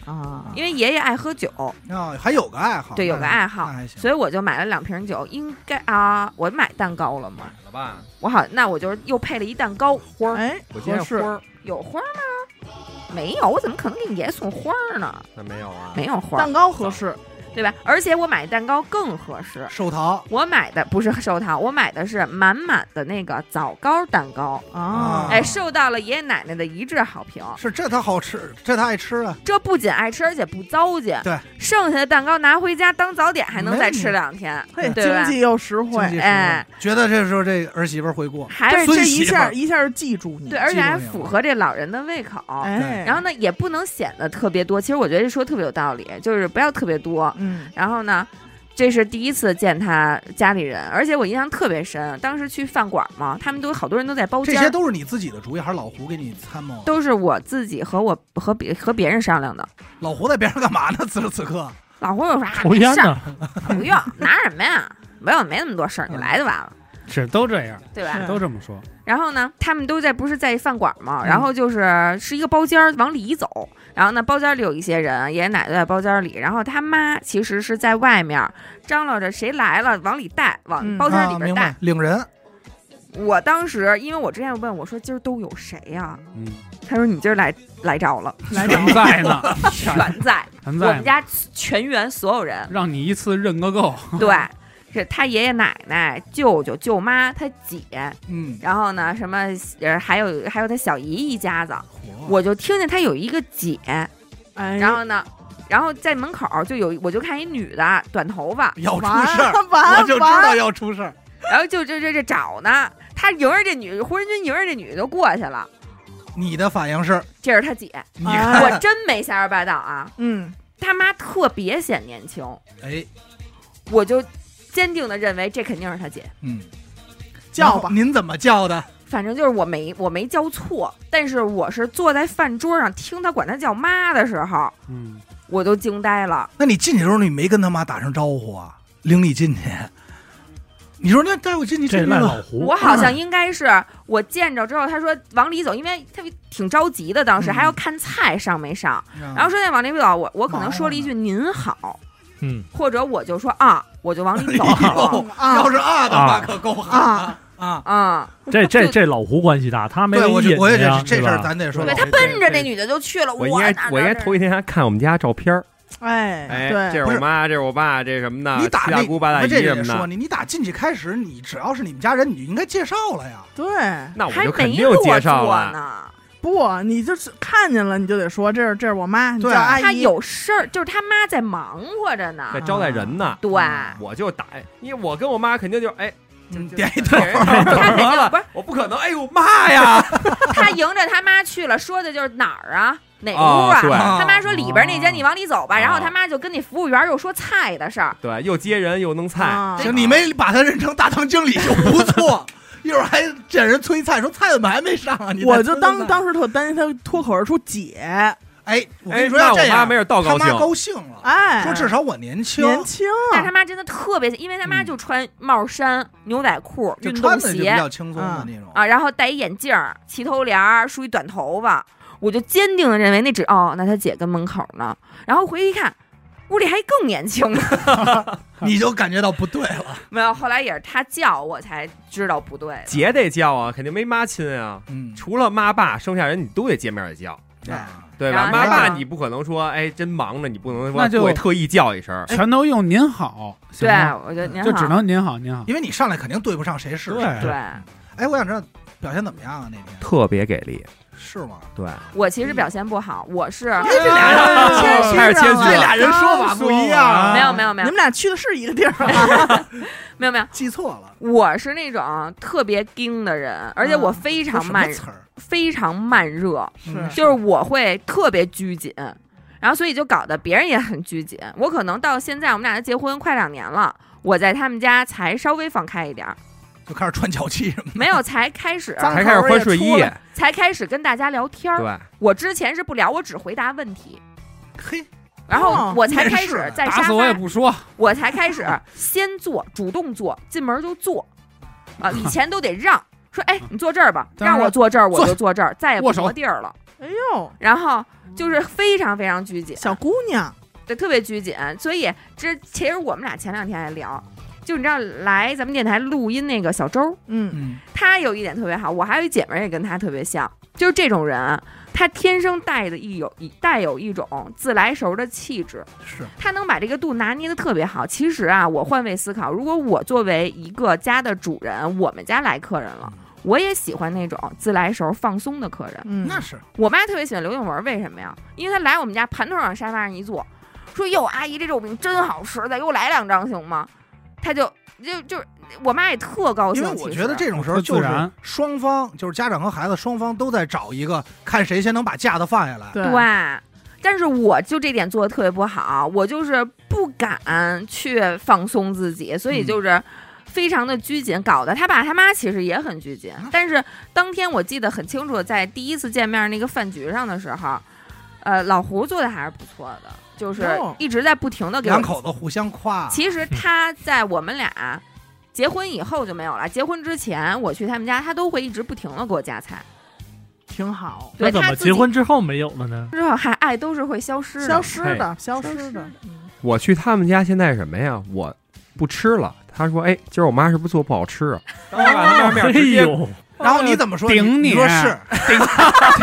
Speaker 1: 啊！
Speaker 2: 因为爷爷爱喝酒，
Speaker 4: 啊，还有个爱好，
Speaker 2: 对，有
Speaker 4: 那
Speaker 2: 个爱好
Speaker 4: 那还，行
Speaker 2: 所以我就买了两瓶酒。应该啊，我买蛋糕了吗？
Speaker 11: 了吧？
Speaker 2: 我好，那我就是又配了一蛋糕花儿，
Speaker 1: 哎，
Speaker 11: 我今
Speaker 1: 合
Speaker 11: 天
Speaker 1: 适
Speaker 11: 花，儿
Speaker 2: 有花儿吗？没有，啊我怎么可能给你爷爷送花儿呢？
Speaker 11: 那没有啊？
Speaker 2: 没有花儿
Speaker 1: 蛋，糕合适，
Speaker 2: 对吧？而且我买蛋糕更合适。
Speaker 4: 寿桃
Speaker 2: 我买的不是寿桃，我买的是满满的那个枣糕蛋糕，
Speaker 1: 啊！
Speaker 2: 哎，受到了爷爷奶奶的一致好评。
Speaker 4: 是这他好吃，这他爱吃啊，
Speaker 2: 这不仅爱吃，而且不糟践。
Speaker 4: 对，
Speaker 2: 剩下的蛋糕拿回家当早点，还能
Speaker 4: 没
Speaker 2: 再
Speaker 4: 问题
Speaker 2: 吃两天，
Speaker 1: 嘿，
Speaker 2: 对吧
Speaker 1: 经？济又实
Speaker 4: 经济
Speaker 1: 惠，哎
Speaker 4: 实惠
Speaker 2: 哎，
Speaker 4: 觉得这时候这儿媳妇儿回锅，
Speaker 2: 还
Speaker 1: 这
Speaker 4: 孙
Speaker 1: 这
Speaker 4: 媳
Speaker 1: 一
Speaker 4: 妇
Speaker 1: 下
Speaker 4: 儿
Speaker 1: 一下记住你
Speaker 2: 对，，而且还
Speaker 4: 记住你了
Speaker 2: 符合这老人的胃口。
Speaker 1: 哎，
Speaker 2: 然后呢，也不能显得特别多。其实我觉得这说特别有道理，就是不要特别多。
Speaker 1: 嗯
Speaker 2: 然后呢，这是第一次见他家里人，而且我印象特别深。当时去饭馆嘛，他们都好多人都在包
Speaker 4: 这
Speaker 2: 间
Speaker 4: 些
Speaker 2: 儿，
Speaker 4: 都是你自己的主意，还是老胡给你参谋啊？
Speaker 2: 都是我自己和我和别和别人商量的。
Speaker 4: 老胡在边上干嘛呢？此时此刻，
Speaker 2: 老胡有啥
Speaker 9: 抽烟
Speaker 2: 啊事儿？
Speaker 9: 呢，
Speaker 2: 不用，拿什么呀？没有，没那么多事儿，你
Speaker 4: 嗯
Speaker 2: 来就完了，
Speaker 3: 是都这样，
Speaker 2: 对吧？
Speaker 1: 是
Speaker 3: 都这么说。
Speaker 2: 然后呢，他们都在不是在饭馆嘛，
Speaker 4: 嗯
Speaker 2: 然后就是是一个包间儿往里一走，然后呢，包间里有一些人，爷爷奶奶都在包间里，然后他妈其实是在外面张罗着谁来了往里带，往
Speaker 1: 嗯
Speaker 2: 包间里
Speaker 4: 啊、明
Speaker 2: 边带。
Speaker 4: 白，领人
Speaker 2: 我当时因为我之前问我说今儿都有谁呀、
Speaker 11: 嗯，
Speaker 2: 他说你今儿来来着了，
Speaker 1: 来
Speaker 8: 全在呢，
Speaker 2: 全在，
Speaker 8: 全
Speaker 2: 我
Speaker 8: 在
Speaker 2: 们
Speaker 8: 呢，
Speaker 2: 家全员所有 人，
Speaker 8: 让你一次认个够。
Speaker 2: 对，是他爷爷奶奶、舅舅、舅妈、他姐，
Speaker 4: 嗯，
Speaker 2: 然后呢什么呃还有还有他小姨一家子，
Speaker 4: 火
Speaker 2: 我就听见他有一个姐，
Speaker 1: 哎，
Speaker 2: 然后呢，然后在门口就有我就看一女的短头 发，
Speaker 4: 要出
Speaker 1: 完
Speaker 4: 哦事儿，
Speaker 1: 完
Speaker 4: 我就知道要出事儿。
Speaker 2: 然后就这这这找呢，他迎着这女胡仁君迎着这女的就过去了，
Speaker 4: 你的反应是，
Speaker 2: 这是他姐，
Speaker 4: 你
Speaker 1: 啊
Speaker 4: 看，
Speaker 2: 我真没瞎说八道啊，
Speaker 1: 嗯，
Speaker 2: 他妈特别显年轻，
Speaker 4: 哎，
Speaker 2: 我就坚定的认为这肯定是他姐，
Speaker 4: 嗯，
Speaker 1: 叫吧，
Speaker 4: 您怎么叫的？
Speaker 2: 反正就是我没我没叫错，但是我是坐在饭桌上听他管他叫妈的时候，
Speaker 8: 嗯，
Speaker 2: 我都惊呆了。
Speaker 4: 那你进去的时候，你没跟他妈打声招呼啊？领你进去，你说那带我进去
Speaker 9: 这
Speaker 4: 进去
Speaker 9: 赖
Speaker 4: 吧
Speaker 9: 老胡
Speaker 2: 我，好像应该是我见着之后，他说往里走，因为他挺着急的，当时
Speaker 4: 嗯
Speaker 2: 还要看菜上没上，然后
Speaker 4: 然
Speaker 2: 说那往里走，我我可能说了一句您好，
Speaker 9: 嗯，
Speaker 2: 或者我就说啊，我就往里走
Speaker 4: 哎
Speaker 2: 了
Speaker 4: 呦，要是啊的话可够狠
Speaker 1: 啊
Speaker 4: 啊！
Speaker 2: 嗯，
Speaker 9: 这这这老胡关系大，他没
Speaker 4: 对，我
Speaker 9: 人
Speaker 4: 觉
Speaker 9: 引
Speaker 4: 我也觉
Speaker 9: 呀
Speaker 4: 得这
Speaker 9: 是
Speaker 4: 事儿
Speaker 9: 吧？
Speaker 4: 咱得说
Speaker 2: 对
Speaker 4: 老
Speaker 2: 他
Speaker 4: 胡
Speaker 2: 奔着
Speaker 4: 这
Speaker 2: 那女的就去了，
Speaker 11: 我应该
Speaker 2: 哪
Speaker 11: 我应该头一天还看我们家照片儿，
Speaker 1: 哎，
Speaker 11: 哎，
Speaker 1: 对，
Speaker 11: 这是
Speaker 4: 不
Speaker 11: 我
Speaker 4: 是
Speaker 11: 妈，这是我爸，这是什么的，
Speaker 4: 你打
Speaker 11: 七
Speaker 4: 那
Speaker 11: 大姑八大
Speaker 4: 我
Speaker 11: 姨
Speaker 4: 这
Speaker 11: 什
Speaker 4: 也
Speaker 11: 么
Speaker 4: 说
Speaker 11: 的，
Speaker 4: 你，你打进去开始，你只要是你们家人，你就应该介绍了呀。
Speaker 1: 对，
Speaker 11: 啊那我
Speaker 2: 还
Speaker 11: 就肯
Speaker 2: 没
Speaker 11: 定
Speaker 2: 落
Speaker 11: 介绍
Speaker 2: 座
Speaker 11: 了。
Speaker 2: 呢。
Speaker 1: 不，你就是看见了，你就得说这是这是我妈，你叫
Speaker 4: 对
Speaker 1: 阿姨。
Speaker 2: 他有事儿，就是他妈在忙活着呢
Speaker 11: 在。招待人呢，
Speaker 2: 啊对，
Speaker 11: 我就打，因为我跟我妈肯定就哎，
Speaker 4: 嗯，
Speaker 11: 就
Speaker 4: 点一头
Speaker 11: 给人打招
Speaker 2: 他肯
Speaker 11: 呼
Speaker 2: 定
Speaker 11: 了
Speaker 2: 不是
Speaker 11: 我不可能，哎呦妈呀！
Speaker 2: 他迎着他妈去了，说的就是哪儿啊，哪屋
Speaker 11: 啊对
Speaker 4: 哦
Speaker 2: 他妈说里边那间你往里走吧，
Speaker 11: 啊
Speaker 2: 然后他妈就跟那服务员又说菜的事
Speaker 4: 嗯
Speaker 2: 儿，
Speaker 11: 对，又接人又弄菜，
Speaker 1: 啊
Speaker 4: 行，你没把他认成大堂经理就不错。一会儿还见人催菜，说菜怎么还没上啊？你再
Speaker 1: 我就
Speaker 4: 催
Speaker 1: 当
Speaker 4: 催
Speaker 1: 当时特担心他脱口而出姐，
Speaker 4: 哎，我跟
Speaker 11: 哎，
Speaker 4: 你说要
Speaker 11: 那
Speaker 4: 这
Speaker 11: 我妈
Speaker 4: 样，
Speaker 11: 没准倒
Speaker 4: 他
Speaker 11: 高兴
Speaker 4: 妈。高兴了，
Speaker 1: 哎，
Speaker 4: 哦说至少我年轻，
Speaker 1: 年轻，
Speaker 2: 但他妈真的特别，因为
Speaker 11: 嗯
Speaker 2: 他妈就穿帽衫、牛仔裤、
Speaker 4: 就
Speaker 2: 运
Speaker 4: 穿
Speaker 2: 动
Speaker 4: 的就比
Speaker 2: 鞋
Speaker 4: 较轻松的那种。
Speaker 2: 啊，然后戴一眼镜儿、齐头帘儿、梳一短头发，我就坚定的认为那只哦，那他姐跟门口呢，然后回去一看。屋里还更年轻呢，
Speaker 4: 你就感觉到不对了。
Speaker 2: 没有。后来也是他叫我才知道不对的。
Speaker 11: 姐得叫啊，肯定没妈亲啊。
Speaker 4: 嗯，
Speaker 11: 除了妈爸，剩下人你都得见面儿得叫，
Speaker 4: 啊
Speaker 11: 对
Speaker 2: 然
Speaker 11: 吧？
Speaker 2: 后
Speaker 11: 妈
Speaker 4: 那
Speaker 11: 爸
Speaker 2: 个
Speaker 11: 你不可能说，哎，真忙着，你不能
Speaker 8: 那
Speaker 11: 说
Speaker 8: 就
Speaker 11: 会特意叫一声儿。
Speaker 8: 全都用您好，行
Speaker 2: 对
Speaker 8: 吗，
Speaker 2: 我觉得您
Speaker 8: 就只
Speaker 2: 好
Speaker 8: 能您好您好。
Speaker 4: 因为你上来肯定对不上谁是谁。
Speaker 8: 对，
Speaker 2: 对
Speaker 4: 哎，我想知道表现怎么样啊？那天
Speaker 11: 特别给力，
Speaker 4: 是吗？
Speaker 11: 对，
Speaker 2: 我其实表现不好，我是
Speaker 1: 哎这俩
Speaker 8: 人
Speaker 1: 谦虚
Speaker 11: 开始谦虚
Speaker 1: 上了
Speaker 2: 啊
Speaker 11: 了这
Speaker 4: 俩人说法不一样啊
Speaker 2: 没有没有没
Speaker 1: 你
Speaker 2: 有
Speaker 1: 们俩去的是一个地儿啊，
Speaker 2: 没有没有，
Speaker 4: 记错了，
Speaker 2: 我是那种特别盯的人，而且我非
Speaker 4: 这
Speaker 2: 常
Speaker 4: 什
Speaker 2: 慢
Speaker 4: 么，词儿？嗯
Speaker 2: 非常慢热，
Speaker 1: 是
Speaker 2: 就是我会特别拘谨，然后所以就搞得别人也很拘谨。我可能到现在我们俩都结婚快两年了，我在他们家才稍微放开一点儿，
Speaker 4: 就开始穿脚气什么
Speaker 2: 没有才开始
Speaker 1: 脏
Speaker 11: 还开始换睡
Speaker 1: 口
Speaker 11: 衣
Speaker 1: 味也，
Speaker 2: 才开始跟大家聊天儿。
Speaker 11: 对，
Speaker 2: 我之前是不聊，我只回答问题。
Speaker 4: 的。 嘿，
Speaker 2: 然后
Speaker 1: 哦
Speaker 2: 我才
Speaker 4: 面
Speaker 2: 开
Speaker 4: 试
Speaker 2: 始
Speaker 4: 呢
Speaker 2: 在
Speaker 8: 打
Speaker 2: 沙
Speaker 8: 死我也
Speaker 2: 发，
Speaker 8: 不说，
Speaker 2: 我才开始先坐， 主动坐，进门就坐， 啊，以前都得让，说哎，你坐这儿吧，
Speaker 8: 当然
Speaker 2: 让我坐这儿我
Speaker 8: 坐
Speaker 2: 就坐这儿，再也不
Speaker 8: 握手
Speaker 2: 挪地儿了。
Speaker 1: 哎呦，
Speaker 2: 然后就是非常非常拘谨，
Speaker 1: 小姑娘，
Speaker 2: 对，特别拘谨。所以这其实我们俩前两天还聊，就你知道来咱们电台录音那个小周，
Speaker 1: 嗯，
Speaker 4: 嗯，
Speaker 2: 她有一点特别好，我还有一姐们儿也跟她特别像，就是这种人，她天生带的一有一带有一种自来熟的气质，
Speaker 4: 是
Speaker 2: 她能把这个度拿捏的特别好。其实啊，我换位思考，如果我作为一个家的主人，我们家来客人了。我也喜欢那种自来熟、放松的客人。
Speaker 1: 嗯，
Speaker 4: 那是
Speaker 2: 我妈特别喜欢刘静文，为什么呀？因为她来我们家盘腿往沙发上一坐，说：“哟，阿姨这肉饼真好吃，再给我来两张行吗？”她就就就我妈也特高兴，
Speaker 4: 因为我
Speaker 2: 其
Speaker 4: 觉得
Speaker 2: 实
Speaker 4: 这种时候
Speaker 8: 特
Speaker 4: 就
Speaker 8: 自然
Speaker 4: 是双方，就是家长和孩子双方都在找一个看谁先能把架子放下来。
Speaker 1: 对
Speaker 2: 对，但是我就这点做的特别不好，我就是不敢去放松自己，所以
Speaker 9: 嗯
Speaker 2: 就是。非常的拘谨，搞得他爸他妈其实也很拘谨。
Speaker 9: 啊
Speaker 2: 但是当天我记得很清楚，在第一次见面那个饭局上的时候，呃，老胡做的还是不错的，就是
Speaker 1: 哦
Speaker 2: 一直在不停的给我
Speaker 4: 两口子互相夸，
Speaker 2: 其实他在我们俩结婚以后就没有了。结婚之前，我去他们家，他都会一直不停的给我夹菜。
Speaker 1: 挺好，
Speaker 2: 对
Speaker 9: 那怎
Speaker 2: 他
Speaker 9: 么
Speaker 2: 自
Speaker 9: 结
Speaker 2: 己
Speaker 9: 婚之后没有了呢？
Speaker 2: 之后，还爱都是会消失的。
Speaker 1: 消失的，消失的，
Speaker 11: 我去他们家现在什么呀？我不吃了。他说：“哎，今儿我妈是不是做不好吃啊？”当着爸爸妈面
Speaker 9: 哎
Speaker 11: 直接
Speaker 4: 哦
Speaker 9: 呦，
Speaker 4: 然后你怎么说？
Speaker 8: 顶
Speaker 4: 呃你
Speaker 8: 你
Speaker 4: 说是， 顶，你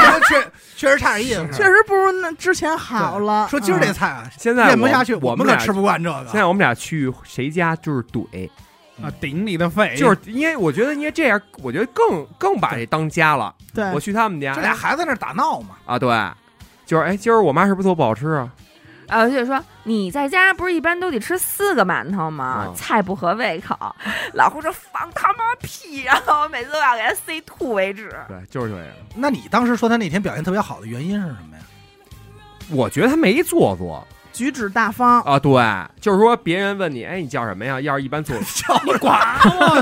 Speaker 4: 说确确实差点意思。
Speaker 1: 确实不如那之前好了。
Speaker 4: 说今儿这
Speaker 1: 嗯
Speaker 4: 菜啊，
Speaker 11: 现在
Speaker 4: 咽不
Speaker 11: 我
Speaker 4: 下去，我
Speaker 11: 我们
Speaker 4: 可
Speaker 11: 俩
Speaker 4: 吃不惯这
Speaker 11: 现
Speaker 4: 个。
Speaker 11: 在我们俩去谁家就是怼，
Speaker 8: 啊，顶你的肺，
Speaker 11: 就是因为我觉得因为这样，我觉得更更把这当家了。我
Speaker 1: 嗯对，
Speaker 11: 去他们家，
Speaker 4: 这俩
Speaker 11: 哎
Speaker 4: 孩子在那儿打闹嘛，
Speaker 11: 啊，对，就是哎，今儿我妈是不是做不好吃啊？
Speaker 2: 啊，而且说你在家不是一般都得吃四个馒头吗？
Speaker 11: 嗯
Speaker 2: 菜不合胃口，老胡说放他妈屁，然后我每次都要给他塞吐为止。
Speaker 1: 啊
Speaker 11: 对，就是这样。
Speaker 4: 那你当时说他那天表现特别好的原因是什么呀？
Speaker 11: 我觉得他没做作
Speaker 1: 举止大方，
Speaker 11: 啊，对，就是说别人问你，哎，你叫什么呀？要是一般做
Speaker 4: 叫你管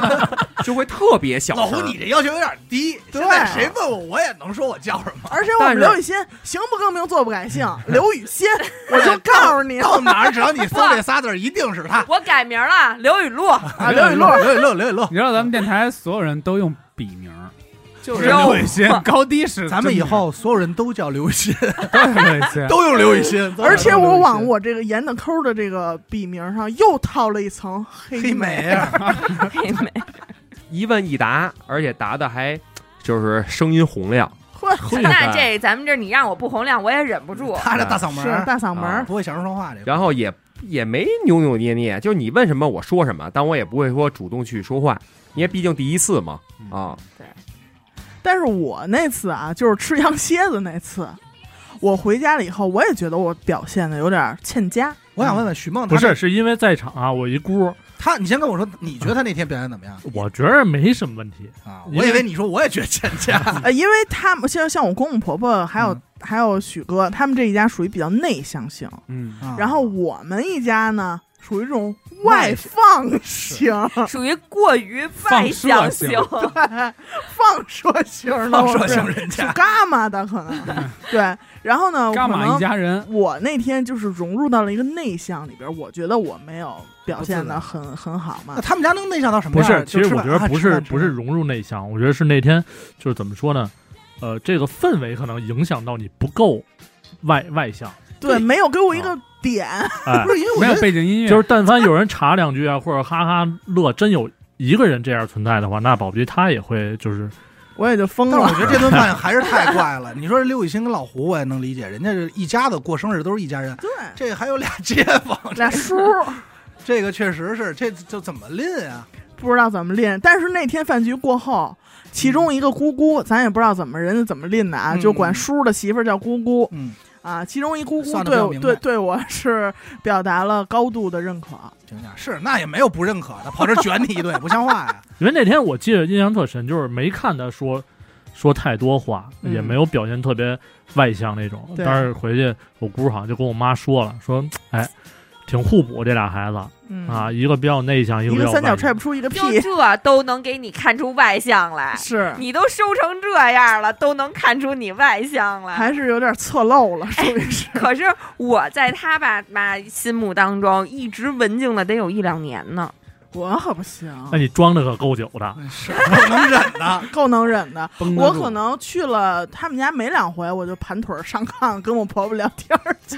Speaker 11: 就会特别小
Speaker 4: 老
Speaker 11: 声
Speaker 4: 胡，你这要求有点低。
Speaker 1: 对
Speaker 4: 现在谁问我，我也能说我叫什么。
Speaker 1: 而且我们
Speaker 11: 但是
Speaker 1: 刘雨欣行不更名，坐不改姓，刘雨 欣，我就告诉你，
Speaker 4: 到哪儿只哎要你搜这仨字儿，一定是他。
Speaker 2: 我改名了，刘雨 露，
Speaker 1: 哎
Speaker 4: 啊，刘雨 露，刘雨露，刘雨露
Speaker 8: 你。知道咱们电台所有人都用笔名， 就是
Speaker 2: 只有
Speaker 8: 刘雨 欣，高低是
Speaker 4: 咱们以后所有人都叫刘雨欣，。
Speaker 8: 真名都是刘雨欣
Speaker 4: 都用刘雨欣，
Speaker 1: 而且我往
Speaker 4: 网
Speaker 1: 我这个严的抠的这个笔名上又套了一层
Speaker 4: 黑
Speaker 1: 黑
Speaker 4: 美啊，
Speaker 2: 嘿美
Speaker 11: 一问一答，而且答的还就是声音洪亮。
Speaker 1: 呵，
Speaker 2: 那这咱们这你让我不洪亮，我也忍不住。
Speaker 4: 他这大嗓门
Speaker 1: 是
Speaker 4: 儿，
Speaker 1: 大嗓门儿
Speaker 11: 啊，
Speaker 4: 不会小声说话这个。
Speaker 11: 然后也也没扭扭捏捏，就是你问什么我说什么，但我也不会说主动去说话，因为毕竟第一次嘛，啊，
Speaker 1: 但是我那次啊，就是吃羊蝎子那次，我回家了以后，我也觉得我表现的有点欠佳。
Speaker 4: 我想问问许梦，
Speaker 9: 不
Speaker 4: 他
Speaker 9: 是，是因为在场啊，我一姑，
Speaker 4: 他，你先跟我说，你觉得他那天表现怎么样
Speaker 9: 我觉得没什么问题。
Speaker 4: 啊？
Speaker 9: 因
Speaker 4: 我
Speaker 9: 为
Speaker 4: 以为你说我也觉得欠 佳，啊
Speaker 1: 呃，因为他们像像我公公婆婆还有、
Speaker 4: 嗯
Speaker 1: 还有许哥，他们这一家属于比较内向型，
Speaker 8: 嗯，
Speaker 4: 啊
Speaker 1: 然后我们一家呢属于这种外放型、
Speaker 2: 属于过于外向型，
Speaker 1: 放射型的，
Speaker 4: 放射
Speaker 1: 我
Speaker 4: 性
Speaker 1: 是
Speaker 4: 人
Speaker 1: 属
Speaker 4: 家，
Speaker 1: 伽马的可能。 对，然后呢，
Speaker 8: 伽
Speaker 1: 可
Speaker 8: 马
Speaker 1: 能
Speaker 8: 一家人，
Speaker 1: 我那天就是融入到了一个内向里边儿，我觉得我没有表现的很很好嘛
Speaker 4: 那。他们家能内向到什么
Speaker 9: 不
Speaker 4: 样
Speaker 9: 是
Speaker 4: 儿？，
Speaker 9: 其实我觉得不是不是
Speaker 4: 啊
Speaker 9: 融入内向，我觉得是那天就是怎么说呢，呃，这个氛围可能影响到你不够外外向，
Speaker 1: 对，哦没有给我一个点，
Speaker 9: 哎
Speaker 4: 不，是因为我
Speaker 8: 没
Speaker 4: 觉
Speaker 8: 有
Speaker 4: 得
Speaker 8: 背景音乐，
Speaker 9: 就是但凡有人查两句啊，或者哈哈乐，真有一个人这样存在的话，那保不齐他也会就是
Speaker 1: 我也就疯
Speaker 4: 但是
Speaker 1: 了
Speaker 4: 我。觉得这顿饭还是太怪了。你说刘雨欣跟老胡，我也能理解，人家是一家子过生日都是一家人，
Speaker 1: 对，
Speaker 4: 这还有俩街坊，
Speaker 1: 俩叔
Speaker 4: 这个确实是，这就怎么拎啊？
Speaker 1: 不知道怎么练，但是那天饭局过后，其中一个姑姑，咱也不知道怎么人家怎么练的啊，
Speaker 4: 嗯
Speaker 1: 就管叔的媳妇儿叫姑姑
Speaker 4: 嗯，
Speaker 1: 啊。其中一姑姑
Speaker 4: 算得比
Speaker 1: 对
Speaker 4: 较
Speaker 1: 我
Speaker 4: 明白
Speaker 1: 对对我是表达了高度的认可，
Speaker 4: 评价是那也没有不认可的，跑这儿卷你一顿不像话 呀。
Speaker 9: 因为那天我记得印象特深，就是没看他说说太多话，
Speaker 1: 嗯
Speaker 9: 也没有表现特别外向那种。
Speaker 1: 对
Speaker 9: 但是回去我姑好像就跟我妈说了，说哎，挺互补这俩孩子
Speaker 1: 嗯
Speaker 9: 啊，，一个比较内向，一个
Speaker 1: 一
Speaker 9: 比较
Speaker 1: 个
Speaker 9: 外
Speaker 1: 三角
Speaker 9: 向。
Speaker 1: 踹不出一个屁，
Speaker 2: 就这都能给你看出外向来。
Speaker 1: 是
Speaker 2: 你都收成这样了，都能看出你外向
Speaker 4: 哎
Speaker 2: 来。
Speaker 1: 还是有点侧漏了，属于是。
Speaker 2: 可是我在他爸妈心目当中一直文静了得有一两年呢。
Speaker 1: 我可不行，
Speaker 9: 那你装的可够久的，
Speaker 4: 嗯是我能忍 的，
Speaker 1: 够能忍的。
Speaker 8: 绷得
Speaker 1: 我
Speaker 8: 住
Speaker 1: 可能去了他们家没两回，我就盘腿儿上炕跟我婆婆聊天儿去。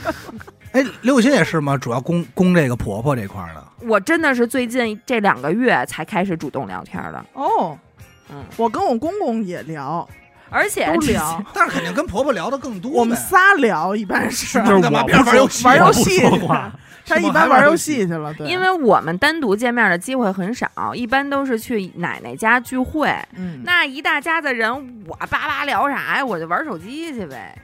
Speaker 4: 哎，刘雨欣也是吗？主要攻攻这个婆婆这块儿的，
Speaker 2: 我真的是最近这两个月才开始主动聊天的，
Speaker 1: 哦，
Speaker 2: 嗯，
Speaker 1: 我跟我公公也聊，
Speaker 2: 而且
Speaker 1: 都聊，
Speaker 4: 但是肯定跟婆婆聊的更多呗。
Speaker 1: 我们仨聊一般是
Speaker 9: 就。是
Speaker 4: 干嘛
Speaker 9: 我
Speaker 4: 边玩游戏啊
Speaker 1: 玩游
Speaker 9: 不
Speaker 1: 戏
Speaker 9: 说话，
Speaker 1: 他一
Speaker 4: 是吗
Speaker 1: 般
Speaker 4: 还玩
Speaker 1: 游
Speaker 4: 游
Speaker 1: 戏去了，对，
Speaker 2: 因为我们单独见面的机会很少，一般都是去奶奶家聚会。
Speaker 1: 嗯，
Speaker 2: 那一大家子人，我叭叭聊啥呀？我就玩手机去呗。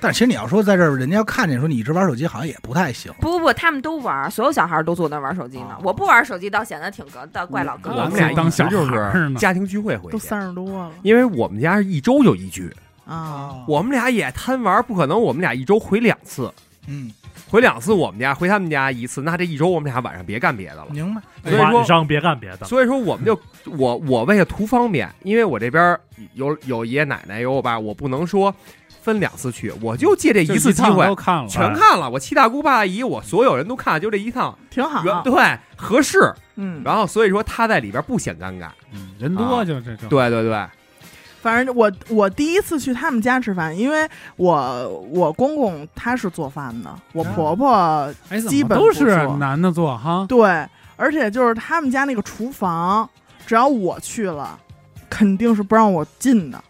Speaker 4: 但是其实你要说在这儿，人家要看见说你一直玩手机，好像也不太行。
Speaker 2: 不不不，他们都玩，所有小孩都坐那玩手机呢
Speaker 4: 哦。
Speaker 2: 我不玩手机，倒显得挺格的，怪老哥。
Speaker 11: 我嗯们俩
Speaker 8: 当
Speaker 11: 一直
Speaker 8: 小
Speaker 11: 就
Speaker 8: 孩儿
Speaker 11: 是
Speaker 8: 呢
Speaker 11: 家庭聚会回
Speaker 1: 都
Speaker 11: 去，
Speaker 1: 三十多了
Speaker 11: 因为我们家是一周就一聚，
Speaker 1: 啊，
Speaker 4: 哦
Speaker 11: 我们俩也贪玩，不可能我们俩一周回两次，
Speaker 4: 嗯，
Speaker 11: 回两次我们家，回他们家一次，那这一周我们俩晚上别干别的了。
Speaker 4: 明白。
Speaker 11: 所以
Speaker 9: 晚
Speaker 11: 说，
Speaker 9: 上别干别的。
Speaker 11: 所以说我们就我我为了图方便，因为我这边有有爷爷奶奶有我爸，我不能说分两次去，我就借这
Speaker 8: 就
Speaker 11: 一次机
Speaker 8: 趟
Speaker 11: 会
Speaker 8: 都看了，
Speaker 11: 全看了，我七大姑八大姨，我所有人都看了，就这一趟，
Speaker 1: 挺好
Speaker 11: 原，对合适。
Speaker 1: 嗯，
Speaker 11: 然后所以说他在里边不显尴尬，
Speaker 8: 嗯人多就这种。
Speaker 11: 对对对，
Speaker 1: 反正我我第一次去他们家吃饭，因为我我公公他是做饭的，我
Speaker 4: 啊
Speaker 1: 婆婆
Speaker 8: 哎，怎
Speaker 1: 基
Speaker 8: 么
Speaker 1: 本
Speaker 8: 都
Speaker 1: 不
Speaker 8: 是
Speaker 1: 错
Speaker 8: 男的做哈？
Speaker 1: 对而且就是他们家那个厨房，只要我去了，肯定是不让我进的。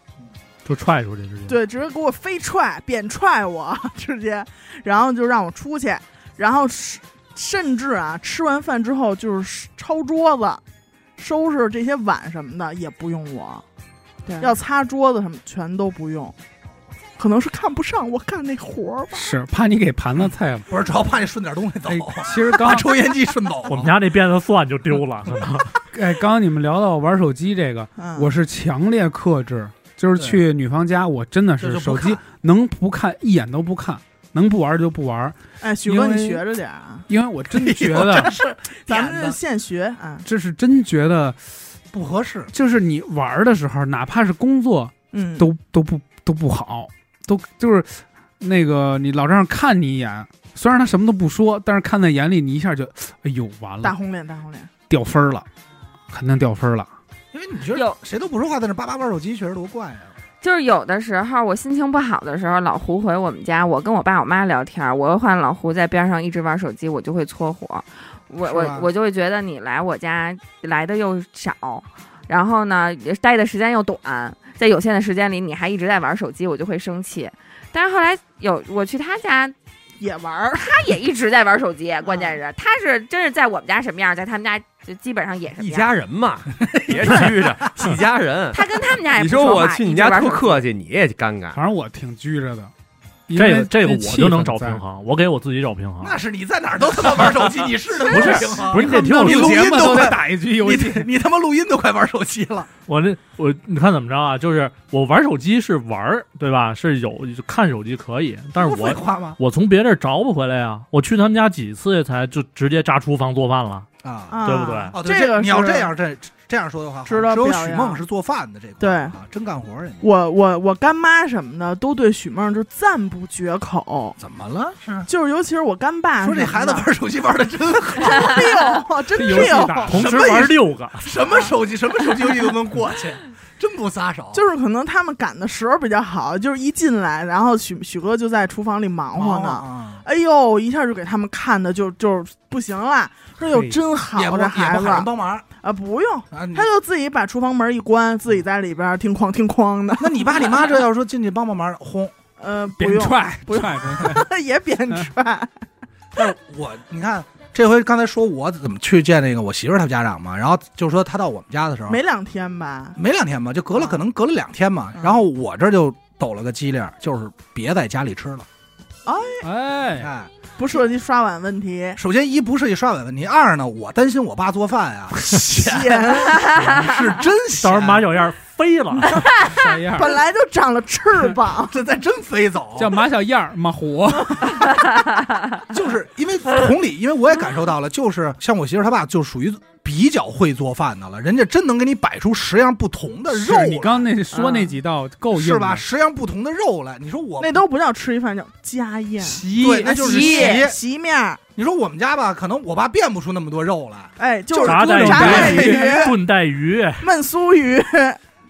Speaker 9: 就踹出去直接。，
Speaker 1: 对，直啊接给我飞踹、扁踹我， 直接，然后就让我出去，然后是甚至啊，吃完饭之后就是抄桌子、收拾这些碗什么的也不用我，
Speaker 2: 对
Speaker 1: 要擦桌子什么全都不用，可能是看不上我干那活儿吧。
Speaker 3: 是怕你给盘子 菜了。
Speaker 4: 不是，主要怕你顺点东西走
Speaker 8: 哎，，其实刚
Speaker 4: 把抽烟机顺 走。
Speaker 9: 我们家那辫子蒜就丢了，可能
Speaker 3: 哎，刚刚你们聊到玩手机这个，
Speaker 1: 嗯，
Speaker 3: 我是强烈克制，就是
Speaker 4: 对
Speaker 3: 去女方家，我真的
Speaker 4: 这就
Speaker 3: 是
Speaker 4: 不
Speaker 3: 手机
Speaker 4: 看
Speaker 3: 能不看一眼都不看，能不玩就不玩，
Speaker 1: 哎，许哥，
Speaker 3: 因为
Speaker 1: 你学着点儿啊，
Speaker 3: 因为我真觉
Speaker 4: 哎呦
Speaker 3: 得
Speaker 4: 真 是
Speaker 1: 咱
Speaker 4: 点
Speaker 1: 们这
Speaker 4: 的
Speaker 1: 现学啊，
Speaker 3: 这是真觉得，
Speaker 4: 不合适，
Speaker 3: 就是你玩的时候，哪怕是工作，
Speaker 1: 嗯，
Speaker 3: 都都不都不好，都就是那个你老丈人看你一眼，虽然他什么都不说，但是看在眼里，你一下就哎呦完
Speaker 1: 嗯大
Speaker 3: 了，
Speaker 1: 红脸，大红脸，
Speaker 3: 掉分儿了，肯定掉分儿了。
Speaker 4: 因为你觉
Speaker 2: 有
Speaker 4: 得谁都不说话，在那叭叭玩手机，确实多怪啊呀。
Speaker 2: 就是有的时候我心情不好的时候，老胡回我们家，我跟我爸我妈聊天儿，我又换老胡在边上一直玩手机，我就会搓火，我
Speaker 4: 是
Speaker 2: 我
Speaker 4: 吧
Speaker 2: 我就会觉得你来我家来的又少，然后呢也待的时间又短，在有限的时间里你还一直在玩手机，我就会生气。但是后来有我去他家，
Speaker 1: 也玩儿，
Speaker 2: 他也一直在玩手
Speaker 11: 嗯
Speaker 2: 机，关键是他是真是在我们家什么样，在他们家就基本上也什么
Speaker 11: 一
Speaker 2: 样。
Speaker 11: 家人嘛，别拘着，一家人。
Speaker 2: 他跟他们家也
Speaker 11: 你
Speaker 2: 不
Speaker 11: 说
Speaker 2: 说
Speaker 11: 我
Speaker 2: 话
Speaker 11: 去
Speaker 2: 一
Speaker 11: 你
Speaker 2: 直
Speaker 11: 家
Speaker 2: 玩
Speaker 11: 多
Speaker 2: 手机
Speaker 11: 客气，你也尴尬。
Speaker 3: 反正我挺拘着的，因
Speaker 9: 这
Speaker 3: 为
Speaker 9: 个这个
Speaker 3: 那
Speaker 9: 我
Speaker 3: 气
Speaker 9: 就能
Speaker 3: 氛
Speaker 9: 找
Speaker 3: 在
Speaker 9: 平衡，我给我自己找平衡。
Speaker 4: 那是你在哪儿都他妈玩手机，你是能
Speaker 9: 不是
Speaker 4: 行吗？
Speaker 9: 不是你得听我
Speaker 4: 你
Speaker 9: 说
Speaker 4: 录音都快
Speaker 3: 打一局
Speaker 4: 你 你他妈录音都快玩手机了，
Speaker 9: 我那我你看怎么着啊？就是我玩手机是玩儿，对吧？是有就看手机可以，但是
Speaker 4: 不废
Speaker 9: 我
Speaker 4: 话吗？
Speaker 9: 我从别地儿找不回来啊！我去他们家几次才就直接扎厨房做饭了。
Speaker 4: 啊，
Speaker 1: 啊，
Speaker 9: 对不对
Speaker 4: 哦，对
Speaker 1: 这个
Speaker 4: 你要
Speaker 1: 是
Speaker 4: 这样这这样说的话，
Speaker 1: 值得
Speaker 4: 只有
Speaker 1: 表
Speaker 4: 许
Speaker 1: 扬
Speaker 4: 梦是做饭的这块，
Speaker 1: 对
Speaker 4: 啊，真干活人家。
Speaker 1: 我我我干妈什么的都对许梦就赞不绝口，
Speaker 4: 怎么了？是
Speaker 1: 就是尤其是我干爸
Speaker 4: 说这
Speaker 1: 啊什么
Speaker 4: 孩子
Speaker 1: 的
Speaker 4: 玩手机玩的真好，
Speaker 1: 溜，真
Speaker 3: 游戏
Speaker 1: 溜，
Speaker 3: 打
Speaker 9: 同时
Speaker 4: 什么意思
Speaker 9: 玩六个，
Speaker 4: 什么手机什么手机游戏都能过去，真不撒手。
Speaker 1: 就是可能他们赶的时候比较好，就是一进来，然后许许哥就在厨房里忙活呢。
Speaker 4: 啊，
Speaker 1: 哎呦，一下就给他们看的就就不行了，说哟
Speaker 3: 嘿
Speaker 1: 真
Speaker 4: 啊也
Speaker 1: 好
Speaker 4: 不
Speaker 1: 这
Speaker 4: 也不
Speaker 1: 孩
Speaker 4: 喊
Speaker 1: 子
Speaker 4: 人帮忙
Speaker 1: 啊，不用，
Speaker 4: 啊。 你
Speaker 1: 他就自己把厨房门一关，
Speaker 4: 嗯
Speaker 1: 自己在里边儿听哐听哐 的，
Speaker 4: 那你爸你妈这要说进去帮帮忙轰，
Speaker 1: 呃，不
Speaker 3: 扁嗯
Speaker 1: 用
Speaker 3: 踹
Speaker 1: 不用
Speaker 3: 踹踹，
Speaker 1: 也扁踹，
Speaker 4: 但是我你看这回刚才说我怎么去见那个我媳妇儿她家长嘛，然后就是说她到我们家的时候
Speaker 1: 没两天吧，
Speaker 4: 没两天吧，就隔了
Speaker 1: 啊
Speaker 4: 可能隔了两天嘛，
Speaker 1: 嗯
Speaker 4: 然后我这就抖了个机灵，就是别在家里吃了。
Speaker 3: 哎，
Speaker 4: 哎，
Speaker 1: 不涉及刷碗问 题，
Speaker 4: 首先一不是一刷碗问题，二呢我担心我爸做饭呀、
Speaker 1: 咸，
Speaker 4: 是啊真
Speaker 9: 到
Speaker 4: 咸，，
Speaker 9: 时候马小燕飞了，
Speaker 3: 小燕儿
Speaker 1: 本来就长了翅膀
Speaker 4: 这咱真飞走，
Speaker 3: 叫马小燕儿，马虎，
Speaker 4: 就是因为同理，因为我也感受到了，就是像我媳妇儿她爸就属于比较会做饭的了，人家真能给你摆出十样不同的肉
Speaker 3: 是你
Speaker 4: 来，
Speaker 3: 刚那说那几道够硬
Speaker 4: 是
Speaker 3: 的
Speaker 4: 吧？？十样不同的肉来，你说我
Speaker 1: 那都不叫吃一饭，叫家宴。
Speaker 3: 席
Speaker 4: 对，那就是
Speaker 1: 席
Speaker 4: 席。
Speaker 1: 席面儿，
Speaker 4: 你说我们家吧，可能我爸变不出那么多肉来，
Speaker 1: 哎，就
Speaker 4: 就是是
Speaker 9: 炸带
Speaker 1: 炸带
Speaker 9: 鱼、
Speaker 1: 鱼、
Speaker 9: 炖带鱼，
Speaker 1: 焖酥 鱼，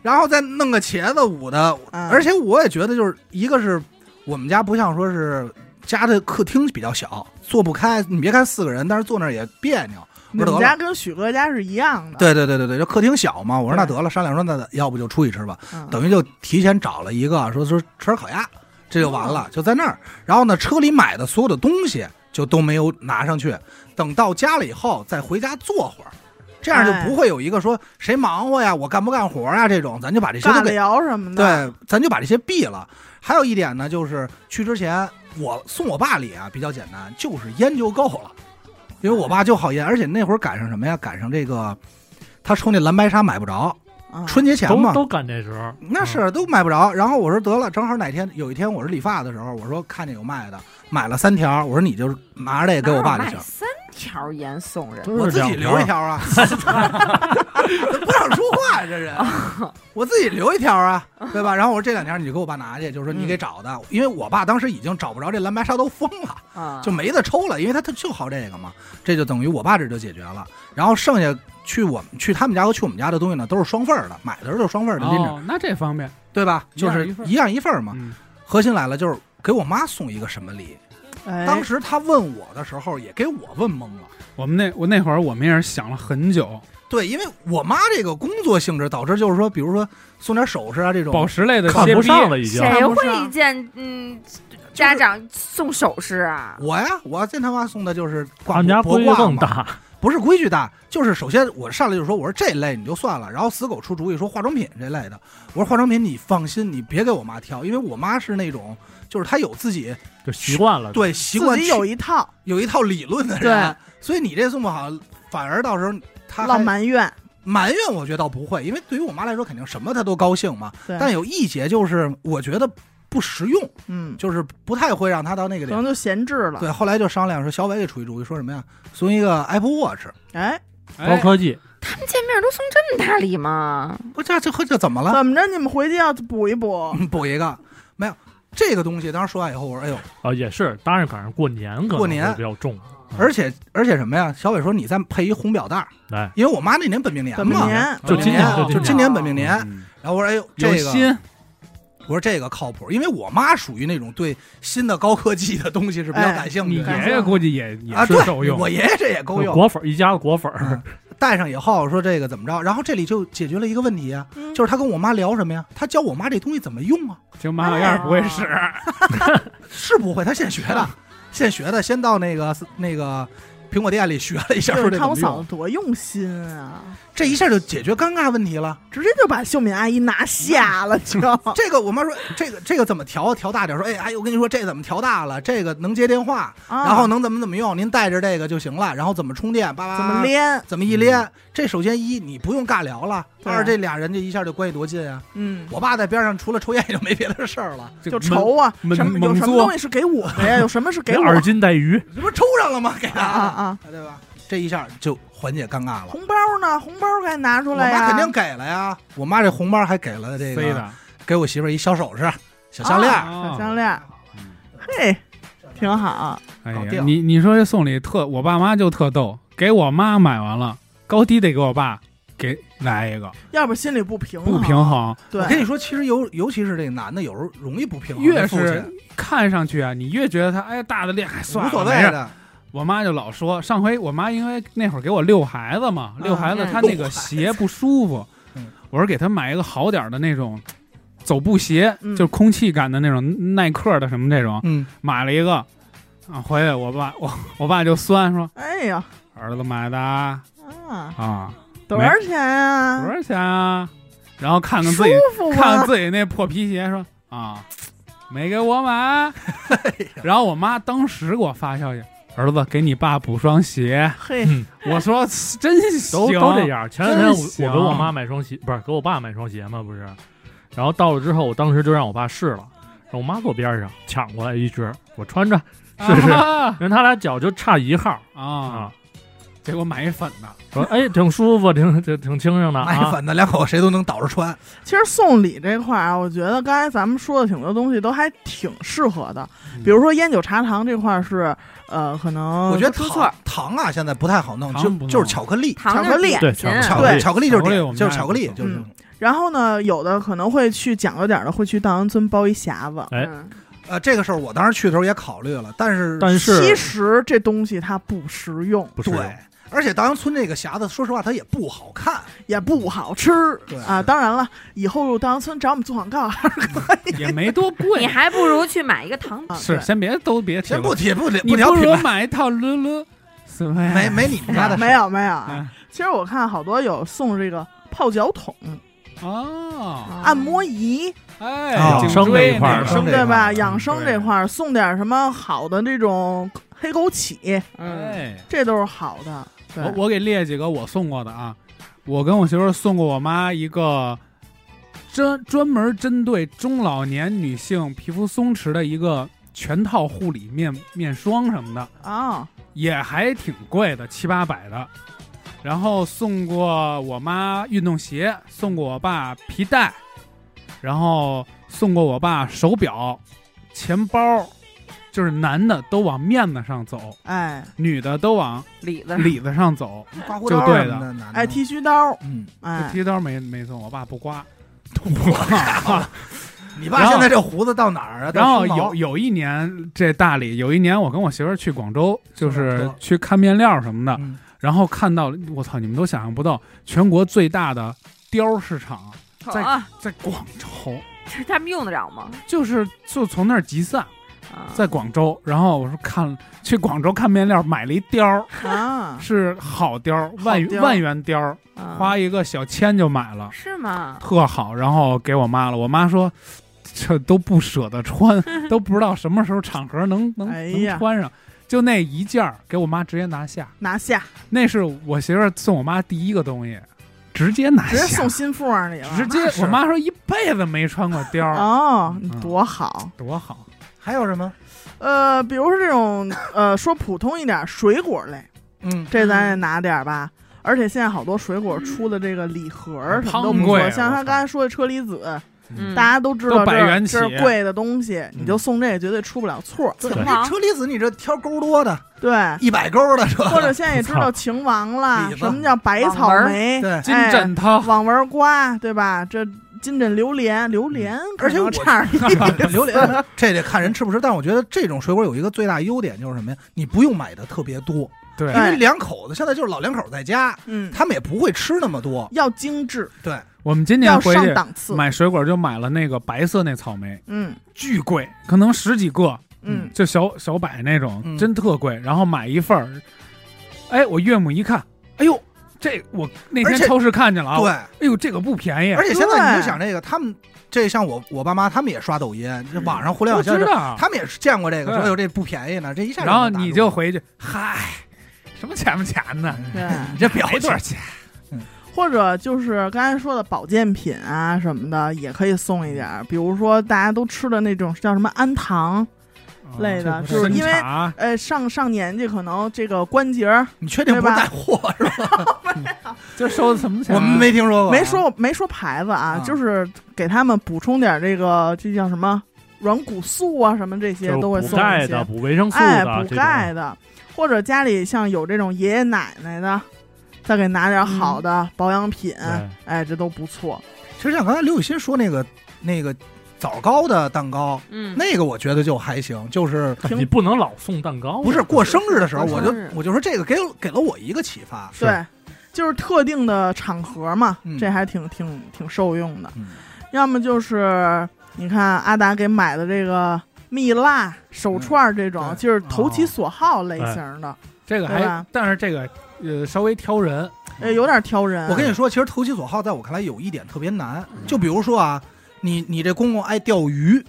Speaker 4: 然后再弄个茄子捂的，
Speaker 1: 嗯
Speaker 4: 而且我也觉得就是一个是我们家不像说是家的客厅比较小，坐不开，你别看四个人，但是坐那儿也别扭。
Speaker 1: 你
Speaker 4: 我说
Speaker 1: 们
Speaker 4: 得了
Speaker 1: 家跟许哥家是一样的，
Speaker 4: 对对对对对，就客厅小嘛。我说
Speaker 1: 嗯对
Speaker 4: 那得了，商量说那要不就出去吃吧，
Speaker 1: 嗯，
Speaker 4: 等于就提前找了一个说说吃点烤鸭，这就完了，就在那儿。然后呢，车里买的所有的东西就都没有拿上去，等到家了以后再回家坐会儿。这样就
Speaker 1: 哎
Speaker 4: 不会有一个说谁忙活呀，我干不干活呀这种，咱就把这些都
Speaker 1: 尬
Speaker 4: 给
Speaker 1: 聊什么的，
Speaker 4: 对，咱就把这些避了。还有一点呢，就是去之前我送我爸礼啊，比较简单，就是烟就够了，因为我爸就好烟，而且那会儿赶上什么呀？赶上这个他抽那蓝白沙买不着，
Speaker 1: 嗯
Speaker 4: 春节前
Speaker 9: 都
Speaker 4: 嘛，
Speaker 9: 都干这时候。
Speaker 4: 那是都买不着。然后我说得了，正好哪天有一天我是理发的时候，我说看见有卖的，买了三条，我说你就拿着这
Speaker 2: 哪
Speaker 4: 给
Speaker 2: 有
Speaker 4: 我爸就
Speaker 2: 卖
Speaker 4: 行。
Speaker 2: 哎三条盐送
Speaker 11: 嗯
Speaker 2: 人，
Speaker 9: 都
Speaker 4: 我
Speaker 9: 是
Speaker 4: 自
Speaker 9: 这样
Speaker 4: 己留一条 啊，不让说话啊这人，我自己留一条啊，对吧？然后我说这两条你就给我爸拿去，就是说
Speaker 3: 嗯
Speaker 4: 你给找的，因为我爸当时已经找不着这蓝白沙都疯了，
Speaker 2: 啊
Speaker 4: 就没得抽了，因为他他就好这个嘛，这就等于我爸这就解决了。然后剩下去我们去他们家和去我们家的东西呢，都是双份儿的，买的时候就双份儿的拎着，
Speaker 3: 哦，那这方便，
Speaker 4: 对吧？
Speaker 3: 一样
Speaker 4: 就是
Speaker 3: 一份儿
Speaker 4: 一样一份儿嘛。
Speaker 3: 嗯，
Speaker 4: 核心来了，就是给我妈送一个什么礼，
Speaker 1: 哎，
Speaker 4: 当时他问我的时候，也给我问懵了。
Speaker 3: 我们那我那会儿我们也是想了很久，
Speaker 4: 对，因为我妈这个工作性质导致，就是说，比如说送点首饰啊这种，
Speaker 8: 宝石类的
Speaker 9: 看
Speaker 8: 切
Speaker 9: 不上
Speaker 8: 逼，
Speaker 9: 了已经。
Speaker 2: 谁
Speaker 1: 看不
Speaker 2: 会
Speaker 1: 上
Speaker 2: 见嗯家长送首饰啊？
Speaker 4: 我呀，我见他妈送的就是
Speaker 9: 他
Speaker 4: 挂
Speaker 9: 们家
Speaker 4: 博
Speaker 9: 规矩
Speaker 4: 挂
Speaker 9: 更
Speaker 4: 嘛，
Speaker 9: 大，
Speaker 4: 不是规矩大，就是首先我上来就说我说这类你就算了，然后死狗出主意说化妆品这类的，我说化妆品你放心，你别给我妈挑，因为我妈是那种就是她有自己
Speaker 9: 就习惯了。
Speaker 4: 对习
Speaker 1: 自
Speaker 4: 惯
Speaker 1: 己
Speaker 4: 去
Speaker 1: 有一套
Speaker 4: 有一套理论的人，所以你这送不好，反而到时候她
Speaker 1: 老
Speaker 4: 还
Speaker 1: 埋怨，
Speaker 4: 埋怨，我觉得倒不会，因为对于我妈来说肯定什么她都高兴嘛，
Speaker 1: 对，
Speaker 4: 但有一节就是我觉得不实用，
Speaker 1: 嗯，
Speaker 4: 就是不太会让她到那个
Speaker 1: 可
Speaker 4: 点
Speaker 1: 能。就闲置了。
Speaker 4: 对，后来就商量说，小伟给出一主意，说什么呀？送一个 Apple Watch。
Speaker 1: 哎，
Speaker 9: 高
Speaker 3: 哎，
Speaker 9: 科技，
Speaker 2: 他们见面都送这么大礼吗？
Speaker 4: 我这这这怎么了？
Speaker 1: 怎么着？你们回去要补一补，
Speaker 4: 啊嗯补一个，没有这个东西。当时说完以后，我说哎呦，
Speaker 3: 嗯
Speaker 9: 啊，也是，当然赶上过年可能
Speaker 4: 过年
Speaker 9: 会比较重，
Speaker 4: 而且而且什么呀？小伟说你再配一红表带儿，
Speaker 3: 哎
Speaker 9: 来，
Speaker 4: 因为我妈那年本命年
Speaker 1: 怎么
Speaker 4: 嘛，
Speaker 1: 年？
Speaker 9: 就今年
Speaker 4: 就
Speaker 9: 就
Speaker 4: 今
Speaker 9: 今
Speaker 4: 年
Speaker 1: 年
Speaker 4: 本命年。
Speaker 3: 嗯
Speaker 4: 然后我说哎呦，这
Speaker 3: 有
Speaker 4: 个
Speaker 3: 心
Speaker 4: 我说这个靠谱，因为我妈属于那种对新的高科技的东西是比较
Speaker 1: 哎
Speaker 4: 感兴
Speaker 3: 你
Speaker 4: 趣的。
Speaker 3: 爷爷估计也也
Speaker 4: 啊，
Speaker 3: 是受
Speaker 4: 对，
Speaker 3: 用，
Speaker 4: 我爷爷这也够
Speaker 9: 就
Speaker 4: 用。
Speaker 9: 果粉儿一家子果粉 儿，
Speaker 4: 戴上以后说这个怎么着，然后这里就解决了一个问题啊，
Speaker 1: 嗯
Speaker 4: 就是他跟我妈聊什么呀？他教我妈这东西怎么用啊？
Speaker 3: 就马小燕不会使，
Speaker 4: 哎是不会，他现学的，现学的，先到那个那个苹果店里学了一下，
Speaker 1: 就
Speaker 4: 说这
Speaker 1: 是
Speaker 4: 怎
Speaker 1: 看
Speaker 4: 么
Speaker 1: 我
Speaker 4: 用
Speaker 1: 嫂子多用心啊，
Speaker 4: 这一下就解决尴尬问题了。
Speaker 1: 直接就把秀敏阿姨拿下了，就
Speaker 4: 这个我妈说，这个这个怎么调？调大点儿。说，哎，阿姨，我跟你说，这怎么调大了？这个能接电话，
Speaker 1: 然
Speaker 4: 然后能怎么怎么用？您带着这个就行了。然后怎么充电？叭叭
Speaker 1: 怎
Speaker 4: 叭，
Speaker 1: 么连？
Speaker 4: 怎么一
Speaker 3: 嗯
Speaker 4: 连？这首先一，你不用尬聊了；
Speaker 1: 对啊
Speaker 4: 二，这俩人这一下就关系多近啊！
Speaker 1: 嗯，
Speaker 4: 我爸在边上除了抽烟也就没别的事儿了。
Speaker 1: 就愁啊，
Speaker 3: 闷
Speaker 1: 什么有
Speaker 3: 蒙
Speaker 1: 什么
Speaker 3: 作
Speaker 1: 东西是给我的呀？有什么是 给
Speaker 9: 那
Speaker 1: 我
Speaker 9: 耳巾带鱼，
Speaker 4: 这不抽上了吗？给
Speaker 1: 啊
Speaker 4: 他，
Speaker 1: 啊啊！
Speaker 4: 对吧？这一下就缓解尴尬了。
Speaker 1: 红包呢？红包该拿出
Speaker 4: 我
Speaker 1: 来呀！
Speaker 4: 妈肯定给了呀，我妈这红包还给了这
Speaker 3: 飞
Speaker 4: 个，
Speaker 3: 的
Speaker 4: 给我媳妇儿一小首饰、小项链儿。
Speaker 1: 小项链儿
Speaker 3: 嗯，
Speaker 1: 嘿，挺好。
Speaker 3: 哎
Speaker 4: 搞
Speaker 3: 呀，
Speaker 4: 定
Speaker 3: 你你说这送礼特，我爸妈就特逗，给我妈买完了，高低得给我爸给来一个，
Speaker 1: 要不心里不平衡，
Speaker 3: 不平衡。
Speaker 4: 我跟
Speaker 1: 对，
Speaker 4: 你说，其实尤尤其是这个男的，有时候容易不平衡。
Speaker 3: 越
Speaker 4: 这父
Speaker 3: 是
Speaker 4: 亲
Speaker 3: 看上去啊，你越觉得他哎大的厉害，算
Speaker 4: 无所
Speaker 3: 了，
Speaker 4: 谓
Speaker 3: 没事。啊
Speaker 4: 的，
Speaker 3: 我妈就老说，上回我妈因为那会儿给我遛孩子
Speaker 1: 啊
Speaker 3: 嘛，遛孩子
Speaker 2: 嗯
Speaker 3: 她那个鞋不舒服
Speaker 4: 嗯，
Speaker 3: 我说给她买一个好点儿的那种走步鞋，
Speaker 1: 嗯
Speaker 3: 就是空气感的那种耐克的什么这 种，
Speaker 4: 嗯，
Speaker 3: 买了一个。啊，回来我爸我我爸就酸说
Speaker 1: 哎呀，
Speaker 3: 儿子买的啊，
Speaker 1: 啊，
Speaker 3: 啊
Speaker 1: 多少钱
Speaker 3: 多
Speaker 1: 啊？
Speaker 3: 少钱啊？然后看看
Speaker 1: 舒
Speaker 3: 自己，
Speaker 1: 服啊
Speaker 3: 看看
Speaker 1: 吗？
Speaker 3: 自己那破皮鞋，说啊，没 给我
Speaker 1: 哎
Speaker 3: 买。然后我妈当时给我发消息，儿子给你爸补双鞋。
Speaker 1: 嘿，
Speaker 3: 我说真行，
Speaker 9: 都都这。样。前两
Speaker 3: 真
Speaker 9: 天我
Speaker 3: 行
Speaker 9: 我给我妈买双鞋，不是给我爸买双鞋嘛，不是。然后到了之后，我当时就让我爸试了，让我妈坐边上抢过来一只，我穿着，是是
Speaker 3: 啊
Speaker 9: 因为他俩脚就差一号
Speaker 3: 啊
Speaker 9: 啊，。
Speaker 3: 结果买一粉的，
Speaker 9: 说哎，挺舒服，挺挺挺清静的
Speaker 4: 买
Speaker 9: 啊。
Speaker 4: 反的两口子谁都能倒着穿。
Speaker 1: 其实送礼这块儿啊，我觉得刚才咱们说的挺多东西都还挺适合的，比如说烟酒茶糖这块儿是，呃，可
Speaker 3: 嗯
Speaker 1: 能
Speaker 4: 我觉得
Speaker 2: 不
Speaker 4: 糖
Speaker 2: 错
Speaker 4: 糖啊，现在不太好弄，
Speaker 3: 糖不
Speaker 4: 就
Speaker 3: 弄
Speaker 4: 就是巧克力，
Speaker 2: 糖
Speaker 1: 巧克力
Speaker 9: 对
Speaker 2: 点心
Speaker 9: 巧
Speaker 4: 巧
Speaker 9: 克
Speaker 4: 克
Speaker 9: 力
Speaker 4: 力巧克力就是
Speaker 3: 巧克力
Speaker 4: 点
Speaker 3: 我们
Speaker 4: 就
Speaker 3: 家
Speaker 4: 是巧克力
Speaker 3: 也，不
Speaker 4: 就是
Speaker 1: 嗯然后呢，有的可能会去讲究点儿的，会去稻香村包一匣子。
Speaker 9: 哎
Speaker 2: 嗯
Speaker 4: 呃，这个事儿我当时去的时候也考虑了，但是
Speaker 9: 但嗯是
Speaker 1: 其实这东西它不实用，
Speaker 9: 不是
Speaker 4: 对，而且稻香村这个匣子，说实话它也不好看，
Speaker 1: 也不好吃
Speaker 4: 对
Speaker 1: 啊。当然了，以后稻香村找我们做广告，
Speaker 3: 也没多
Speaker 2: 你
Speaker 3: 贵。
Speaker 2: 还不如去买一个糖
Speaker 1: 啊
Speaker 3: 是，
Speaker 1: 对
Speaker 3: 先别都别提
Speaker 4: 先不
Speaker 3: 了，
Speaker 4: 提不提
Speaker 3: 你
Speaker 4: 聊
Speaker 3: 不
Speaker 4: 品
Speaker 3: 如哎
Speaker 4: 牌，
Speaker 3: 买一套 lulu，是吧
Speaker 4: 没没你们家 的事
Speaker 1: 没有没有啊
Speaker 3: 嗯。
Speaker 1: 其实我看好多有送这个泡脚桶、
Speaker 2: 啊
Speaker 3: 哦，
Speaker 1: 按摩仪，
Speaker 3: 哎，
Speaker 4: 哦
Speaker 3: 颈
Speaker 9: 生
Speaker 3: 椎
Speaker 9: 这一块儿
Speaker 3: 那
Speaker 4: 生
Speaker 3: 个
Speaker 4: 这
Speaker 1: 对
Speaker 4: 块
Speaker 1: 吧？
Speaker 4: 儿
Speaker 1: 养生这块儿送点什么好的这种黑枸杞，
Speaker 2: 嗯，
Speaker 3: 哎，
Speaker 1: 这都是好的。对
Speaker 3: 我我给列几个我送过的啊，我跟我媳妇儿送过我妈一个针专门针对中老年女性皮肤松弛的一个全套护理面面霜什么的，
Speaker 1: 啊，
Speaker 3: 也还挺贵的，七八百的。然后送过我妈运动鞋，送过我爸皮带，然后送过我爸手表、钱包，就是男的都往面子上走，
Speaker 1: 哎
Speaker 3: 女的都往
Speaker 2: 李子
Speaker 3: 里子上走。
Speaker 4: 刮胡刀
Speaker 3: 就对
Speaker 4: 什么的，男的
Speaker 1: 哎，剃须刀，
Speaker 4: 嗯，
Speaker 3: 这
Speaker 1: 哎，
Speaker 3: 嗯剃刀没没送，我爸不刮，
Speaker 4: 我 你爸现在这胡子到哪儿啊？
Speaker 3: 然后
Speaker 4: 到胸毛
Speaker 3: 有有一年，这大理有一年，我跟我媳妇儿去广州，就
Speaker 4: 是
Speaker 3: 是
Speaker 4: 吧
Speaker 3: 去看面料什么的，
Speaker 4: 嗯
Speaker 3: 然后看到了我操，你们都想象不到，全国最大的貂市场在
Speaker 2: 啊，
Speaker 3: 在广州，
Speaker 2: 这他们用得着吗？
Speaker 3: 就是就从那儿集散，
Speaker 2: 啊，
Speaker 3: 在广州。然后我说看去广州看面料，买了一貂儿，
Speaker 1: 啊，
Speaker 3: 是好貂儿，
Speaker 1: 好
Speaker 3: 万
Speaker 1: 貂儿
Speaker 3: 万元貂儿，
Speaker 2: 啊
Speaker 3: 花一个小千就买了，
Speaker 2: 是吗？
Speaker 3: 特好。然后给我妈了，我妈说。这都不舍得 穿，都不知道什么时候场合能能
Speaker 1: 哎
Speaker 3: 能
Speaker 1: 呀
Speaker 3: 穿上，就那一件儿给我妈直接拿下，
Speaker 1: 拿下，
Speaker 3: 那是我媳妇儿送我妈第一个东西，直接拿
Speaker 1: 直接
Speaker 3: 下
Speaker 1: 送，心腹儿里了。
Speaker 3: 直接我妈说一辈子没穿过貂儿，
Speaker 1: 哦，你
Speaker 3: 嗯
Speaker 1: 多好。
Speaker 3: 多好。
Speaker 4: 还有什么？
Speaker 1: 呃，比如说这种，呃，说普通一点，水果类，
Speaker 4: 嗯，
Speaker 1: 这咱也拿点儿吧。而且现在好多水果出的这个礼盒儿什么都
Speaker 3: 昂
Speaker 1: 不
Speaker 3: 贵
Speaker 1: 错，
Speaker 3: 啊
Speaker 1: 像他
Speaker 3: 我
Speaker 1: 刚才说的车厘子，
Speaker 2: 嗯，
Speaker 1: 大家都知道
Speaker 3: 都
Speaker 1: 这
Speaker 3: 百元起嗯
Speaker 1: 这是贵的东西，你就送这个绝对出不了错儿。
Speaker 4: 这
Speaker 9: 对
Speaker 4: 这哎车厘子你这挑钩多的，
Speaker 1: 对，
Speaker 4: 一百钩的这，
Speaker 1: 或者现在也知道秦王了
Speaker 4: 李，子
Speaker 1: 什么叫白草莓、
Speaker 4: 对。
Speaker 3: 金
Speaker 1: 哎
Speaker 3: 枕头，
Speaker 1: 网纹瓜，对吧？这金枕榴莲，
Speaker 3: 嗯
Speaker 1: 榴莲可
Speaker 4: 而且
Speaker 1: 能
Speaker 4: 我
Speaker 1: 差 点意思
Speaker 4: 榴莲，这得看人吃不吃。但我觉得这种水果有一个最大优点就是什么呀？你不用买的特别多，
Speaker 3: 对
Speaker 4: 因
Speaker 1: 哎
Speaker 4: 为两口子现在就是老两口在家，
Speaker 1: 嗯，
Speaker 4: 他们也不会吃那么多。
Speaker 1: 要精致，
Speaker 4: 对，
Speaker 3: 我们今年
Speaker 1: 要
Speaker 3: 回
Speaker 1: 上
Speaker 3: 去
Speaker 1: 档次。
Speaker 3: 买水果就买了那个白色那草莓，
Speaker 1: 嗯
Speaker 3: 巨贵，可能十几个，
Speaker 1: 嗯，
Speaker 3: 就小小摆那种，
Speaker 4: 嗯
Speaker 3: 真特贵。然后买一份儿，哎，我岳母一看，哎呦，这我那
Speaker 4: 而
Speaker 3: 天
Speaker 4: 且
Speaker 3: 超市看见了啊，
Speaker 4: 对，
Speaker 3: 哎呦，这个不便宜，
Speaker 4: 而且现在你
Speaker 1: 对
Speaker 4: 就想这个，他们这像我我爸妈，他们也刷抖音，这网上互联
Speaker 3: 我
Speaker 4: 网消
Speaker 3: 知
Speaker 4: 息，
Speaker 3: 道。
Speaker 4: 他们也是见过这个，
Speaker 3: 对
Speaker 4: 说哎呦这不便宜呢，这一下
Speaker 3: 然后
Speaker 4: 能打
Speaker 3: 你
Speaker 4: 住嗯
Speaker 3: 就回去，嗨，什么钱不钱 呢？
Speaker 1: 对。
Speaker 4: 你这表
Speaker 3: 没多少
Speaker 4: 情，
Speaker 3: 钱，
Speaker 1: 或者就是刚才说的保健品啊什么的，也可以送一点儿，比如说大家都吃的那种叫什么氨糖，累
Speaker 9: 啊
Speaker 1: 的
Speaker 3: 这不
Speaker 1: 就是因为
Speaker 3: 参茶
Speaker 1: 呃，上上年纪可能这个关节儿
Speaker 4: 你确定不
Speaker 1: 对吧
Speaker 4: 是带货是吧？
Speaker 3: 就收什么钱？啊
Speaker 4: 我们没听说过，
Speaker 1: 没说过没说牌子啊，
Speaker 4: 啊
Speaker 1: 就是给他们补充点儿这个这叫什么软骨素啊什么这些
Speaker 9: 就是
Speaker 1: 都会
Speaker 9: 补
Speaker 1: 送一
Speaker 9: 钙
Speaker 1: 些
Speaker 9: 的、，补维生素
Speaker 1: 哎，
Speaker 9: 的，
Speaker 1: 补钙的，或者家里像有这种爷爷奶奶的，再给拿点儿好的保养品，
Speaker 9: 嗯对
Speaker 1: 哎，这都不错。
Speaker 4: 其实像刚才刘雨欣说那个那个枣糕的蛋糕，
Speaker 2: 嗯，
Speaker 4: 那个我觉得就还行，就是
Speaker 9: 这种，你不能老送蛋糕啊，
Speaker 4: 不是过生日的时候，
Speaker 2: 过
Speaker 4: 我就
Speaker 2: 生日
Speaker 4: 我就说这个给给了我一个启发。
Speaker 9: 是
Speaker 1: 对，就是特定的场合嘛，
Speaker 4: 嗯
Speaker 1: 这还挺挺挺受用的。
Speaker 4: 嗯
Speaker 1: 要么就是你看阿达给买的这个蜜蜡手串儿这种，
Speaker 4: 嗯对
Speaker 1: 就是投其
Speaker 3: 哦
Speaker 1: 所好类
Speaker 9: 哎
Speaker 1: 型的，
Speaker 3: 这个
Speaker 1: 对吧
Speaker 3: 还，但是这个呃稍微挑人，
Speaker 1: 哎，有点挑人。
Speaker 4: 嗯我跟你说，其实投其所好，在我看来有一点特别难，就比如说啊，你你这公公爱钓鱼，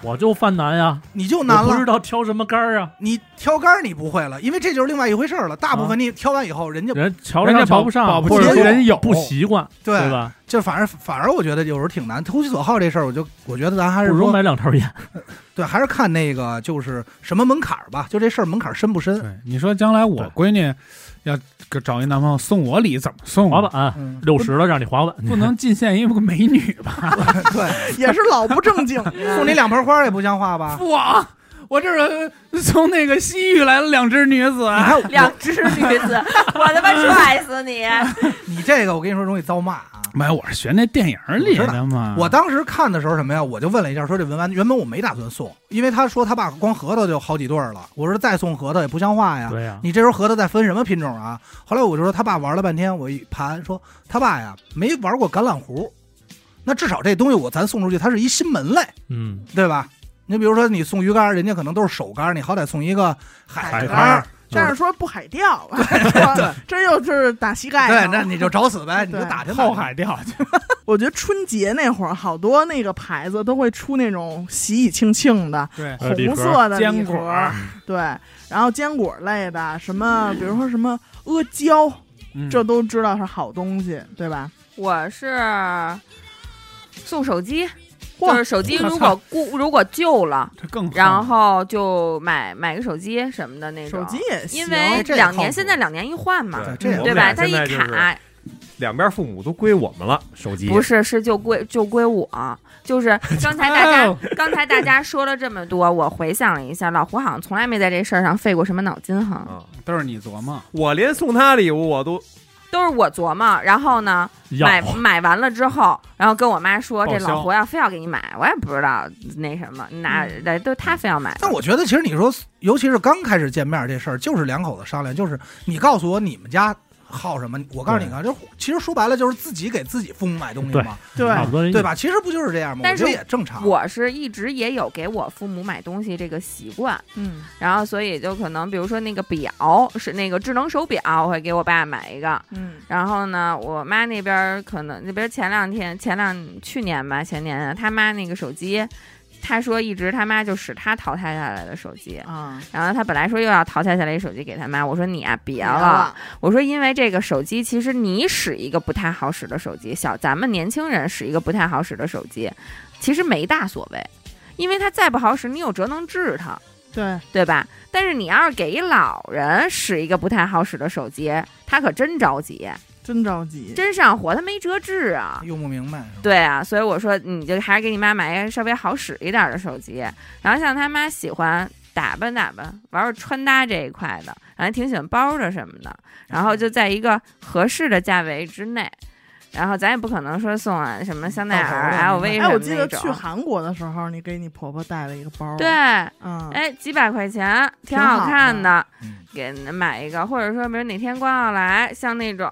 Speaker 9: 我就犯难呀，
Speaker 4: 你就难
Speaker 9: 我不
Speaker 4: 了
Speaker 9: 知。道挑什么杆儿啊，
Speaker 4: 你挑杆儿你不会了，因为这就是另外一回事儿了。大部分你挑完以后，人家
Speaker 9: 人瞧
Speaker 3: 人家
Speaker 9: 上瞧
Speaker 3: 保
Speaker 9: 不上，
Speaker 3: 保不
Speaker 9: 或者
Speaker 4: 齐人
Speaker 3: 有
Speaker 9: 不习惯，
Speaker 4: 对
Speaker 9: 对吧？
Speaker 4: 就反而反而我觉得有时候挺难。投其所好这事儿，我就我觉得咱还
Speaker 9: 不
Speaker 4: 是
Speaker 9: 如
Speaker 4: 说
Speaker 9: 买两条烟，
Speaker 4: 对，还是看那个就是什么门槛儿吧，就这事儿门槛儿深不深。
Speaker 3: 对，你说将来我闺女要找一男朋友送我礼怎么送
Speaker 9: 滑
Speaker 3: 啊？
Speaker 9: 板
Speaker 4: 嗯，
Speaker 9: 六十了让你滑板，
Speaker 3: 不能进献一个美女吧？
Speaker 4: 对，
Speaker 1: 也是老不正 经
Speaker 9: 嗯
Speaker 4: 送你两盆花儿也不像话 吧？
Speaker 3: 父王，我这是从那个西域来了两只女子，啊
Speaker 4: 你看我，
Speaker 2: 两只女子，我他妈踹死你！
Speaker 4: 你这个我跟你说容易遭骂啊。
Speaker 3: 没有，我是学那电影里的嘛。
Speaker 4: 我当时看的时候什么呀？我就问了一下，说这文玩原本我没打算送，因为他说他爸光核桃就好几对儿了，我说再送核桃也不像话呀。
Speaker 9: 对呀，
Speaker 4: 你这时候核桃再分什么品种啊？后来我就说他爸玩了半天，我一盘说他爸呀没玩过橄榄核，那至少这东西我咱送出去，它是一新门类，
Speaker 9: 嗯，
Speaker 4: 对吧？你比如说你送鱼竿，人家可能都是手竿，你好歹送一个海
Speaker 9: 海
Speaker 4: 竿
Speaker 9: 竿
Speaker 4: 儿
Speaker 9: 儿，
Speaker 1: 但是说不海钓，啊对，这又就是打膝盖
Speaker 4: 对，
Speaker 1: 上了。
Speaker 4: 那你就找死呗，你就
Speaker 1: 对
Speaker 4: 打听打
Speaker 3: 后
Speaker 4: 听
Speaker 3: 海钓去，
Speaker 1: 我觉得春节那会儿，好多那个牌子都会出那种喜喜庆庆的
Speaker 3: 对，
Speaker 9: 呃礼
Speaker 1: 红
Speaker 9: 盒
Speaker 1: 色的礼
Speaker 3: 坚
Speaker 1: 盒
Speaker 3: 果儿，
Speaker 1: 对，然后坚果类的，什么比如说什么阿胶，
Speaker 3: 嗯
Speaker 9: 嗯
Speaker 1: 这都知道是好东西，对吧？
Speaker 2: 我是送手机，就
Speaker 1: 嚯
Speaker 2: 是手机如果故如果旧了，
Speaker 3: 这 更好
Speaker 2: 然后就买买个手机什么的那种。
Speaker 1: 手机也行，
Speaker 2: 因为
Speaker 4: 这也
Speaker 2: 两
Speaker 4: 靠
Speaker 2: 年
Speaker 4: 谱
Speaker 2: 现在两年一换嘛，
Speaker 4: 对
Speaker 11: 这
Speaker 4: 这
Speaker 11: 我
Speaker 2: 对
Speaker 11: 们
Speaker 2: 吧？
Speaker 11: 俩
Speaker 2: 它
Speaker 11: 现
Speaker 2: 一
Speaker 11: 在就是
Speaker 2: 卡，
Speaker 11: 两边父母都归我们了，手机
Speaker 2: 不是，是就归就归我， 就是刚才大
Speaker 3: 哎
Speaker 2: 家
Speaker 11: 哦
Speaker 3: 呦
Speaker 2: 刚才大家说了这么多，我回想了一下，老胡好像从来没在这事儿上费过什么脑筋哈。
Speaker 11: 啊，
Speaker 3: 都是你琢磨。
Speaker 11: 我连送他礼物我都
Speaker 2: 都是我琢磨，然后呢，
Speaker 9: 要
Speaker 2: 买
Speaker 11: 啊
Speaker 2: 买完了之后，然后跟我妈说
Speaker 3: 报
Speaker 2: 这
Speaker 3: 销
Speaker 2: 老胡要非要给你买，我也不知道那什么，拿
Speaker 11: 嗯
Speaker 2: 那都他非要买的。
Speaker 4: 但我觉得，其实你说，尤其是刚开始见面这事儿，就是两口子商量，就是你告诉我你们家好什么，我告诉你啊，就其实说白了就是自己给自己父母买东西嘛，
Speaker 1: 对，
Speaker 9: 差不多这
Speaker 4: 对？吧？其实不就是这样吗？
Speaker 2: 但是
Speaker 4: 我觉得也正常。
Speaker 2: 我是一直也有给我父母买东西这个习惯，
Speaker 1: 嗯，
Speaker 2: 然后所以就可能比如说那个表是那个智能手表，我会给我爸买一个。
Speaker 1: 嗯，
Speaker 2: 然后呢，我妈那边儿可能那边儿前两天前两去年吧，前年他妈那个手机，他说一直他妈就使他淘汰下来的手机。
Speaker 1: 啊，
Speaker 2: 然后他本来说又要淘汰下来一手机给他妈，我说你啊别
Speaker 1: 别
Speaker 2: 了，，我说因为这个手机其实你使一个不太好使的手机，小咱们年轻人使一个不太好使的手机，其实没大所谓，因为它再不好使，你有辙能治它。
Speaker 1: 对，
Speaker 2: 对吧？但是你要是给一老人使一个不太好使的手机，他可真着急，
Speaker 1: 真着急，
Speaker 2: 真上火，他没辙治啊。
Speaker 4: 用不明白，
Speaker 2: 对啊，所以我说你就还是给你妈买一个稍微好使一点的手机。然后像他妈喜欢打扮打扮，玩玩穿搭这一块的，然后还挺喜欢包着什么的，然后就在一个合适的价位之内。然后咱也不可能说送啊什么香奈儿、
Speaker 4: 到头了
Speaker 2: LV 什
Speaker 1: 哎，我
Speaker 2: 么
Speaker 1: 记
Speaker 2: 那
Speaker 1: 得去
Speaker 2: 种。
Speaker 1: 韩国的时候，你给你婆婆带了一个包，
Speaker 2: 对，，
Speaker 1: 嗯，
Speaker 2: 哎，几百块钱
Speaker 1: 挺
Speaker 2: 挺
Speaker 1: 好
Speaker 2: 好看的，
Speaker 4: 嗯，
Speaker 2: 给买一个，或者说比如哪天光耀来，像那种，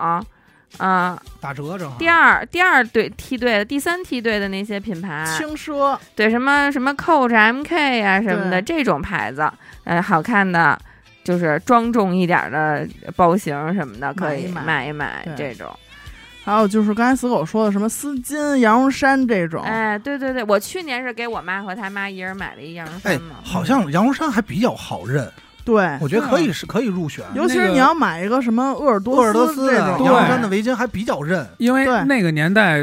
Speaker 2: 嗯、
Speaker 4: 打折正好。
Speaker 2: 第二第二队梯队的、第三梯队的那些品牌，
Speaker 1: 轻奢，
Speaker 2: 对什么什么 Coach、MK 啊什么的这种牌子，呃，好看的，就是庄重一点的包型什么的，可以
Speaker 1: 买
Speaker 2: 买一买
Speaker 1: 对
Speaker 2: 这种。
Speaker 1: 还有就是刚才死狗说的什么丝巾、羊绒衫这种，
Speaker 2: 哎，对对对，我去年是给我妈和她妈一人买了一羊绒
Speaker 4: 哎
Speaker 2: 衫嘛，，
Speaker 4: 好像羊绒衫还比较好认，
Speaker 1: 对，
Speaker 4: 我觉得可以是可以入选。
Speaker 1: 尤其是你要买一个什么鄂尔
Speaker 4: 鄂尔多
Speaker 1: 嗯多
Speaker 4: 斯
Speaker 1: 这
Speaker 4: 的
Speaker 1: 种，
Speaker 4: 羊绒
Speaker 3: 对嗯
Speaker 4: 衫的围巾还比较认，
Speaker 3: 因为
Speaker 1: 对
Speaker 3: 那个年代，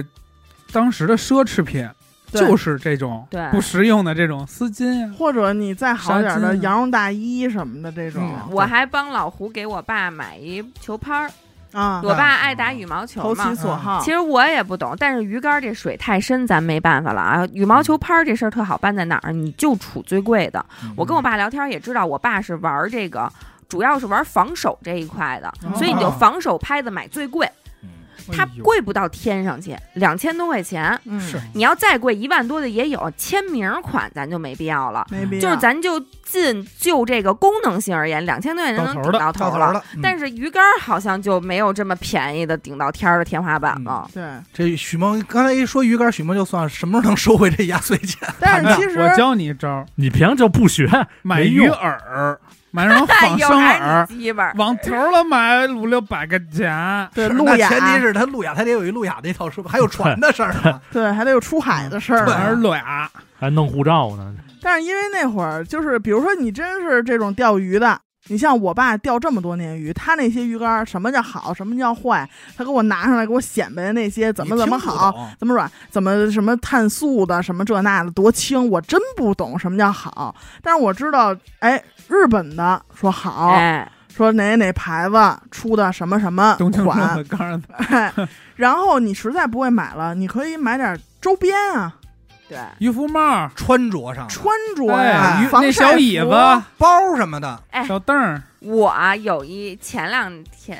Speaker 3: 当时的奢侈品
Speaker 1: 对
Speaker 3: 就是这种
Speaker 2: 对
Speaker 3: 不实用的这种丝巾啊。
Speaker 1: 或者你再好点
Speaker 3: 纱
Speaker 1: 的
Speaker 3: 巾啊
Speaker 1: 羊绒大衣什么的这种
Speaker 4: 嗯
Speaker 2: 我还帮老胡给我爸买一球拍儿，
Speaker 1: 啊，
Speaker 2: 我爸爱打羽毛嗯球
Speaker 1: 投
Speaker 2: 嘛嗯
Speaker 1: 其，所
Speaker 3: 啊
Speaker 1: 好。
Speaker 2: 其实我也不懂，但是鱼竿这水太深，咱没办法了啊。羽毛球拍儿这事儿特好办在哪儿？你就杵最贵的。
Speaker 4: 嗯
Speaker 3: 嗯
Speaker 2: 我跟我爸聊天也知道，我爸是玩儿这个，主要是玩儿防守这一块的，
Speaker 1: 哦
Speaker 2: 所以你就防守拍子买最贵，它
Speaker 3: 哎呦
Speaker 2: 贵不到天上去，两千多块钱。
Speaker 1: 嗯，
Speaker 3: 是
Speaker 2: 你要再贵一万多的也有，签名款咱就没必要了。
Speaker 1: 没必要，
Speaker 2: 就是咱就进就这个功能性而言，两千多块钱
Speaker 3: 到
Speaker 2: 能顶
Speaker 3: 头了
Speaker 2: 到
Speaker 4: 到
Speaker 2: 头
Speaker 4: 头
Speaker 2: 了。
Speaker 4: 了。嗯
Speaker 2: 但是鱼竿儿好像就没有这么便宜的顶到天儿的天花板
Speaker 3: 嗯
Speaker 2: 了。
Speaker 1: 对，
Speaker 4: 这许梦刚才一说鱼竿，许梦就算什么时候能收回这压岁钱？
Speaker 1: 但
Speaker 3: 盘
Speaker 1: 是
Speaker 3: 子
Speaker 1: 其实
Speaker 3: 我教你一招儿，
Speaker 9: 你平常就不学，
Speaker 3: 买
Speaker 9: 没
Speaker 3: 鱼
Speaker 9: 用
Speaker 3: 饵，买那种仿
Speaker 2: 有
Speaker 3: 生
Speaker 2: 还
Speaker 3: 饵
Speaker 2: 是，鸡巴儿，
Speaker 3: 往头儿了买五六百块钱。
Speaker 1: 对路
Speaker 4: 那
Speaker 1: 亚，
Speaker 4: 前提是他路亚，他得有一路亚那套说法，还有船的事儿呢。
Speaker 1: 对，还得有出海的事儿
Speaker 4: 啊
Speaker 3: 还是
Speaker 1: 呢。
Speaker 3: 俩，
Speaker 9: 还弄护照呢。
Speaker 1: 但是因为那会儿就是，比如说你真是这种钓鱼的，你像我爸钓这么多年鱼，他那些鱼竿儿什么叫好，什么叫坏，他给我拿上来给我显摆那些 怎么
Speaker 4: 你
Speaker 1: 怎
Speaker 4: 听
Speaker 1: 么
Speaker 4: 不懂
Speaker 1: 好，，怎么软，怎么什么碳素的，什么这那的，多轻，我真不懂什么叫好。但是我知道，哎，日本的说好，
Speaker 2: 哎，
Speaker 1: 说哪哪牌子出的什么什么
Speaker 3: 冬青说
Speaker 1: 款
Speaker 3: 的，刚才
Speaker 1: 哎，然后你实在不会买了，你可以买点周边啊，
Speaker 2: 对，
Speaker 3: 渔夫帽，
Speaker 4: 穿着上、
Speaker 1: 穿着呀、
Speaker 3: 哎，渔
Speaker 1: 防
Speaker 3: 那
Speaker 1: 晒
Speaker 3: 小椅
Speaker 1: 服啊
Speaker 3: 子、
Speaker 4: 包什么的，
Speaker 2: 哎
Speaker 3: 小凳儿，
Speaker 2: 我啊有一前两天，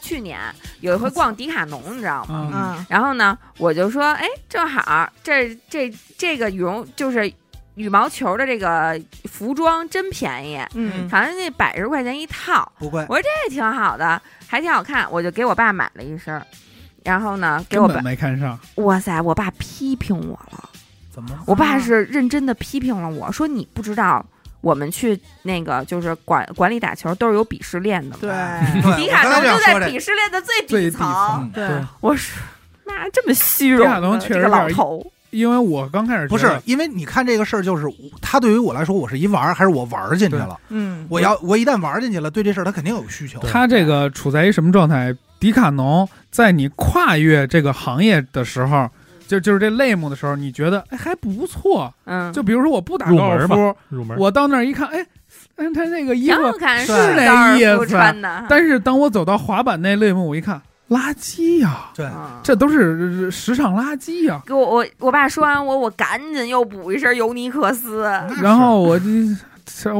Speaker 2: 去年有一回逛迪卡侬，你知道吗？
Speaker 3: 嗯，
Speaker 1: 啊，
Speaker 2: 然后呢，我就说，哎，正好这这这个羽绒就是羽毛球的这个服装真便宜，
Speaker 1: 嗯，
Speaker 2: 好像那百十块钱一套，
Speaker 4: 不贵。
Speaker 2: 这挺好的，还挺好看，我就给我爸买了一身儿。然后呢，给我
Speaker 3: 根
Speaker 2: 爸
Speaker 3: 本，没看上，
Speaker 2: 哇塞，我爸批评我了。
Speaker 4: 怎么
Speaker 2: 我爸是认真的批评了我说：“你不知道我们去那个就是管管理打球都是有鄙视链的吗？
Speaker 1: 对，
Speaker 4: 哎对
Speaker 2: 迪
Speaker 4: 我
Speaker 2: 卡
Speaker 4: 刚才
Speaker 2: 侬
Speaker 4: 就
Speaker 2: 就在
Speaker 4: 想说这
Speaker 2: 鄙视链的最
Speaker 3: 最底
Speaker 2: 层。
Speaker 3: 层。
Speaker 1: 对，
Speaker 2: 我说，那这么虚荣
Speaker 3: 迪卡侬
Speaker 2: 的
Speaker 3: 确
Speaker 2: 这
Speaker 3: 实
Speaker 2: 个
Speaker 3: 有
Speaker 2: 老
Speaker 3: 点
Speaker 2: 头，
Speaker 3: 因为我刚开始
Speaker 4: 不
Speaker 3: 觉
Speaker 4: 是
Speaker 3: 得，
Speaker 4: 因为你看这个事儿，就是我他对于我来说，我是一玩儿，还是我玩儿进去了？
Speaker 1: 嗯，
Speaker 4: 我要我一旦玩儿进去了，对这事儿他肯定有需求。
Speaker 3: 他这个处在一什么状态？迪卡侬在你跨越这个行业的时候，就就是这类目的时候，你觉得哎还不错。
Speaker 2: 嗯，
Speaker 3: 就比如说我不打
Speaker 9: 入
Speaker 3: 高尔
Speaker 9: 门
Speaker 3: 夫，
Speaker 9: 入门
Speaker 3: 我到那儿一看，哎，但是他那个衣
Speaker 2: 挺
Speaker 3: 服
Speaker 2: 好，看，
Speaker 3: 是
Speaker 2: 高
Speaker 3: 那
Speaker 2: 尔
Speaker 3: 意
Speaker 2: 夫
Speaker 3: 思啊
Speaker 2: 穿的，
Speaker 1: 啊
Speaker 3: 但是当我走到滑板那类目，我一看，垃圾呀、
Speaker 1: 啊
Speaker 4: 对，
Speaker 2: 嗯
Speaker 3: 这都是时尚垃圾呀、
Speaker 2: 给我我我爸说完我，我赶紧又补一身尤尼克斯。
Speaker 1: 啊
Speaker 4: 那是
Speaker 3: 然后我就，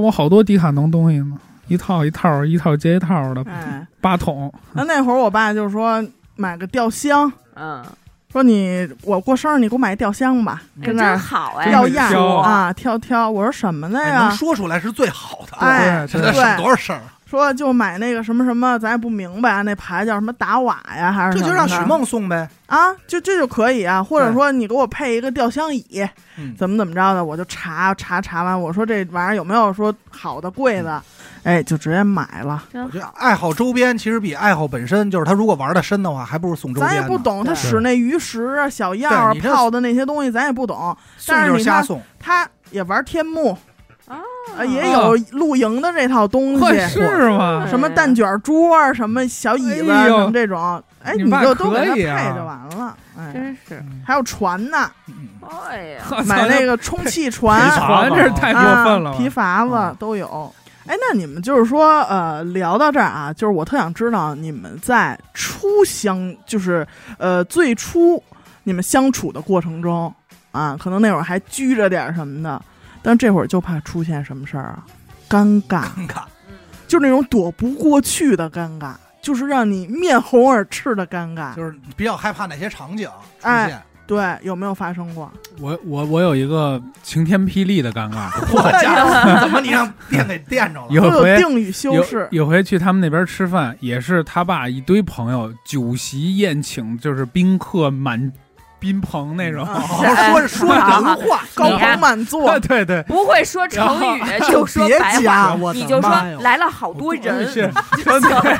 Speaker 3: 我好多迪卡侬东西呢，一套一套一套接一套的
Speaker 1: 哎，
Speaker 3: 八桶，
Speaker 1: 那那会儿我爸就说买个吊箱，
Speaker 2: 嗯，
Speaker 1: 说你我过生日你给我买一吊箱吧，
Speaker 2: 哎
Speaker 1: 跟那
Speaker 2: 真
Speaker 1: 儿
Speaker 2: 好哎，
Speaker 1: 吊唁
Speaker 3: 挑
Speaker 1: 啊挑挑。我说什么的
Speaker 4: 哎
Speaker 1: 呀
Speaker 4: 能？说出来是最好的，
Speaker 1: 哎，
Speaker 4: 这得省多少事儿？
Speaker 1: 说就买那个什么什么，咱也不明白啊，那牌叫什么达瓦呀，还是
Speaker 4: 这
Speaker 1: 什
Speaker 4: 就
Speaker 1: 么
Speaker 4: 让
Speaker 1: 的
Speaker 4: 许梦送呗。
Speaker 1: 啊，就这就可以啊，或者
Speaker 4: 对
Speaker 1: 说你给我配一个吊箱椅，
Speaker 4: 嗯
Speaker 1: 怎么怎么着的，我就查查查完，我说这玩意儿有没有说好的贵的，
Speaker 4: 嗯
Speaker 1: 哎，就直接买了。
Speaker 4: 我觉得爱好周边其实比爱好本身，就是他如果玩的深的话，还不如送周边
Speaker 1: 咱
Speaker 4: 呢。
Speaker 1: 也不懂他
Speaker 2: 对
Speaker 1: 使那鱼食啊、小药啊、
Speaker 4: 对你这
Speaker 1: 泡的那些东西，咱也不懂。但是
Speaker 4: 送就是
Speaker 1: 你看
Speaker 4: 瞎送，
Speaker 1: 他也玩天幕
Speaker 4: 哦
Speaker 2: 啊
Speaker 1: 呃也有露营的这套东
Speaker 3: 会
Speaker 1: 西，
Speaker 3: 是吗？
Speaker 1: 什么蛋卷桌啊、什么小椅子啊、
Speaker 3: 嗯哎呦
Speaker 1: 什么这种，哎，
Speaker 3: 你
Speaker 1: 你
Speaker 3: 爸
Speaker 1: 就都给他
Speaker 3: 可以
Speaker 1: 配
Speaker 3: 啊
Speaker 1: 就完了。哎，
Speaker 2: 真是，
Speaker 1: 还有船呢，
Speaker 4: 嗯
Speaker 2: 嗯哎呀，
Speaker 3: 我操
Speaker 1: 买那个充气船，
Speaker 9: 皮筏
Speaker 3: 船，这是太过分了
Speaker 1: 啊，
Speaker 3: 吧。
Speaker 1: 皮筏子都有。哎，那你们就是说，呃，聊到这儿啊，就是我特想知道你们在初相，就是呃最初你们相处的过程中啊，可能那会儿还拘着点儿什么的，但这会儿就怕出现什么事儿啊，尴尬，
Speaker 4: 尴尬。
Speaker 1: 就是那种躲不过去的尴尬，就是让你面红耳赤的尴尬。
Speaker 4: 就是比较害怕哪些场景出现。
Speaker 1: 哎对，有没有发生过？
Speaker 3: 我我我有一个晴天霹雳的尴尬，
Speaker 4: 我家怎么你让电给电着了？
Speaker 3: 有
Speaker 1: 都有
Speaker 3: 回
Speaker 1: 定语修饰
Speaker 3: 有，有回去他们那边吃饭，也是他爸一堆朋友酒席宴请，就是宾客满宾朋那种。
Speaker 1: 啊
Speaker 4: 好好说说人话，
Speaker 1: 高
Speaker 2: 你啊
Speaker 1: 朋满座，
Speaker 3: 对对，
Speaker 2: 不会说成语就说
Speaker 4: 别
Speaker 2: 白
Speaker 4: 加
Speaker 2: 话
Speaker 4: 我，的
Speaker 2: 你就说
Speaker 4: 妈哟
Speaker 2: 来了好多人，
Speaker 3: 是，对，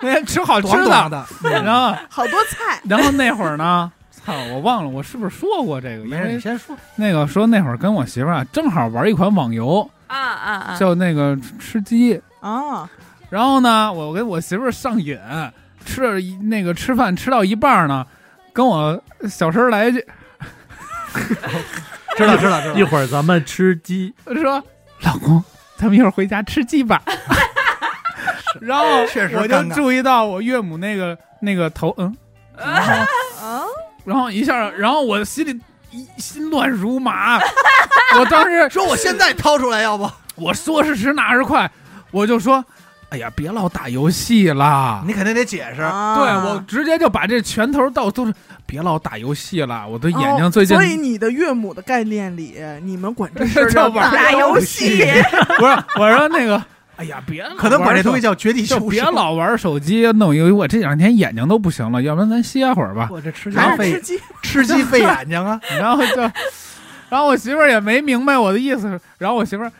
Speaker 3: 那天吃好吃
Speaker 4: 短短
Speaker 3: 的，
Speaker 4: 的，
Speaker 3: 哎然后
Speaker 1: 好多菜。
Speaker 3: 然后那会儿呢，操，我忘了我是不是说过这个，因
Speaker 4: 没事，
Speaker 3: 为
Speaker 4: 你先说。
Speaker 3: 那个说那会儿跟我媳妇儿啊，正好玩一款网游，
Speaker 2: 啊啊啊！
Speaker 3: 叫那个吃鸡，
Speaker 1: 啊，
Speaker 3: 然后呢，我给我媳妇儿上瘾，吃着一那个吃饭吃到一半儿呢，跟我小声来一句，
Speaker 4: 知道知道知
Speaker 9: 一
Speaker 4: 道，
Speaker 9: 会儿咱们吃鸡，
Speaker 3: 说：“老公，咱们一会儿回家吃鸡 吧。” 然后
Speaker 4: 确实
Speaker 3: 我就
Speaker 4: 尴尬
Speaker 3: 注意到我岳母那个那个头，嗯，然后
Speaker 2: 啊
Speaker 3: 然后一下，然后我心里一心乱如麻， 我当时
Speaker 4: 说我现在掏出来，要不
Speaker 3: 我说时迟那时快，我就说：“哎呀，别老打游戏啦。”
Speaker 4: 你肯定得解释。
Speaker 1: 啊
Speaker 3: 对我直接就把这拳头到都是，别老打游戏了，我的眼睛最近、
Speaker 1: 哦所以你的岳母的概念里，你们管这事儿
Speaker 3: 叫
Speaker 1: 叫
Speaker 3: 玩
Speaker 1: 打游
Speaker 4: 戏
Speaker 1: 戏，
Speaker 3: 不是我说那个，哎呀，别老
Speaker 4: 可能把
Speaker 3: 玩
Speaker 4: 这
Speaker 3: 手
Speaker 4: 东西叫绝地
Speaker 3: 就
Speaker 4: 求
Speaker 3: 别
Speaker 4: 生。
Speaker 3: 老玩手机，弄一个我这两天眼睛都不行了，要不然咱歇会儿吧。
Speaker 4: 我这吃
Speaker 1: 还
Speaker 4: 鸡
Speaker 1: 是吃鸡？
Speaker 4: 费 吃鸡费眼睛啊！
Speaker 3: 然后就，然后我媳妇儿也没明白我的意思，然后我媳妇儿，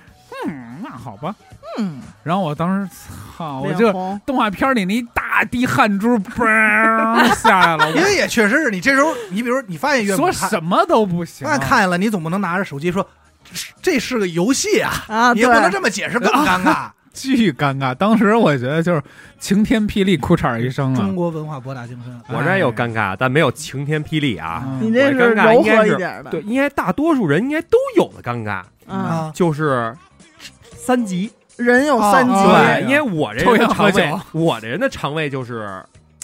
Speaker 3: 嗯，那好吧。
Speaker 1: 嗯，
Speaker 3: 然后我当时，操，哦我
Speaker 1: 脸
Speaker 3: 就
Speaker 1: 红
Speaker 3: 动画片里那一大滴汗珠，嘣下来
Speaker 4: 因
Speaker 3: 了，
Speaker 4: 为也确实是你这时候，你比如你发现岳
Speaker 3: 我
Speaker 4: 母
Speaker 3: 说
Speaker 4: 看
Speaker 3: 什么都不行。啊
Speaker 4: 那看见了，你总不能拿着手机说这这是个游戏啊，
Speaker 1: 啊，
Speaker 4: 你
Speaker 1: 对
Speaker 4: 也不能这么解释，更尴尬。
Speaker 3: 巨尴尬，当时我觉得就是晴天霹雳，裤衩一声啊
Speaker 4: 中
Speaker 3: 了。
Speaker 4: 国文化博大精深，
Speaker 11: 我这有尴尬，但没有晴天霹雳啊。
Speaker 1: 你
Speaker 3: 嗯
Speaker 1: 这
Speaker 11: 我
Speaker 1: 是
Speaker 11: 也尴尬
Speaker 1: 柔
Speaker 11: 应该
Speaker 1: 和
Speaker 11: 是
Speaker 1: 一点的，
Speaker 11: 对，应该大多数人应该都有的尴尬，
Speaker 1: 嗯，
Speaker 4: 啊，
Speaker 11: 就是三级。
Speaker 1: 人有三
Speaker 4: 哦
Speaker 1: 急，
Speaker 3: 哦
Speaker 11: 对，因为我这
Speaker 3: 抽
Speaker 11: 人
Speaker 3: 烟
Speaker 11: 的
Speaker 3: 喝
Speaker 11: 肠
Speaker 3: 酒
Speaker 11: 胃，我这人的肠胃就是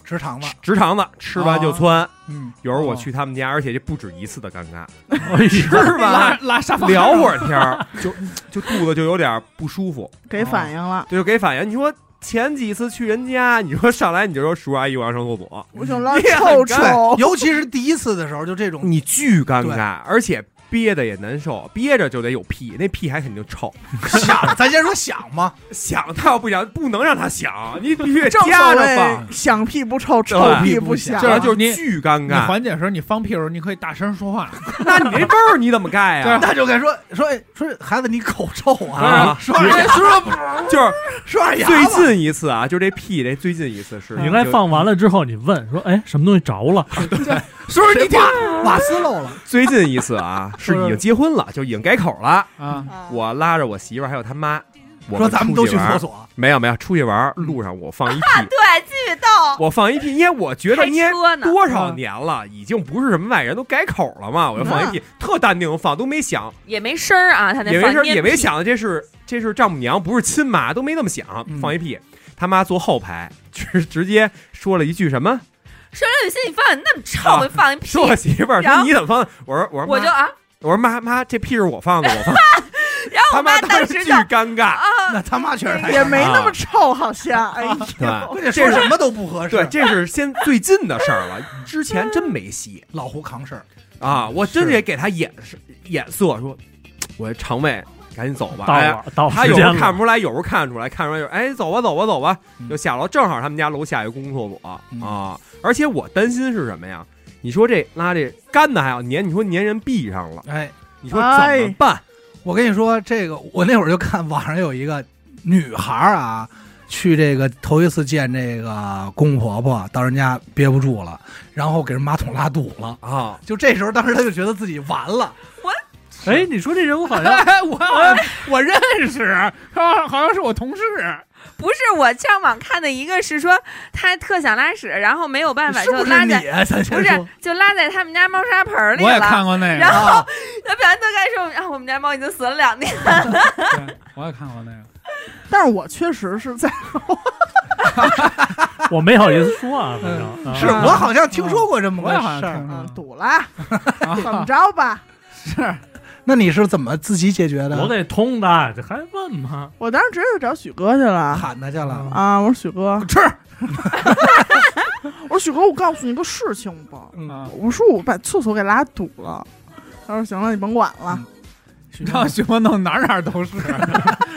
Speaker 4: 直肠吧，
Speaker 11: 直肠子，吃完就窜。
Speaker 4: 嗯，
Speaker 11: 有时候我
Speaker 3: 哦
Speaker 11: 去他们家，而且这不止一次的尴尬，
Speaker 9: 哎呀，
Speaker 11: 是
Speaker 3: 拉
Speaker 11: 吧？
Speaker 3: 拉沙发
Speaker 11: 聊会儿天儿，就就肚子就有点不舒服，
Speaker 1: 给反应了。
Speaker 11: 对，就给反应。你说前几次去人家， 你说上来你就说叔叔阿姨我要上厕所，
Speaker 1: 我想拉
Speaker 11: 你也
Speaker 1: 臭
Speaker 11: 很
Speaker 1: 臭，
Speaker 4: 尤其是第一次的时候，就这种
Speaker 11: 你巨尴
Speaker 4: 嗯对
Speaker 11: 尬，而且憋的也难受，憋着就得有屁，那屁还肯定臭，
Speaker 4: 想，咱先说想嘛，
Speaker 11: 想他要不想，不能让他想，你必须 得
Speaker 1: 正
Speaker 11: 夹
Speaker 1: 所
Speaker 11: 着
Speaker 1: 谓
Speaker 11: 放，
Speaker 1: 响屁不臭，臭
Speaker 11: 对
Speaker 1: 屁
Speaker 4: 不响
Speaker 1: 响。
Speaker 11: 这
Speaker 3: 这
Speaker 11: 就
Speaker 3: 你
Speaker 11: 是巨尴
Speaker 3: 你
Speaker 11: 尬。
Speaker 3: 缓解的时候，你放屁的时候，你可以大声说话。
Speaker 11: 那你那味儿你怎么盖啊呀？
Speaker 4: 那就该说说哎说孩子你口臭 啊，
Speaker 11: 啊，
Speaker 4: 刷刷刷
Speaker 11: 就是
Speaker 4: 刷牙
Speaker 11: 最
Speaker 4: 吧，
Speaker 11: 近一次啊，就这屁，这最近一次是
Speaker 4: 嗯
Speaker 9: 你应该放完了之后，你问说，哎，什么东西着了？
Speaker 4: 叔叔你听瓦斯漏了，
Speaker 11: 最近一次啊，是已经结婚了，就已经改口了。
Speaker 3: 啊，
Speaker 1: 啊
Speaker 11: 我拉着我媳妇儿还有他妈，我
Speaker 4: 说咱们都
Speaker 11: 出
Speaker 4: 去
Speaker 11: 玩
Speaker 4: 厕
Speaker 11: 儿，
Speaker 4: 所，
Speaker 11: 没有没有，出去玩儿路上我放一屁，
Speaker 2: 对，继续逗，
Speaker 11: 我放一屁，因为我觉得
Speaker 2: 开
Speaker 11: 因为
Speaker 2: 车呢，
Speaker 11: 多少年了，已经不是什么外人，都改口了
Speaker 2: 嗯
Speaker 11: 嘛，我就放一屁，特淡定放，都没想，
Speaker 2: 也没声儿啊，他那
Speaker 11: 也没
Speaker 2: 放
Speaker 11: 事儿，
Speaker 2: 烟
Speaker 11: 也没
Speaker 2: 屁，
Speaker 11: 想这是这是丈母娘，不是亲妈，都没那么想
Speaker 4: 嗯，
Speaker 11: 放一屁。他妈坐后排， 直直接说了一句什么？
Speaker 2: 说刘雨欣，你放的那么
Speaker 11: 啊
Speaker 2: 臭，我放一屁
Speaker 11: 说，我媳妇儿
Speaker 2: 然
Speaker 11: 说
Speaker 2: 后
Speaker 11: 你怎么放的？我说我说
Speaker 2: 我
Speaker 11: 妈
Speaker 2: 就啊，
Speaker 11: 我说妈妈，这屁是我放的，我放的。
Speaker 2: 然后
Speaker 11: 他
Speaker 2: 我妈
Speaker 11: 妈
Speaker 2: 当
Speaker 11: 当
Speaker 2: 时
Speaker 11: 时
Speaker 2: 就
Speaker 11: 巨尴尬，
Speaker 2: 啊，
Speaker 4: 那他妈确实太
Speaker 1: 也没那么臭，好像。哎呦，
Speaker 11: 啊对吧
Speaker 4: 关键说什么都不合适。
Speaker 11: 对，，这是先最近的事儿了，之前真没戏
Speaker 4: 老胡扛事儿，
Speaker 9: 嗯
Speaker 11: 啊！我真
Speaker 4: 是
Speaker 11: 得给他眼色眼色，说我这肠胃赶紧走吧。
Speaker 9: 到
Speaker 11: 哎呀
Speaker 9: 了，到
Speaker 11: 他
Speaker 9: 时
Speaker 11: 有时
Speaker 9: 间
Speaker 11: 候
Speaker 9: 了
Speaker 11: 看，不出来，有时候看出来，看出来就是哎，走吧，走吧，走吧，
Speaker 4: 嗯
Speaker 11: 就下楼。正好他们家楼下有公共厕所、
Speaker 4: 嗯
Speaker 11: 啊，而且我担心是什么呀？你说这拉这干的还要粘，你说粘人壁上了，
Speaker 4: 哎，
Speaker 11: 你说怎么办？
Speaker 4: 我跟你说，这个我那会儿就看网上有一个女孩儿啊，去这个头一次见这个公公婆婆，到人家憋不住了，然后给人马桶拉堵了。
Speaker 11: 啊，
Speaker 4: 就这时候，当时她就觉得自己完了，
Speaker 9: 哎，你说这人我好 像
Speaker 3: 哎，我我认识，好好像是我同事，
Speaker 2: 不是我上网看的一个是说他特想拉屎，然后没有办法
Speaker 4: 是
Speaker 2: 就
Speaker 4: 不
Speaker 2: 拉
Speaker 4: 是
Speaker 2: 在
Speaker 4: 你啊？咱
Speaker 2: 不
Speaker 4: 先
Speaker 2: 是
Speaker 4: 说，
Speaker 2: 就拉在他们家猫砂盆里
Speaker 3: 我也看
Speaker 2: 了。
Speaker 3: 过那
Speaker 2: 然
Speaker 3: 个，
Speaker 2: 后
Speaker 4: 啊，
Speaker 2: 他表现特开说啊，我们家猫已经死了两天。
Speaker 3: 对我也看过那个。
Speaker 1: 但是我确实是在
Speaker 9: 我没好意思说啊，反正
Speaker 3: 嗯
Speaker 9: 啊
Speaker 4: 是我好像听说过这么
Speaker 3: 我也好像
Speaker 4: 个事
Speaker 3: 听
Speaker 1: 嗯
Speaker 4: 儿。
Speaker 3: 说过啊
Speaker 1: 堵了，
Speaker 11: 啊
Speaker 1: 怎么着吧？
Speaker 4: 那你是怎么自己解决的？
Speaker 9: 我给通的，这还问吗？
Speaker 3: 嗯
Speaker 1: 我当时直接就找许哥去了。
Speaker 4: 喊他去了。
Speaker 1: 啊！我说许 哥，
Speaker 4: 吃，
Speaker 1: 我说许哥，我告诉你个事情吧。
Speaker 11: 嗯
Speaker 3: 啊，
Speaker 1: 我说我把厕所给拉堵了。他说行了，你甭管
Speaker 11: 嗯
Speaker 1: 了。
Speaker 3: 你知道徐梦弄哪儿哪儿都是，